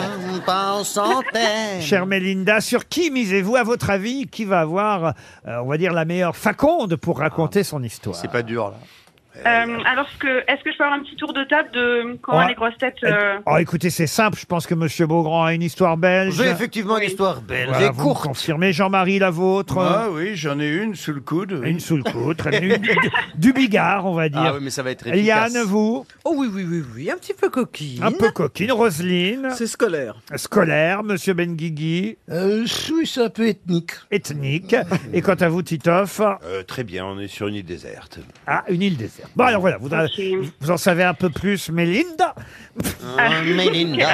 pas en centaines.
chère Mélinda. Sur qui misez-vous, à votre avis, qui va avoir, euh, on va dire, la meilleure faconde pour raconter son histoire C'est
pas dur, là.
Euh, alors, ce que- est-ce que je peux avoir un petit tour de table de comment
Ouais.
les grosses têtes euh,
Oh, écoutez, c'est simple. Je pense que Monsieur Beaugrand a une histoire belge.
J'ai effectivement une histoire belle
Voilà,
et
vous me
courte.
confirmez, Jean-Marie, la vôtre euh,
Ah oui, j'en ai une sous le coude.
Une sous le
[laughs]
coude, très bien. Une- Du bigard, on va dire.
Ah oui, mais ça va être efficace.
Yann, vous
Oh oui, oui, oui, oui, un petit peu coquine.
Un peu coquine. Roselyne
C'est scolaire.
Scolaire, Monsieur Benguigui
euh, Suisse un peu ethnique.
Ethnique. Et quant à vous, Titoff
Euh, très bien, on est sur une île déserte.
Ah, une île déserte. Bon, alors voilà, vous, vous en savez un peu plus, Mélinda.
Ah. Mélinda.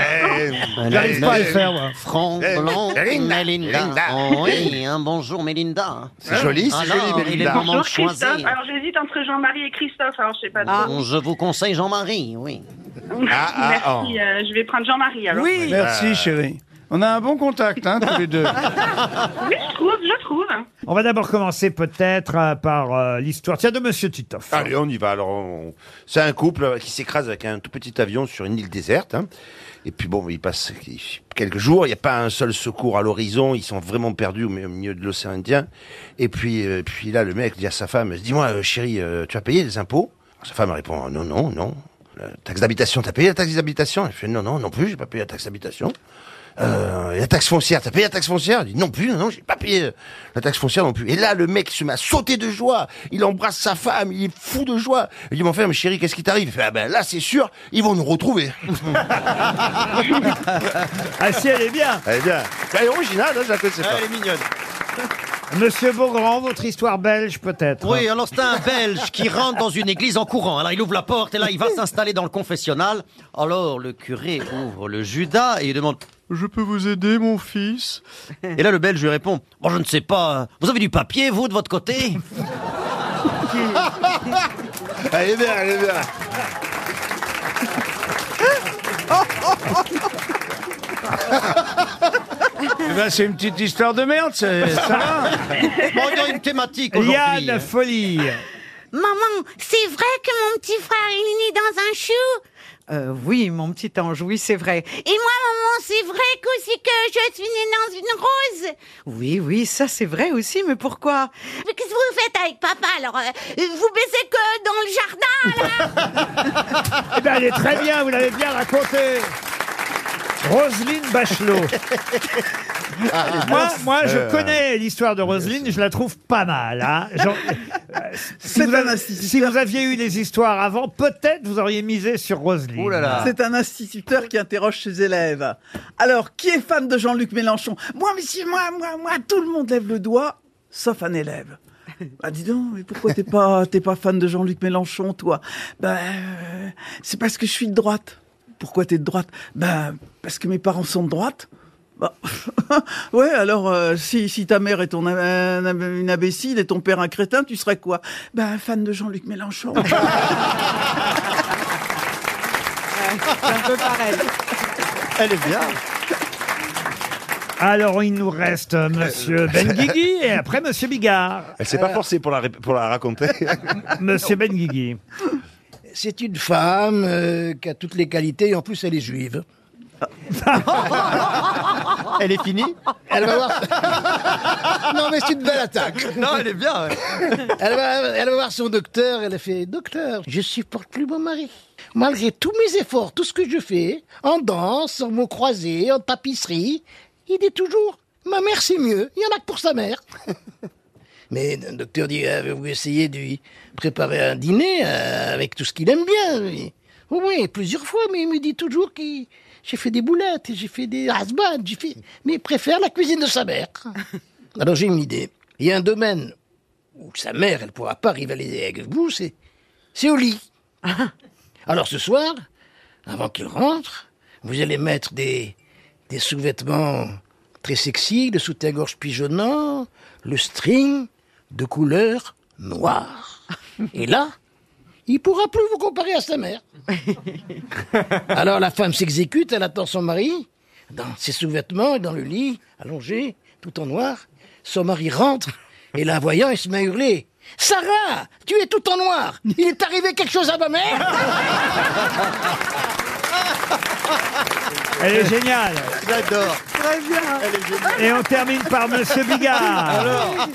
J'arrive pas à le faire, moi.
Franc
Eh,
Blanc,
Mélinda,
Mélinda.
Mélinda.
Oh oui, un bonjour Mélinda.
C'est joli, c'est
Alors,
joli, Mélinda.
Il est le moment
Bonjour
de choisir.
Christophe. Alors j'hésite entre Jean-Marie et Christophe. Alors je sais pas. trop.
Bon, Je vous conseille Jean-Marie, oui.
[laughs]
Ah,
Merci. euh, je vais prendre Jean-Marie alors. Euh.
Euh.
Merci, chérie. On a un bon contact, hein, tous les
[laughs]
deux.
[laughs] Oui, je trouve, je trouve.
On va d'abord commencer peut-être euh, par euh, l'histoire. Tiens, de Monsieur Titoff.
Allez, on y va. Alors, on- c'est un couple qui s'écrase avec un tout petit avion sur une île déserte. hein. Et puis bon, ils passent quelques jours. Il n'y a pas un seul secours à l'horizon. Ils sont vraiment perdus au mi- au milieu de l'océan Indien. Et puis, euh, puis là, le mec dit à sa femme "Dis-moi, euh, chérie, euh, tu as payé les impôts Sa femme répond "Non, non, non. La taxe d'habitation, t'as payé la taxe d'habitation Elle fait "Non, non, non plus. J'ai pas payé la taxe d'habitation." Euh, et la taxe foncière, t'as payé la taxe foncière Il dit non plus, non, non, j'ai pas payé euh, la taxe foncière non plus. Et là, le mec se met à sauter de joie. Il embrasse sa femme, il est fou de joie. Il dit, mais enfin, mais chérie, qu'est-ce qui t'arrive Il fait, ah ben là, c'est sûr, ils vont nous retrouver.
[laughs] ah si, elle est
Eh
bien.
Elle est bien. Elle est originale, hein, je la connaissais pas.
Ah, Elle est mignonne.
Monsieur Beaugrand, votre histoire belge peut-être.
Ah.
Oui, alors c'est un Belge qui rentre dans une église en courant. Alors il ouvre la porte et là il va s'installer dans le confessionnal. Alors le curé ouvre le Judas et il demande Je peux vous aider, mon fils Et là le Belge lui répond Bon, je ne sais pas, vous avez du papier, vous, de votre côté
Elle est bien, elle est bien.
Eh ben, c'est une petite histoire de merde,
[laughs]
c'est ça. hein. va.
Bon, il y a une thématique aujourd'hui. hein.
Yann Folie.
Maman, c'est vrai que mon petit frère il est né dans un chou
Euh, oui, mon petit ange, oui, c'est vrai.
Et moi, maman, c'est vrai qu'aussi que je suis née dans une rose
Oui, oui, ça c'est vrai aussi, mais pourquoi
Mais qu'est-ce que vous faites j'étais avec papa, alors euh, vous baissez que dans le jardin, là
[laughs] Eh bien, elle est très bien, vous l'avez bien raconté. Roselyne Bachelot.
Ah,
moi, moi, je
Euh,
connais l'histoire de Roselyne, je la trouve pas mal. hein.
[laughs]
Genre, euh, si, vous avez- si vous aviez eu les histoires avant, peut-être vous auriez misé sur Roselyne.
C'est un instituteur qui interroge ses élèves. Alors, qui est fan de Jean-Luc Mélenchon Moi, monsieur, moi, moi, moi, tout le monde lève le doigt, sauf un élève. Ah, dis donc, mais pourquoi t'es pas, t'es pas fan de Jean-Luc Mélenchon, toi Ben, euh, c'est parce que je suis de droite. Pourquoi t'es de droite Ben, parce que mes parents sont de droite. Bah, [laughs] ouais, alors euh, si, si ta mère est ton, am- am- une imbécile et ton père un crétin, tu serais quoi Ben, fan de Jean-Luc Mélenchon.
Elle est bien. Alors, il nous reste euh, Monsieur Benguigui et après Monsieur Bigard.
Elle s'est pas forcée pour la, ré- pour la raconter.
[laughs]
Euh,
Euh,
Monsieur Benguigui.
C'est une femme euh, qui a toutes les qualités et en plus elle est juive.
[laughs] Elle est finie
Elle va voir. non, mais c'est une belle attaque.
Non, elle est bien.
Elle va, elle va voir son docteur, elle a fait Docteur, je supporte plus mon mari. Malgré tous mes efforts, tout ce que je fais, en danse, en mots croisés, en tapisserie, il dit toujours Ma mère, c'est mieux, il y en a que pour sa mère. Mais le docteur dit Avez-vous essayé de lui préparer un dîner euh, avec tout ce qu'il aime bien lui Oui, Oui, plusieurs fois, mais il me dit toujours que j'ai fait des boulettes, j'ai fait des rasbades, j'ai fait. Mais il préfère la cuisine de sa mère. Alors j'ai une idée. Il y a un domaine où sa mère, elle ne pourra pas rivaliser avec vous, c'est, c'est au lit. Alors ce soir, avant qu'il rentre, vous allez mettre des, des sous-vêtements très sexy, le soutien-gorge pigeonnant, le string de couleur noire. Et là, il pourra plus vous comparer à sa mère. Alors la femme s'exécute, elle attend son mari dans ses sous-vêtements et dans le lit, allongé, tout en noir. Son mari rentre et la voyant, il se met à hurler. Sarah, tu es tout en noir. Il est arrivé quelque chose à ma mère
Elle est géniale.
J'adore.
Très bien.
Et on termine par Monsieur Bigard.
Alors,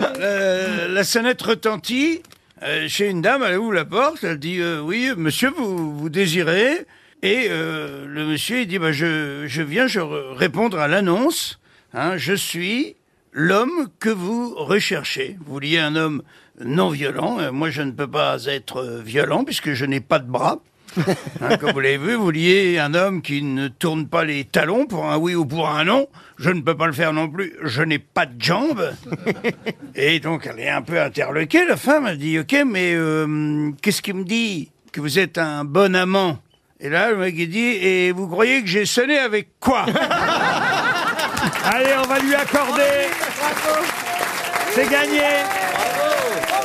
[laughs] euh, la sonnette retentit euh, chez une dame, elle ouvre la porte, elle dit euh, Oui, monsieur, vous, vous désirez Et euh, le monsieur, il dit bah, je, je viens je re- répondre à l'annonce. hein, je suis l'homme que vous recherchez. Vous vouliez un homme non violent. euh, moi, je ne peux pas être euh, violent puisque je n'ai pas de bras. Hein, comme vous l'avez vu, vous vouliez un homme qui ne tourne pas les talons pour un oui ou pour un non. Je ne peux pas le faire non plus. Je n'ai pas de jambes. Et donc, elle est un peu interloquée. La femme, elle dit, OK, mais euh, qu'est-ce qu'il me dit Que vous êtes un bon amant. Et là, le mec, il dit, et vous croyez que j'ai sonné avec
[laughs]
quoi
Allez, on va lui accorder.
Oh,
C'est gagné.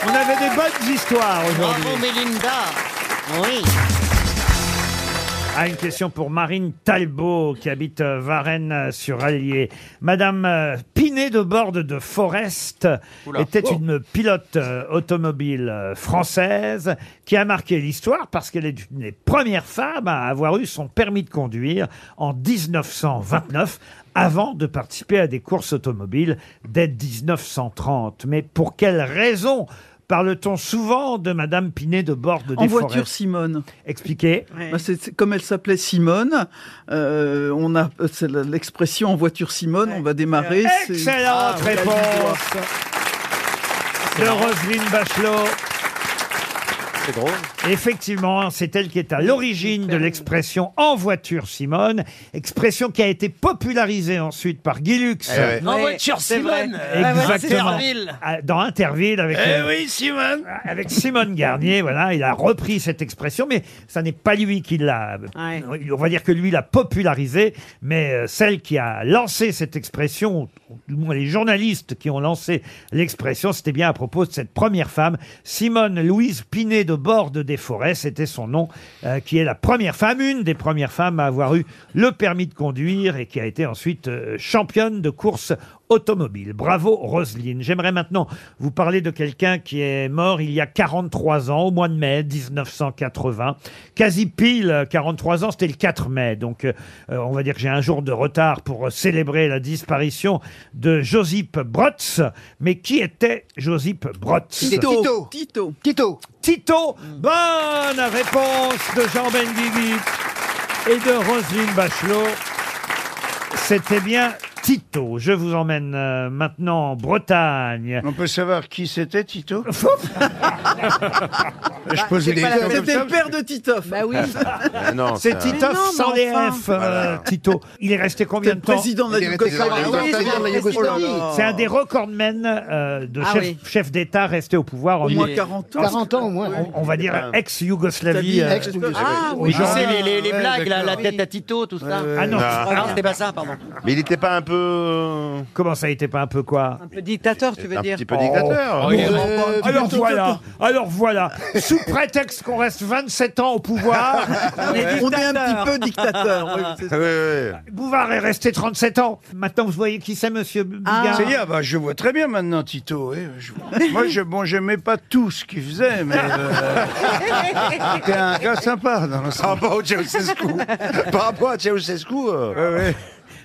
On avait des bonnes histoires aujourd'hui.
Bravo, Melinda. Oui.
Ah, une question pour Marine Talbot qui habite euh, Varennes sur Allier. Madame euh, Pinet de Borde de Forest
Oula.
était
Oh.
une pilote euh, automobile euh, française qui a marqué l'histoire parce qu'elle est une des premières femmes à avoir eu son permis de conduire en 1929 avant de participer à des courses automobiles dès 1930. Mais pour quelle raison Parle-t-on souvent de Madame Pinet de Borde des
En voiture,
Forest
Simone.
Expliquez.
Bah, c'est- c'est- comme elle s'appelait Simone, euh, on a euh, c'est la- l'expression en voiture Simone. On va démarrer. c'est- Ah,
Excellente réponse de Roselyne Bachelot.
C'est drôle.
Effectivement, c'est elle qui est à l'origine de l'expression en voiture Simone, expression qui a été popularisée ensuite par Guy Lux.
Eh ouais. En
voiture,
c'est vrai.
Simone.
Exactement.
Interville.
Ah, Dans Interville avec
Eh
euh,
oui, Simone.
avec Simone Garnier, voilà, il a repris cette expression, mais ça n'est pas lui qui l'a. On va dire que lui l'a popularisée, mais euh, celle qui a lancé cette expression, ou du moins les journalistes qui ont lancé l'expression, c'était bien à propos de cette première femme, Simone Louise Pinet de Borde des Forêts, c'était son nom, euh, qui est la première femme, une des premières femmes à avoir eu le permis de conduire et qui a été ensuite euh, championne de course automobile. Bravo Roselyne. J'aimerais maintenant vous parler de quelqu'un qui est mort il y a 43 ans, au mois de mai 1980. Quasi pile euh, 43 ans, c'était le 4 mai. Donc euh, euh, on va dire que j'ai un jour de retard pour euh, célébrer la disparition de Josip Brotz. Mais qui était Josip Brotz
Tito. Tito. Tito.
Tito. Bonne réponse de Jean Benguigui et de Roselyne Bachelot. C'était bien Tito. Je vous emmène euh, maintenant en Bretagne.
On peut savoir qui c'était,
[laughs]
Tito
Je posais des questions comme
C'était
ça,
le père de Titoff. Bah
[laughs]
oui.
C'est Titoff sans les F, euh, Tito. Il est resté combien
C'est
de
le
temps
président de la Il est resté Yougoslavie. dans la Yougoslavie. Ah oui, c'est le président de la Yougoslavie.
C'est un des recordmen euh, de
Ah
chef,
oui.
chef d'État resté au pouvoir en
Au moins 40 ans. 40 ans au moins.
On, on va dire
Ouais.
ex-Yougoslavie. euh,
Ah, oui, tu sais, les, les- les blagues, la, la tête à Tito, tout ça.
Ah non,
Ah non, c'était pas ça, pardon.
Mais il n'était pas un peu. Comment ça, il n'était pas un peu quoi
Un peu dictateur, tu veux dire
Oh,
Oh,
euh,
euh,
alors
tu-
voilà, alors voilà. Sous prétexte qu'on reste 27 ans au pouvoir,
On est On est un dictateur. petit peu dictateur, oui, c'est ça.
Bouvard est resté 37 ans. Maintenant, vous voyez qui c'est, monsieur Bigard
Ça y est, ah bah, je vois très bien maintenant Tito. hein.
[laughs]
Je- Moi, je bon, j'aimais pas tout ce qu'il faisait, mais euh, c'était un gars sympa dans le Par rapport à Ceausescu. Par rapport à Ceausescu. euh.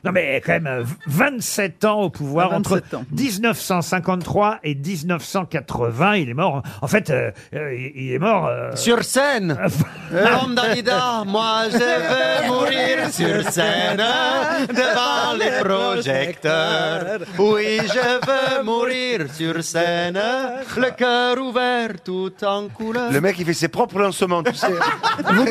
Non mais quand même, euh, v- 27 ans au pouvoir entre 1953 et 1980. Il est mort. En fait, euh, euh, il- il est mort. euh, [laughs]
Sur scène
Euh.
Comme Dalida, Euh, moi je veux mourir sur scène [laughs] devant les projecteurs. Oui, je veux mourir sur scène, le cœur ouvert tout en couleur.
Le mec, il fait ses propres lancements, tu sais.
Vous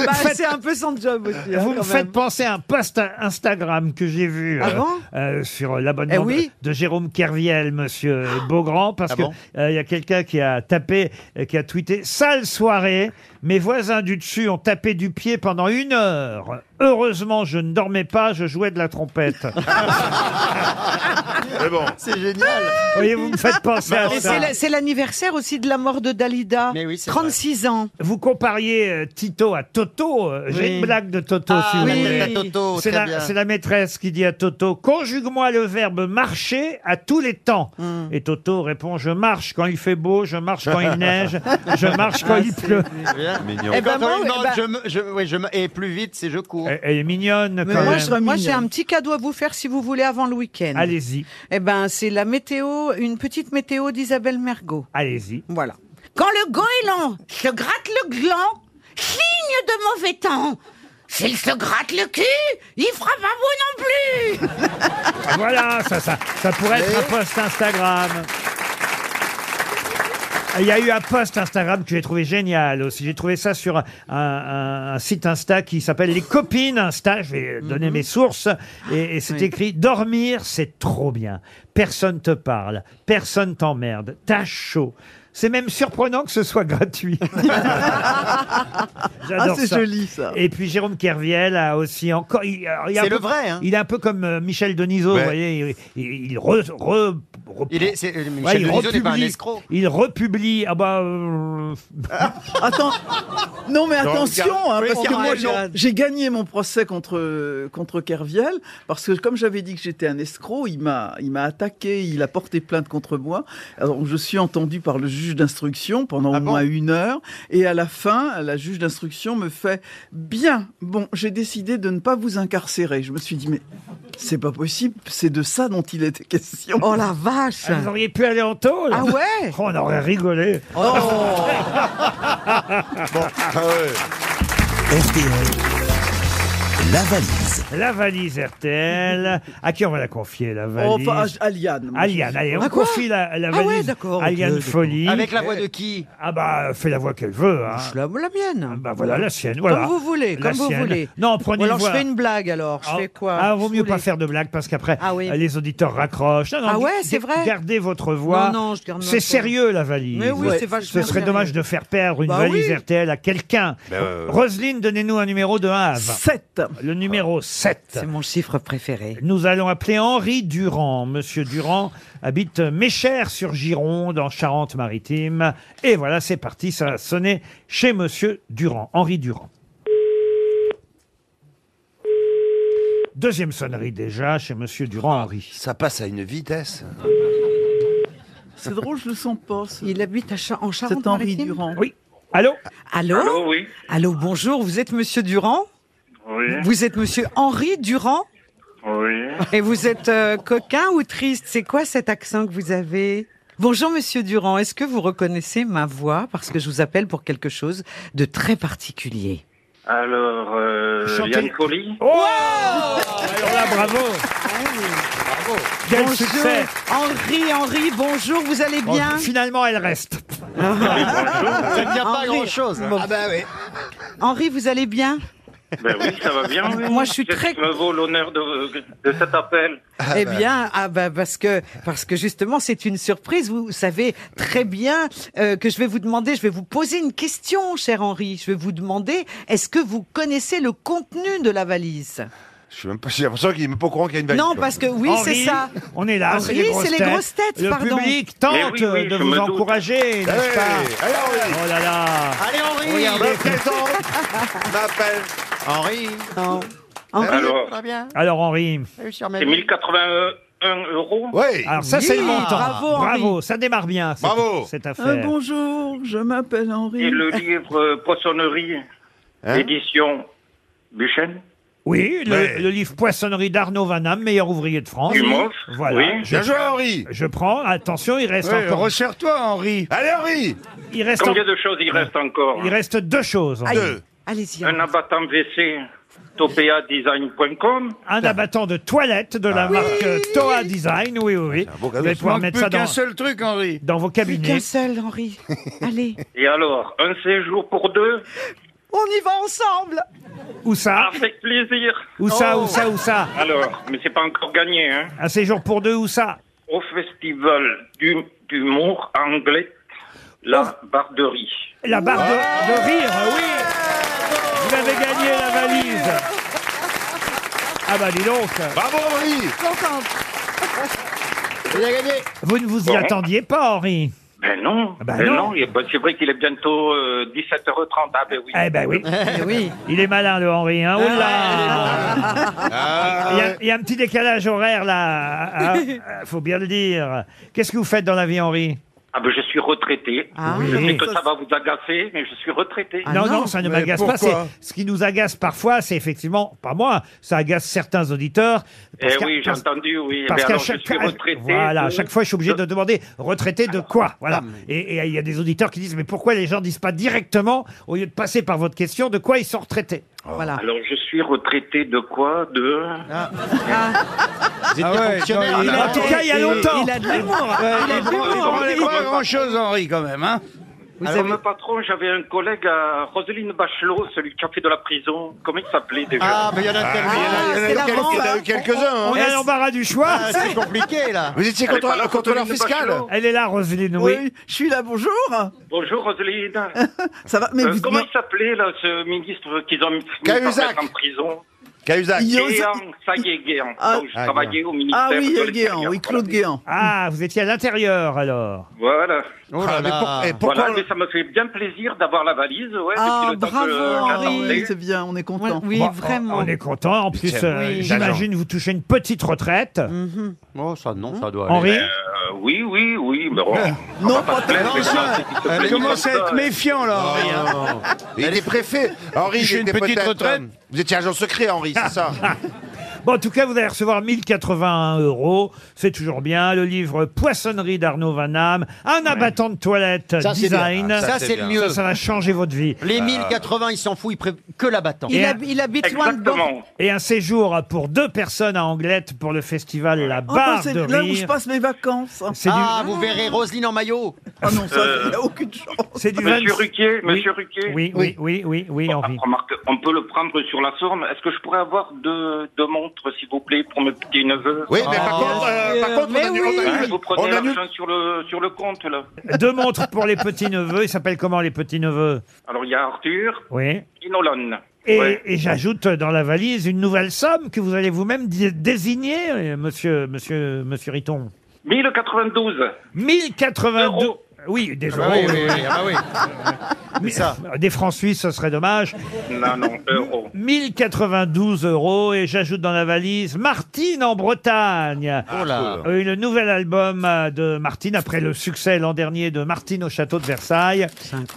me
Bah,
faites-
C'est un peu son job aussi. hein,
Vous me
quand
faites
même.
penser à un post Instagram que j'ai vu
Ah
euh,
bon
euh, sur l'abonnement
Eh oui
de, de Jérôme Kerviel, monsieur Beaugrand, parce
Ah
que euh,
bon
il y a quelqu'un qui a tapé, euh, qui a tweeté Sale soirée, mes voisins du dessus ont tapé du pied pendant une heure. Heureusement, je ne dormais pas, je jouais de la trompette.
Mais bon.
C'est génial.
Vous voyez, vous me faites penser à
Mais
ça.
c'est la- C'est l'anniversaire aussi de la mort de Dalida. 36 ans.
Vous compariez euh, Tito à Toto. euh, J'ai
Oui.
une blague de Toto,
Ah,
si vous
la
voulez.
tête à Toto,
c'est,
très
la,
bien.
c'est la maîtresse qui dit à Toto Conjugue-moi le verbe marcher à tous les temps.
Hmm.
Et Toto répond Je marche quand il fait beau, je marche [laughs] quand
[laughs]
il neige, je marche quand
Ah,
il
c'est
pleut.
Mignon.
Eh
Et
ben
quand on lui demande, je me- je- oui, je me- et plus vite, c'est je cours.
Elle, elle est mignonne quand
moi,
même.
je- moi, j'ai un petit cadeau à vous faire si vous voulez avant le week-end.
Allez-y.
Eh ben, c'est la météo, une petite météo d'Isabelle Mergot.
Allez-y.
Voilà.
Quand le goéland se gratte le gland, signe de mauvais temps. S'il se gratte le cul, il fera pas beau non plus.
Ah, Voilà, ça, ça, ça pourrait être un post Instagram. Il y a eu un post Instagram que j'ai trouvé génial aussi. J'ai trouvé ça sur un, un- un site Insta qui s'appelle Les Copines Insta. Je vais donner mes sources. Et, et c'est écrit Dormir, c'est trop bien. Personne te parle. Personne t'emmerde. T'as chaud. C'est même surprenant que ce soit gratuit. J'adore
Ah, c'est joli, ça.
Et puis Jérôme Kerviel a aussi encore. il- alors, il est un
C'est le
peu-
vrai, hein.
Il est un peu comme euh, Michel Denisot,
Ouais.
vous voyez. Il, il, il re- re- re-
Il est- c'est- Michel
Ouais, il
Denisot n'est pas un
republie-
escroc.
Il republie. Ah bah.
[laughs]
euh,
Attends. Non, mais
Non,
attention,
regarde.
hein,
Oui,
parce que
regarde,
moi, j'ai-
regarde.
j'ai gagné mon procès contre, contre Kerviel, parce que comme j'avais dit que j'étais un escroc, il m'a il m'a attaqué, il a porté plainte contre moi. Alors, je suis entendu par le juge d'instruction pendant
Ah
au moins une heure, et à la fin, la juge d'instruction me fait Bien, bon, j'ai décidé de ne pas vous incarcérer. Je me suis dit, mais c'est pas possible, c'est de ça dont il était question.
Oh la vache
Ah, vous auriez pu aller en tôle
Ah ouais Oh.
Oh, [laughs] On aurait rigolé. [laughs]
Oh,
ah
La valise.
La valise RTL. À qui on va la confier, la
Oh,
valise
enfin, à- à Liane. moi,
Aliane,
je-
allez, on
Ah, quoi
confie la, la
Ah ouais,
valise
d'accord,
à
ok,
Liane
d'accord.
Folie.
Avec la voix de qui
Ah bah, fais la voix qu'elle veut. Hein.
La, mienne.
Bah voilà, la sienne, voilà.
Comme vous voulez,
La
comme vous
sienne.
voulez.
Non, prenez
Ou alors
voix.
je fais une blague alors. Je
Ah,
fais quoi
Ah, vaut mieux pas faire de blagues parce qu'après,
Ah oui.
euh, les auditeurs raccrochent. Non, non,
Ah ouais,
ga-
c'est
ga-
vrai.
Gardez votre voix.
Non, non, je garde ma
C'est
voix.
sérieux, la valise.
Mais oui, c'est vachement
Ce serait
sérieux.
dommage de faire perdre une
Bah
valise
oui.
RTL à quelqu'un. Roselyne, donnez-nous un numéro de 1 à 20.
7.
Le numéro 7. C'est
mon chiffre préféré.
Nous allons appeler Henri Durand. Monsieur Durand habite Méchère sur Gironde, en Charente-Maritime. Et voilà, c'est parti, ça a sonné chez Monsieur Durand, Henri Durand. Deuxième sonnerie déjà chez Monsieur Durand-Henri. Ça passe à une vitesse.
C'est drôle, je le sens pas.
Il habite à Cha- en Charente.
Henri Durand.
Oui. Allô
Allô
Allô, oui.
Allô, bonjour, vous êtes monsieur Durand Vous êtes monsieur Henri Durand
Oui.
Et vous êtes euh, coquin ou triste C'est quoi cet accent que vous avez Bonjour Monsieur Durand, est-ce que vous reconnaissez ma voix parce que je vous appelle pour quelque chose de très particulier
Alors, euh,
Chantez-
Yann Colli
Alors là, Oh bravo
Bravo
Quel succès
Henri, Henri, bonjour, vous allez bien
Bon, Finalement, elle reste.
[laughs]
Ah.
Ça
ne tient pas à
grand-chose. Ah bah oui. Henri, vous allez bien
Ben oui, ça va bien. oui.
Moi, je suis
Qu'est-ce
très-
qui me vaut l'honneur de, de cet appel.
eh bien, ah bah parce que parce que justement c'est une surprise. Vous savez très bien euh, que je vais vous demander, je vais vous poser une question, cher Henri. Je vais vous demander, est-ce que vous connaissez le contenu de la valise
Je suis même pas, j'ai l'impression qu'il est même pas au courant qu'il y a une valise.
Non,
quoi.
parce que oui, c'est ça.
on est
Ah
là,
Henri,
c'est les grosses
c'est les
têtes.
grosses têtes,
Le
pardon.
public tente
Eh
Mais Eh oui, oui,
de
je
vous
me doute. Eh
encourager, n'est-ce
Allez,
pas
allez,
Henri.
Oh là là
Allez, Henri.
Regardez.
Me présente.
M'appelle.
Henri.
Henri, Ah, Eh Alors. très
bien.
Alors Henri.
Ah
C'est 1081 euros
Alors ça c'est le
Oui,
montant.
bravo, Henri.
bravo, ça démarre bien. cette- Cette affaire.
Euh, bonjour, je m'appelle Henri.
Et le livre euh, Poissonnerie,
Hein
édition Buchen.
Oui, le, le livre Poissonnerie d'Arnaud Vanham, meilleur ouvrier de France.
Du Mans.
Voilà.
Oui. Bien joué,
Henri.
Je prends. Attention, il reste
Ouais,
encore.
Resserre-toi, Henri.
Allez, Henri.
Il reste.
Combien
en-
de choses il reste encore
Il reste deux choses. Henri.
Allez-y.
Un abattant WC, topeadesign.com.
Un abattant de toilette de
Ah.
la marque euh, Toa Design. Oui, oui, oui. Vous allez pouvoir
manque
mettre
plus
ça
qu'un
dans,
seul truc, Henri.
dans vos
Qu'un
cabinets.
seul, Henri.
[laughs]
Allez,
Et alors, un séjour pour deux
on y va ensemble.
Où ça
Avec plaisir.
Où ça, où ça, où ça
Alors, mais c'est pas encore gagné, hein.
Un séjour pour deux, où ça
Au festival du- d'humour anglais, la barderie.
La barre de, de rire, oui Vous avez gagné la valise Ah bah dis donc
Bravo Henri
Contente.
Il a gagné.
Vous ne vous y
Bon.
attendiez pas, Henri
Ben non,
Ah ben
ben
non.
non, il- ben c'est vrai qu'il est bientôt euh, 17h30. Ah ben oui.
[laughs] Eh ben oui.
oui.
Il est malin, le Henri, hein Oh là il, y a, il y a un petit décalage horaire, là hein, euh, Faut bien le dire. Qu'est-ce que vous faites dans la vie, Henri
Ah ben je suis retraité. Je
Oui. Ah
sais que ça va vous agacer, mais je suis retraité.
non, non, ça ne m'agace pas. C'est-
Ah pourquoi
Ce qui nous agace parfois, c'est effectivement, pas moi, ça agace certains auditeurs. parce
Eh
qu'à-
oui, j'ai
parce-
entendu, oui.
Parce
ben
qu'à
alors,
chaque
je suis
fois,
retraité.
voilà, à chaque fois, je suis obligé de demander retraité de quoi, voilà.
ah,
Et et il y a des auditeurs qui disent mais pourquoi les gens disent pas directement au lieu de passer par votre question de quoi ils sont retraités. Voilà.
Alors, je suis retraité de quoi De...
Ah ouais, non, [laughs] il a-
en tout cas, il y a longtemps.
Il a de l'humour.
Ouais,
Il a de l'humour. Il pas grand-chose, Henri, quand même. Hein
Alors, mon patron, j'avais un collègue à Roselyne Bachelot, celui qui a fait de la prison. Comment il s'appelait déjà
Ah, mais il y en a
Ah, il y en a- il y en a eu quelques- il y en a eu quelques-uns. hein.
On a l'embarras du choix.
Ah, c'est compliqué, là. Vous étiez
Elle est pas
contre
là,
le contrôleur
Roselyne
fiscal
Bachelot.
Elle est là, Roselyne. Oui.
Oui, je suis là, bonjour.
Bonjour,
[laughs]
Roselyne.
Ça va, mais
Euh,
vous-
comment il s'appelait, là, ce ministre qu'ils ont mis par
Cahuzac.
mettre en prison
Cahuzac.
Guéant, ça y est, Guéant.
Ah.
Donc, je travaillais au ministère.
Ah oui,
de
euh, Guéant,
l'Intérieur.
oui, Claude Guéant.
Ah, vous étiez à l'intérieur alors.
Voilà.
là
Ah, mais là. pour- et pourquoi
voilà,
on-
mais ça me fait bien plaisir d'avoir la valise. Ouais,
Ah,
depuis le temps
bravo,
que je l'attendais.
Oui, c'est bien, on est content.
Oui,
Bon,
vraiment.
On est content. En plus,
Tiens,
euh,
oui.
j'imagine vous touchez une petite retraite.
Oh, ça non, ça doit
Henri,
aller.
Euh, oui, oui, oui.
[laughs]
Mais bon, on
Non,
va pas
pas
se plaindre,
tellement
mais voilà,
ça.
c'est qu'il se
Elle
plaignait
commence
comme
à être
ça.
méfiant, là, Henri. hein.
Mais il est préfet. Henri,
J'ai
il
une
était
petite
peut-être,
retraite.
euh, Vous étiez agent secret, Henri, c'est ça
Bon, en tout cas, vous allez recevoir 1081 euros. C'est toujours bien. Le livre Poissonnerie d'Arnaud Vanham. Un abattant de toilette
Ça, c'est
design.
bien. Ah, ça, Ça, c'est c'est le bien.
Ça,
mieux.
ça va changer votre vie.
Les 1080, ils s'en foutent, ils prévent que la battant.
Il,
Et
hab- il habite loin de
Exactement.
Et un séjour pour deux personnes à Anglette pour le festival La
Oh, bah,
Barre
c'est
de
là où je
Rire.
passe mes vacances.
C'est du-
Ah, vous verrez Roselyne en maillot.
Ah non, ça,
Euh,
il n'y a aucune chance.
C'est du
Monsieur
26
Ruquier,
Oui.
Monsieur Ruquier.
Oui, oui, oui, oui, oui, Henri.
Remarque, on peut le prendre sur la Somme. Est-ce que je pourrais avoir deux, deux montres, s'il vous plaît, pour mes petits neveux
Oui, mais par
Ah.
contre, euh, par contre, on
Mais
annule-
oui.
on annule-
Vous
on
prenez
annule
l'argent sur le, sur le compte, là.
Deux montres pour les petits-neveux. Ils s'appellent comment les petits-neveux
Alors, il y a Arthur
Oui.
et Nolan.
Et,
Ouais.
et j'ajoute dans la valise une nouvelle somme que vous allez vous-même dé- désigner, euh, monsieur, monsieur, monsieur Riton.
1092.
1082.
Euros.
Oui, des euros.
bah
Ah oui, oui, oui, ah bah oui.
[laughs] Mais- Des francs suisses, ce serait dommage.
Non, euh, oh. non, euros.
1092 euros. Et j'ajoute dans la valise Martine en Bretagne.
Oh là.
Euh, le nouvel album euh, de Martine, après le succès l'an dernier de Martine au château de Versailles.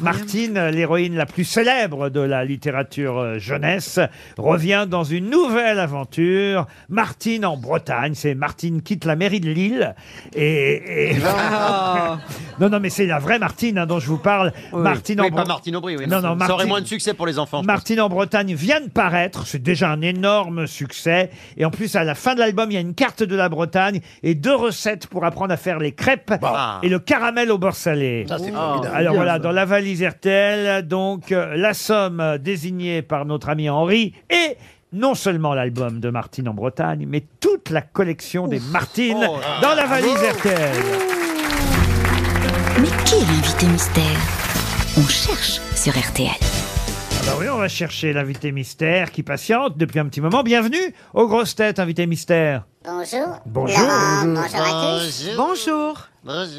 Martine, euh, l'héroïne la plus célèbre de la littérature euh, jeunesse, revient dans une nouvelle aventure. Martine en Bretagne, c'est Martine quitte la mairie de Lille. Et, et-
Ah.
[laughs] non, non, mais c'est la vraie Martine hein, dont je vous parle. Martine
oui,
en
pas
Bre-
Martine Aubry, oui.
Non, non,
Ça aurait
Martine-
moins de succès pour les enfants. je
Martine en Bretagne vient de paraître, c'est déjà un énorme succès. Et en plus, à la fin de l'album, il y a une carte de la Bretagne et deux recettes pour apprendre à faire les crêpes et le caramel au beurre salé.
Bah. Ça, c'est formidable.
Alors
Bien,
voilà,
ça.
dans la valise RTL, donc euh, la somme euh, désignée par notre ami Henri et non seulement l'album de Martine en Bretagne, mais toute la collection des Martines
Oh, ah,
dans la valise
bravo.
RTL.
Mais qui est l'invité mystère On cherche sur RTL.
Alors oui, on va chercher l'invité mystère qui patiente depuis un petit moment. Bienvenue aux grosses têtes, invité mystère.
Bonjour.
Bonjour.
Bonjour.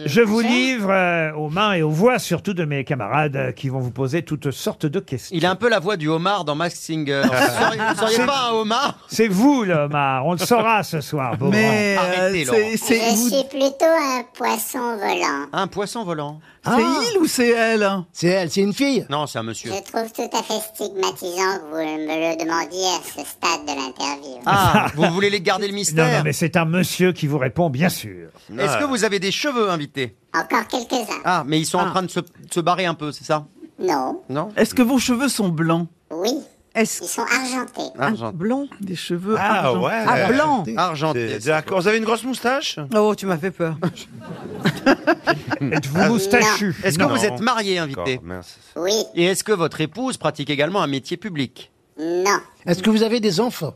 Je vous livre euh, aux mains et aux voix surtout de mes camarades euh, qui vont vous poser toutes sortes de questions.
Il a un peu la voix du homard dans Max Singer. Vous seriez- vous seriez
C'est-
pas un homard
C'est vous le homard, on le saura ce soir. Beaugrand.
Mais, euh, Arrêtez, Laurent.
Je suis plutôt un poisson volant.
Un poisson volant.
C'est
il ou c'est elle
Ah. C'est elle, c'est une fille Non, c'est un monsieur.
Je trouve tout à fait stigmatisant que vous me le demandiez à ce stade de l'interview.
[laughs]
Ah, vous voulez les garder le
Non,
mystère
non, mais c'est un monsieur qui vous répond, bien sûr.
Est-ce que vous avez des cheveux invités
Encore quelques-uns.
Ah, mais ils sont en
Ah.
train de se, de se barrer un peu, c'est ça
Non.
Non
Est-ce que vos cheveux sont blancs
Oui. Ils sont argentés.
Blanc
Des cheveux
Ah
argentés.
ouais.
Ah, blanc.
[laughs] Argenté. D'accord. Vous avez une grosse moustache
Oh, tu m'as fait peur.
Êtes-vous
Ah,
moustachu
non.
Est-ce que
Non.
vous êtes marié, invité
D'accord, mince.
Oui.
Et est-ce que votre épouse pratique également un métier public
Non.
Est-ce que vous avez des enfants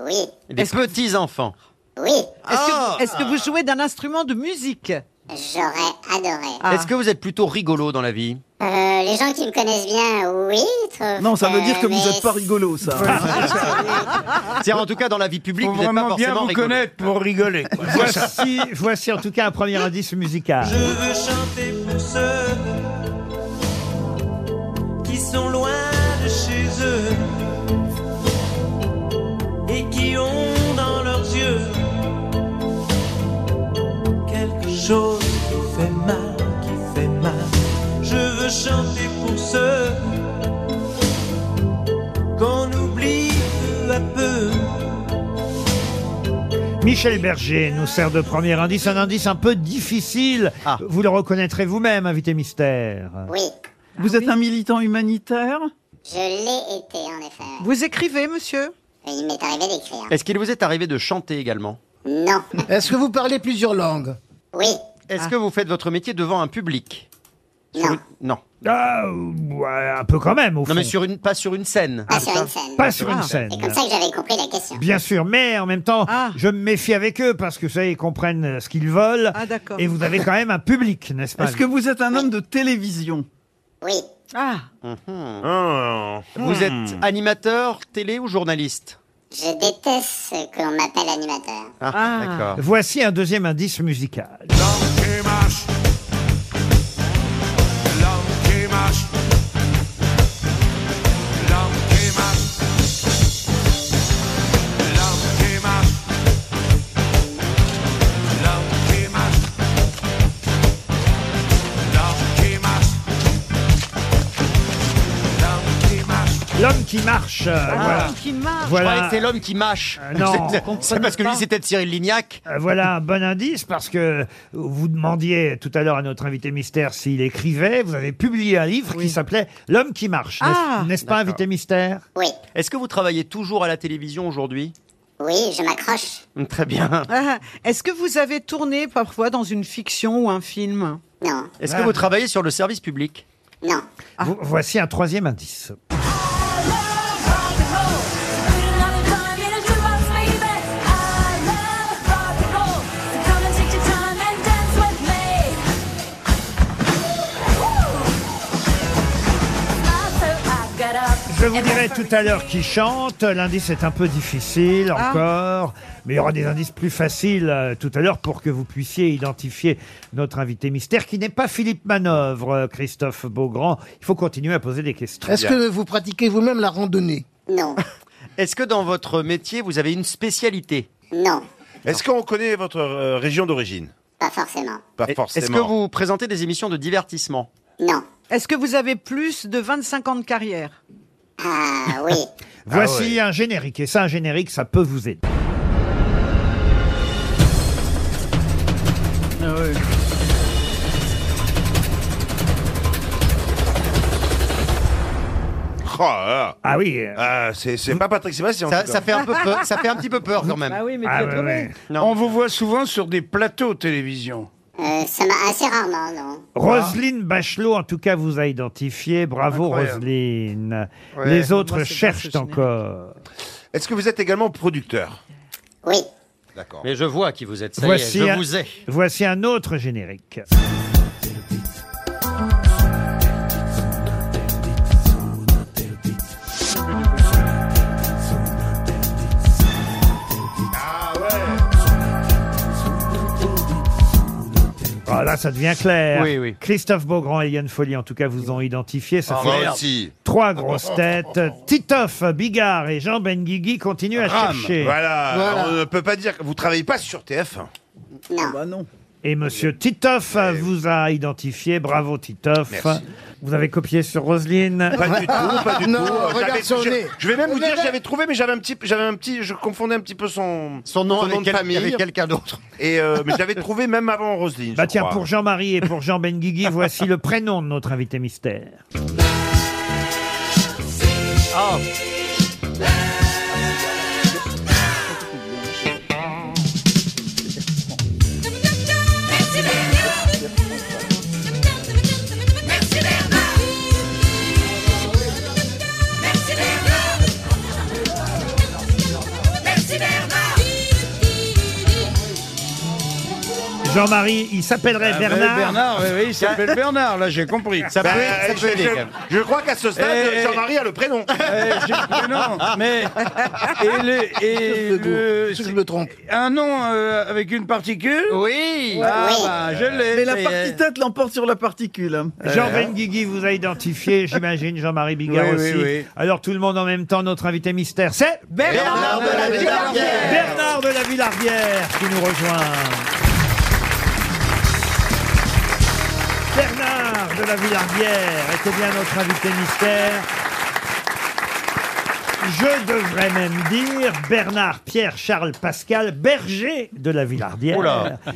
Oui.
Des petits-enfants
Oui.
Est-ce
Ah.
que, est-ce que vous jouez d'un instrument de musique
J'aurais adoré.
Est-ce que vous êtes plutôt rigolo dans la vie
Euh, les gens qui me connaissent bien, oui. trouvent
Non, ça veut dire que vous
Euh, mais Ah,
êtes pas
[laughs]
rigolo, ça.
Tiens, en tout cas, dans la vie publique,
Faut
vous n'êtes pas
vraiment
forcément
bien vous
rigolo.
connaître pour rigoler.
[laughs]
quoi.
Voici, voici en tout cas un premier indice musical.
Je veux chanter pour ceux qui sont loin de chez eux et qui ont dans leurs yeux quelque chose qui fait mal, qui fait mal. Je veux chanter pour ceux qu'on oublie peu à peu.
Michel Berger nous sert de premier indice, un indice un peu difficile. Vous le reconnaîtrez vous-même, invité mystère.
Oui.
Vous êtes un militant humanitaire
Je l'ai été, en effet.
Vous écrivez, monsieur
Il m'est arrivé d'écrire.
Est-ce qu'il vous est arrivé de chanter également
[laughs]
Non.
Est-ce que vous parlez plusieurs langues
Oui.
Est-ce que vous faites votre métier devant un public Sur une- Non.
Ah, ouais, un peu quand même, au
Non, mais
fond.
sur une... pas sur une scène.
Pas Ah, sur une scène.
Pas sur une
Ah.
scène.
C'est comme ça que j'avais compris la question.
Bien sûr, mais en même temps, je me méfie avec eux parce que, vous savez, ils comprennent euh, ce qu'ils veulent.
Ah, d'accord.
Et vous avez quand même un public, n'est-ce pas
Est-ce que vous êtes un homme de télévision
Oui.
Ah.
Ah.
Vous
Hmm.
êtes animateur, télé ou journaliste
Je déteste ce qu'on m'appelle animateur.
Ah, d'accord.
Voici un deuxième indice musical.
L'homme qui marche. L'homme qui marche. L'homme qui marche. L'homme qui marche. L'homme
L'homme qui
qui marche. L'homme qui marche. L'homme qui marche.
marche. euh,
Ah,
voilà.
Je
Voilà. Euh,
croyais que c'est l'homme qui mâche.
Ah non.
[laughs] C'est- c'est parce que lui, c'était de Cyril Lignac.
Euh, Voilà un bon indice parce que vous demandiez tout à l'heure à notre invité mystère s'il écrivait. Vous avez publié un livre qui s'appelait L'homme qui marche, n'est-ce-
Ah.
n'est-ce pas, invité mystère
Oui.
Est-ce que vous travaillez toujours à la télévision aujourd'hui
Oui, je m'accroche.
Mm, Très bien.
Ah, Est-ce que vous avez tourné parfois dans une fiction ou un film
Non.
Est-ce
Ah.
que vous travaillez sur le service public
Non.
Vo- Voici un troisième indice.
Eh
Je
ben,
vous dirai tout à l'heure qui chante. L'indice est un peu difficile
Ah.
encore, mais il y aura des indices plus faciles euh, tout à l'heure pour que vous puissiez identifier notre invité mystère qui n'est pas Philippe Manœuvre, euh, Christophe Beaugrand. Il faut continuer à poser des questions.
Est-ce que vous pratiquez vous-même la randonnée
Non.
[laughs] Est-ce que dans votre métier, vous avez une spécialité
Non,
Est-ce qu'on connaît votre euh, région d'origine
pas forcément.
Pas
Est-ce que vous présentez des émissions de divertissement
Non.
Est-ce que vous avez plus de 25 ans de carrière
Ah oui.
Voici un générique. Et ça, un générique, ça peut vous aider.
Ah.
Ah
Ah oui.
Oh, c'est c'est pas Patrick Sébastien. en
Ça-
tout cas.
ça fait un peu peur- ça fait un petit peu peur, quand même. Ah oui, mais
Ah,
Pietro,
ouais,
oui.
ouais.
On vous voit souvent sur des plateaux télévision.
Euh, ça m'a assez rarement, non.
Roselyne Bachelot, en tout cas, vous a identifié. Bravo,
Incroyable.
Roselyne.
Ouais.
Les autres
Moi, c'est
cherchent
bien, ce
encore.
Est-ce que vous êtes également producteur
Oui.
D'accord.
Mais je vois qui vous êtes. Ça
Voici,
y est, je
un,
vous ai.
voici un autre générique. eh, Ah, là, ça devient clair.
Oui, oui.
Christophe Beaugrand et Yann Folly, en tout cas, vous ont identifié. Ça
Ah,
fait
moi aussi.
trois grosses têtes. Titoff, Bigard et Jean Benguigui continuent à
Ram,
chercher.
[laughs] Voilà. on ne peut pas dire que vous travaillez pas sur TF1. Ah bah
non.
Et Monsieur Titoff vous a identifié. Bravo Titoff.
Eh Merci.
Vous avez copié sur Roselyne.
Pas du tout, pas du tout. Euh,
Ah, regarde
j'avais-
son
je,
nez.
je vais même vous dire, j'avais trouvé, mais j'avais un petit, j'avais un petit, je confondais un petit peu son
son nom
de
avec quel-
famille
avec quelqu'un d'autre.
Et euh, mais j'avais trouvé même avant Roselyne.
Bah
je
tiens,
crois.
pour Jean-Marie et pour Jean
[laughs]
Benguigui, voici le prénom de notre invité mystère.
Oh.
Ah.
Jean-Marie, il s'appellerait
Ah, mais
Bernard.
Bernard, oui, oui, il s'appelle Bernard, là, j'ai compris.
Ça peut-
Bah,
ça peut
je-
aider,
je-
quand même.
Je crois qu'à ce stade,
Eh, eh.
Jean-Marie a le prénom.
Euh,
Eh,
[laughs]
j'ai le prénom, [laughs] mais. Et le. Et le-
Je me trompe.
Un nom euh, avec une particule
Oui
Ah, bah, je l'ai.
Mais la
ça y est.
partie tête l'emporte sur la particule. hein.
Euh.
Jean Benguigui vous a identifié, j'imagine, Jean-Marie Bigard
Oui, oui,
aussi.
oui.
Alors tout le monde en même temps, notre invité mystère, c'est
Bernard de la Villardière.
Bernard de la Villardière qui nous rejoint. Bernard de la Villardière était bien notre invité mystère. Je devrais même dire Bernard Pierre Charles Pascal Berger de la Villardière.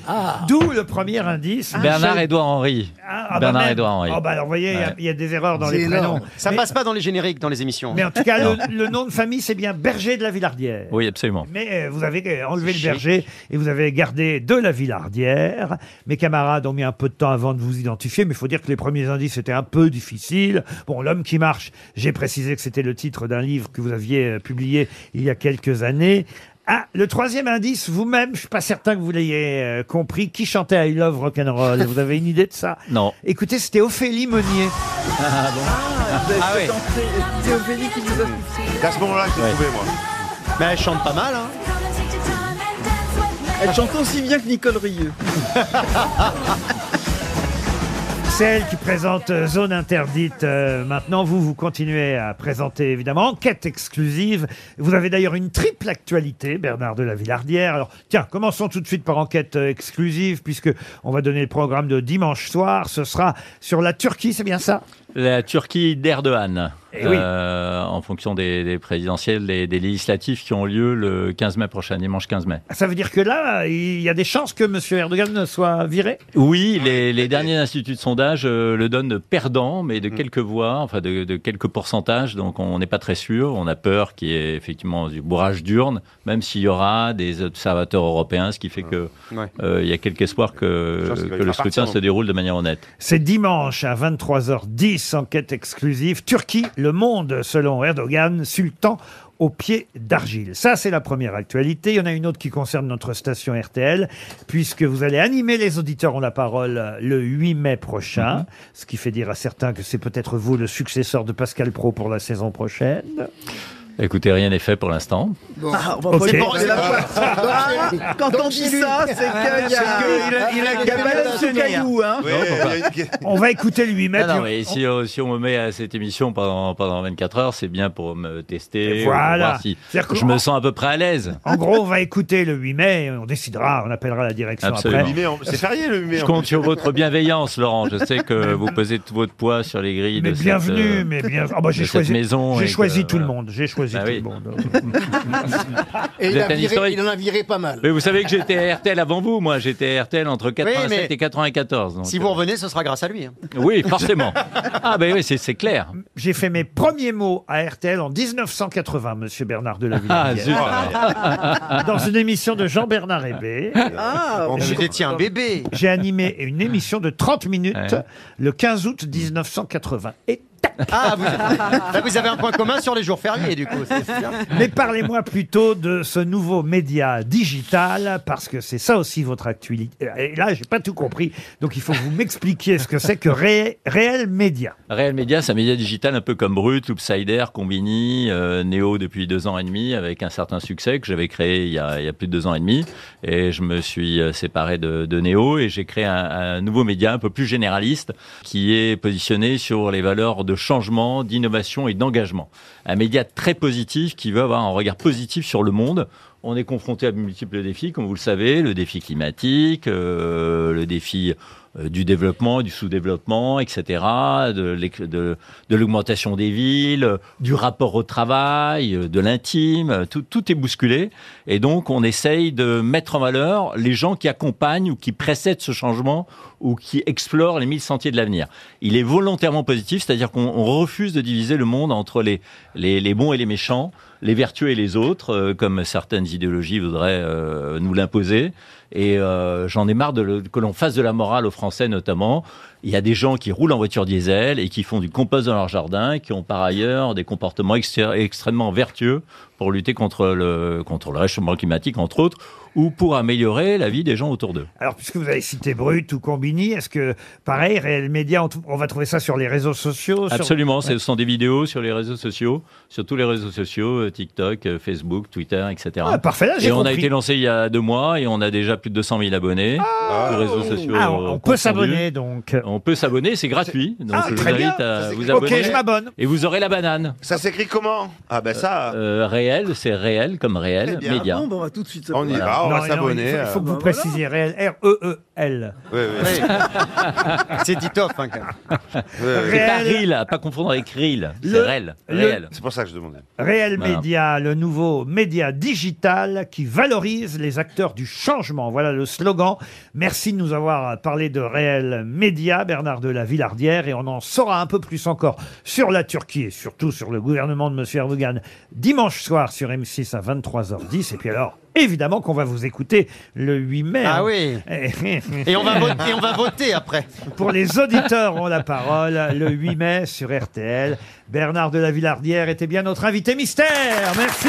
Ah.
Oula.
D'où le premier indice.
Ah. Bernard Édouard Henry.
Ah, bah
Bernard
même.
Édouard Henry.
Oh, bah alors, vous voyez, il y a-
Ouais.
il y, a des erreurs dans les
C'est
prénoms.
énorme.
Ça
mais,
passe pas dans les génériques, dans les émissions.
mais en tout cas,
Ah,
le, le nom de famille, c'est bien Berger de la Villardière.
Oui, absolument.
Mais euh, vous avez euh, enlevé le berger et vous avez gardé de la Villardière. Mes camarades ont mis un peu de temps avant de vous identifier, mais il faut dire que les premiers indices étaient un peu difficiles. Bon, L'homme qui marche, j'ai précisé que c'était le titre d'un livre que vous aviez euh, publié il y a quelques années. Ah, le troisième indice, vous-même, je suis pas certain que vous l'ayez euh, compris. Qui chantait I Love Rock'n'Roll Vous avez une idée de ça
Non.
Écoutez, c'était Ophélie Meunier.
Ah bon
Ah oui.
bah, C'est Ophélie qui nous a
C'est à ce moment-là que j'ai trouvé moi.
Mais elle chante pas mal, hein
Elle chante aussi bien que Nicole
[laughs]
Rieux.
Celle qui présente euh, Zone Interdite euh, maintenant, vous, vous continuez à présenter évidemment Enquête exclusive. Vous avez d'ailleurs une triple actualité, Bernard de la Villardière. Alors tiens, commençons tout de suite par Enquête euh, exclusive, puisque on va donner le programme de dimanche soir. Ce sera sur la Turquie, c'est bien ça
La Turquie d'Erdogan.
Eh oui.
Euh, en fonction des, des présidentielles, des, des législatives qui ont lieu le 15 mai prochain, dimanche 15 mai.
Ça veut dire que là, il y a des chances que M. Erdogan soit viré
Oui, les, les derniers instituts de sondage euh, le donnent de perdant, mais de quelques voix, enfin de, de quelques pourcentages, donc on n'est pas très sûr. On a peur qu'il y ait effectivement du bourrage d'urne, même s'il y aura des observateurs européens, ce qui fait que euh,
Ouais.
il y a quelque espoir que,
qu'il va
que
y
le
faire
scrutin
partir,
se
donc.
déroule de manière honnête.
C'est dimanche à 23h10, enquête exclusive. Turquie, le monde, selon Erdogan, sultan au pied d'argile. Ça, c'est la première actualité. Il y en a une autre qui concerne notre station RTL, puisque vous allez animer les auditeurs ont la parole euh, le 8 mai
Mhm.
prochain, ce qui fait dire à certains que c'est peut-être vous le successeur de Pascal Pro pour la saison prochaine.
Écoutez, rien n'est fait pour l'instant.
Ah, on va
Ok.
pas lui
C'est
demander la place. Ah, Quand on dit ça, c'est qu'il y a
il a
il y a
capable
Madame
de
sous
tenir.
caillou, hein.
Non, pourquoi
On va écouter lui-même.
Ah non, mais si, euh, si on me met à cette émission pendant, pendant 24 heures, c'est bien pour me tester,
Et
ou
voilà.
voir si
C'est-à-dire que-
je me sens à peu près à l'aise.
En gros, on va écouter le 8 mai, on décidera, on appellera la direction
Absolument.
après.
Le 8 mai, on-
c'est férié, le 8 mai,
Je
en
compte
plus.
sur votre bienveillance, Laurent. Je sais que vous pesez tout votre poids sur les grilles
Mais
de
bienvenue,
cette, euh,
mais bien. Ah bah,
de
j'ai
cette
choisi,
maison.
j'ai
et que-
choisi tout le monde. J'ai choisi
Bah
tout
oui.
le monde. hein.
Et Vous il a êtes un viré- historique. il
en a viré pas mal.
[laughs] Mais vous savez que j'étais RTL avant vous, moi. J'étais RTL entre 87
mais-
et 94. donc,
Si
euh,
vous revenez, ce sera grâce à lui. hein.
Oui, forcément. Ah ben oui, c'est- c'est clair.
J'ai fait mes premiers mots à RTL en 1980, monsieur Bernard de la
Ah, zut.
Dans une émission de Jean-Bernard Hébé.
Ah,
J'ai-
vous étiez un bébé.
J'ai animé une émission de 30 minutes
Ouais.
le 15 août 1980. Et
Ah, vous, Là, vous avez un point commun sur les jours fériés, du coup. c'est bien.
Mais parlez-moi plutôt de ce nouveau média digital, parce que c'est ça aussi votre actualité. Et là, j'ai pas tout compris, donc il faut que vous m'expliquiez ce que c'est que Ré- Réel Média.
Real Media, c'est un média digital un peu comme Brut, Loopsider, Combini, euh, Neo depuis deux ans et demi, avec un certain succès que j'avais créé il y, a, il y a plus de deux ans et demi. Et je me suis euh, séparé de, de Neo et j'ai créé un, un nouveau média un peu plus généraliste qui est positionné sur les valeurs de changement, d'innovation et d'engagement. Un média très positif qui veut avoir un regard positif sur le monde. On est confronté à de multiples défis, comme vous le savez, le défi climatique, euh, le défi euh, du développement, du sous-développement, etc., de, l'éc- de- de l'augmentation des villes, euh, du rapport au travail, euh, de l'intime, euh, tout, tout est bousculé. Et donc, on essaye de mettre en valeur les gens qui accompagnent ou qui précèdent ce changement ou qui explorent les mille sentiers de l'avenir. Il est volontairement positif, c'est-à-dire qu'on on refuse de diviser le monde entre les, les, les bons et les méchants, les vertueux et les autres, euh, comme certaines idéologies voudraient euh, nous l'imposer. Et euh, j'en ai marre de le- que l'on fasse de la morale aux Français notamment. Il y a des gens qui roulent en voiture diesel et qui font du compost dans leur jardin, qui ont par ailleurs des comportements exté- extrêmement vertueux pour lutter contre le, contre le réchauffement climatique, entre autres, ou pour améliorer la vie des gens autour d'eux.
Alors, puisque vous avez cité Brut ou Combini, est-ce que, pareil, Réel Média, on, t- on va trouver ça sur les réseaux sociaux sur-
Absolument, ce sont des vidéos sur les réseaux sociaux, sur tous les réseaux sociaux, euh, TikTok, euh, Facebook, Twitter, etc.
Ah, parfait, là, j'ai
Et on a
compris.
été lancé il y a deux mois et on a déjà plus de 200 000 abonnés. tous les réseaux sociaux.
Ah, on- on
euh,
peut
confondus.
s'abonner, donc.
On peut s'abonner, c'est gratuit. Donc
Ah,
je vous
très bien.
invite à
Ça, c'est
vous
cool. Ok,
abonner.
je m'abonne.
Et vous aurez la banane.
Ça s'écrit comment Ah ben ça. Eh
Euh, euh, réel, c'est réel comme réel,
bien.
média.
Bon, bah, on va tout de suite.
On y va, on
Non,
va
non,
s'abonner.
Il faut, il faut que
euh.
vous précisiez Réel, E R-E-E-L.
[laughs]
C'est dit top, hein, quand même.
C'est pas
Réel.
Reel, à pas confondre avec Reel. C'est
Le-
réel.
le-
réel.
C'est pour ça que je demandais.
Réel
Voilà.
Média, le nouveau média digital qui valorise les acteurs du changement. Voilà le slogan. Merci de nous avoir parlé de Réel Média, Bernard de la Villardière, et on en saura un peu plus encore sur la Turquie et surtout sur le gouvernement de M. Erdogan dimanche soir sur M6 à 23h10. Et puis alors, évidemment qu'on va vous écouter le 8 mai.
Ah
hein.
oui.
eh.
Et on va voter, et on va voter après.
Pour les auditeurs ont la parole, le 8 mai sur RTL, Bernard de la Villardière était bien notre invité mystère. Merci.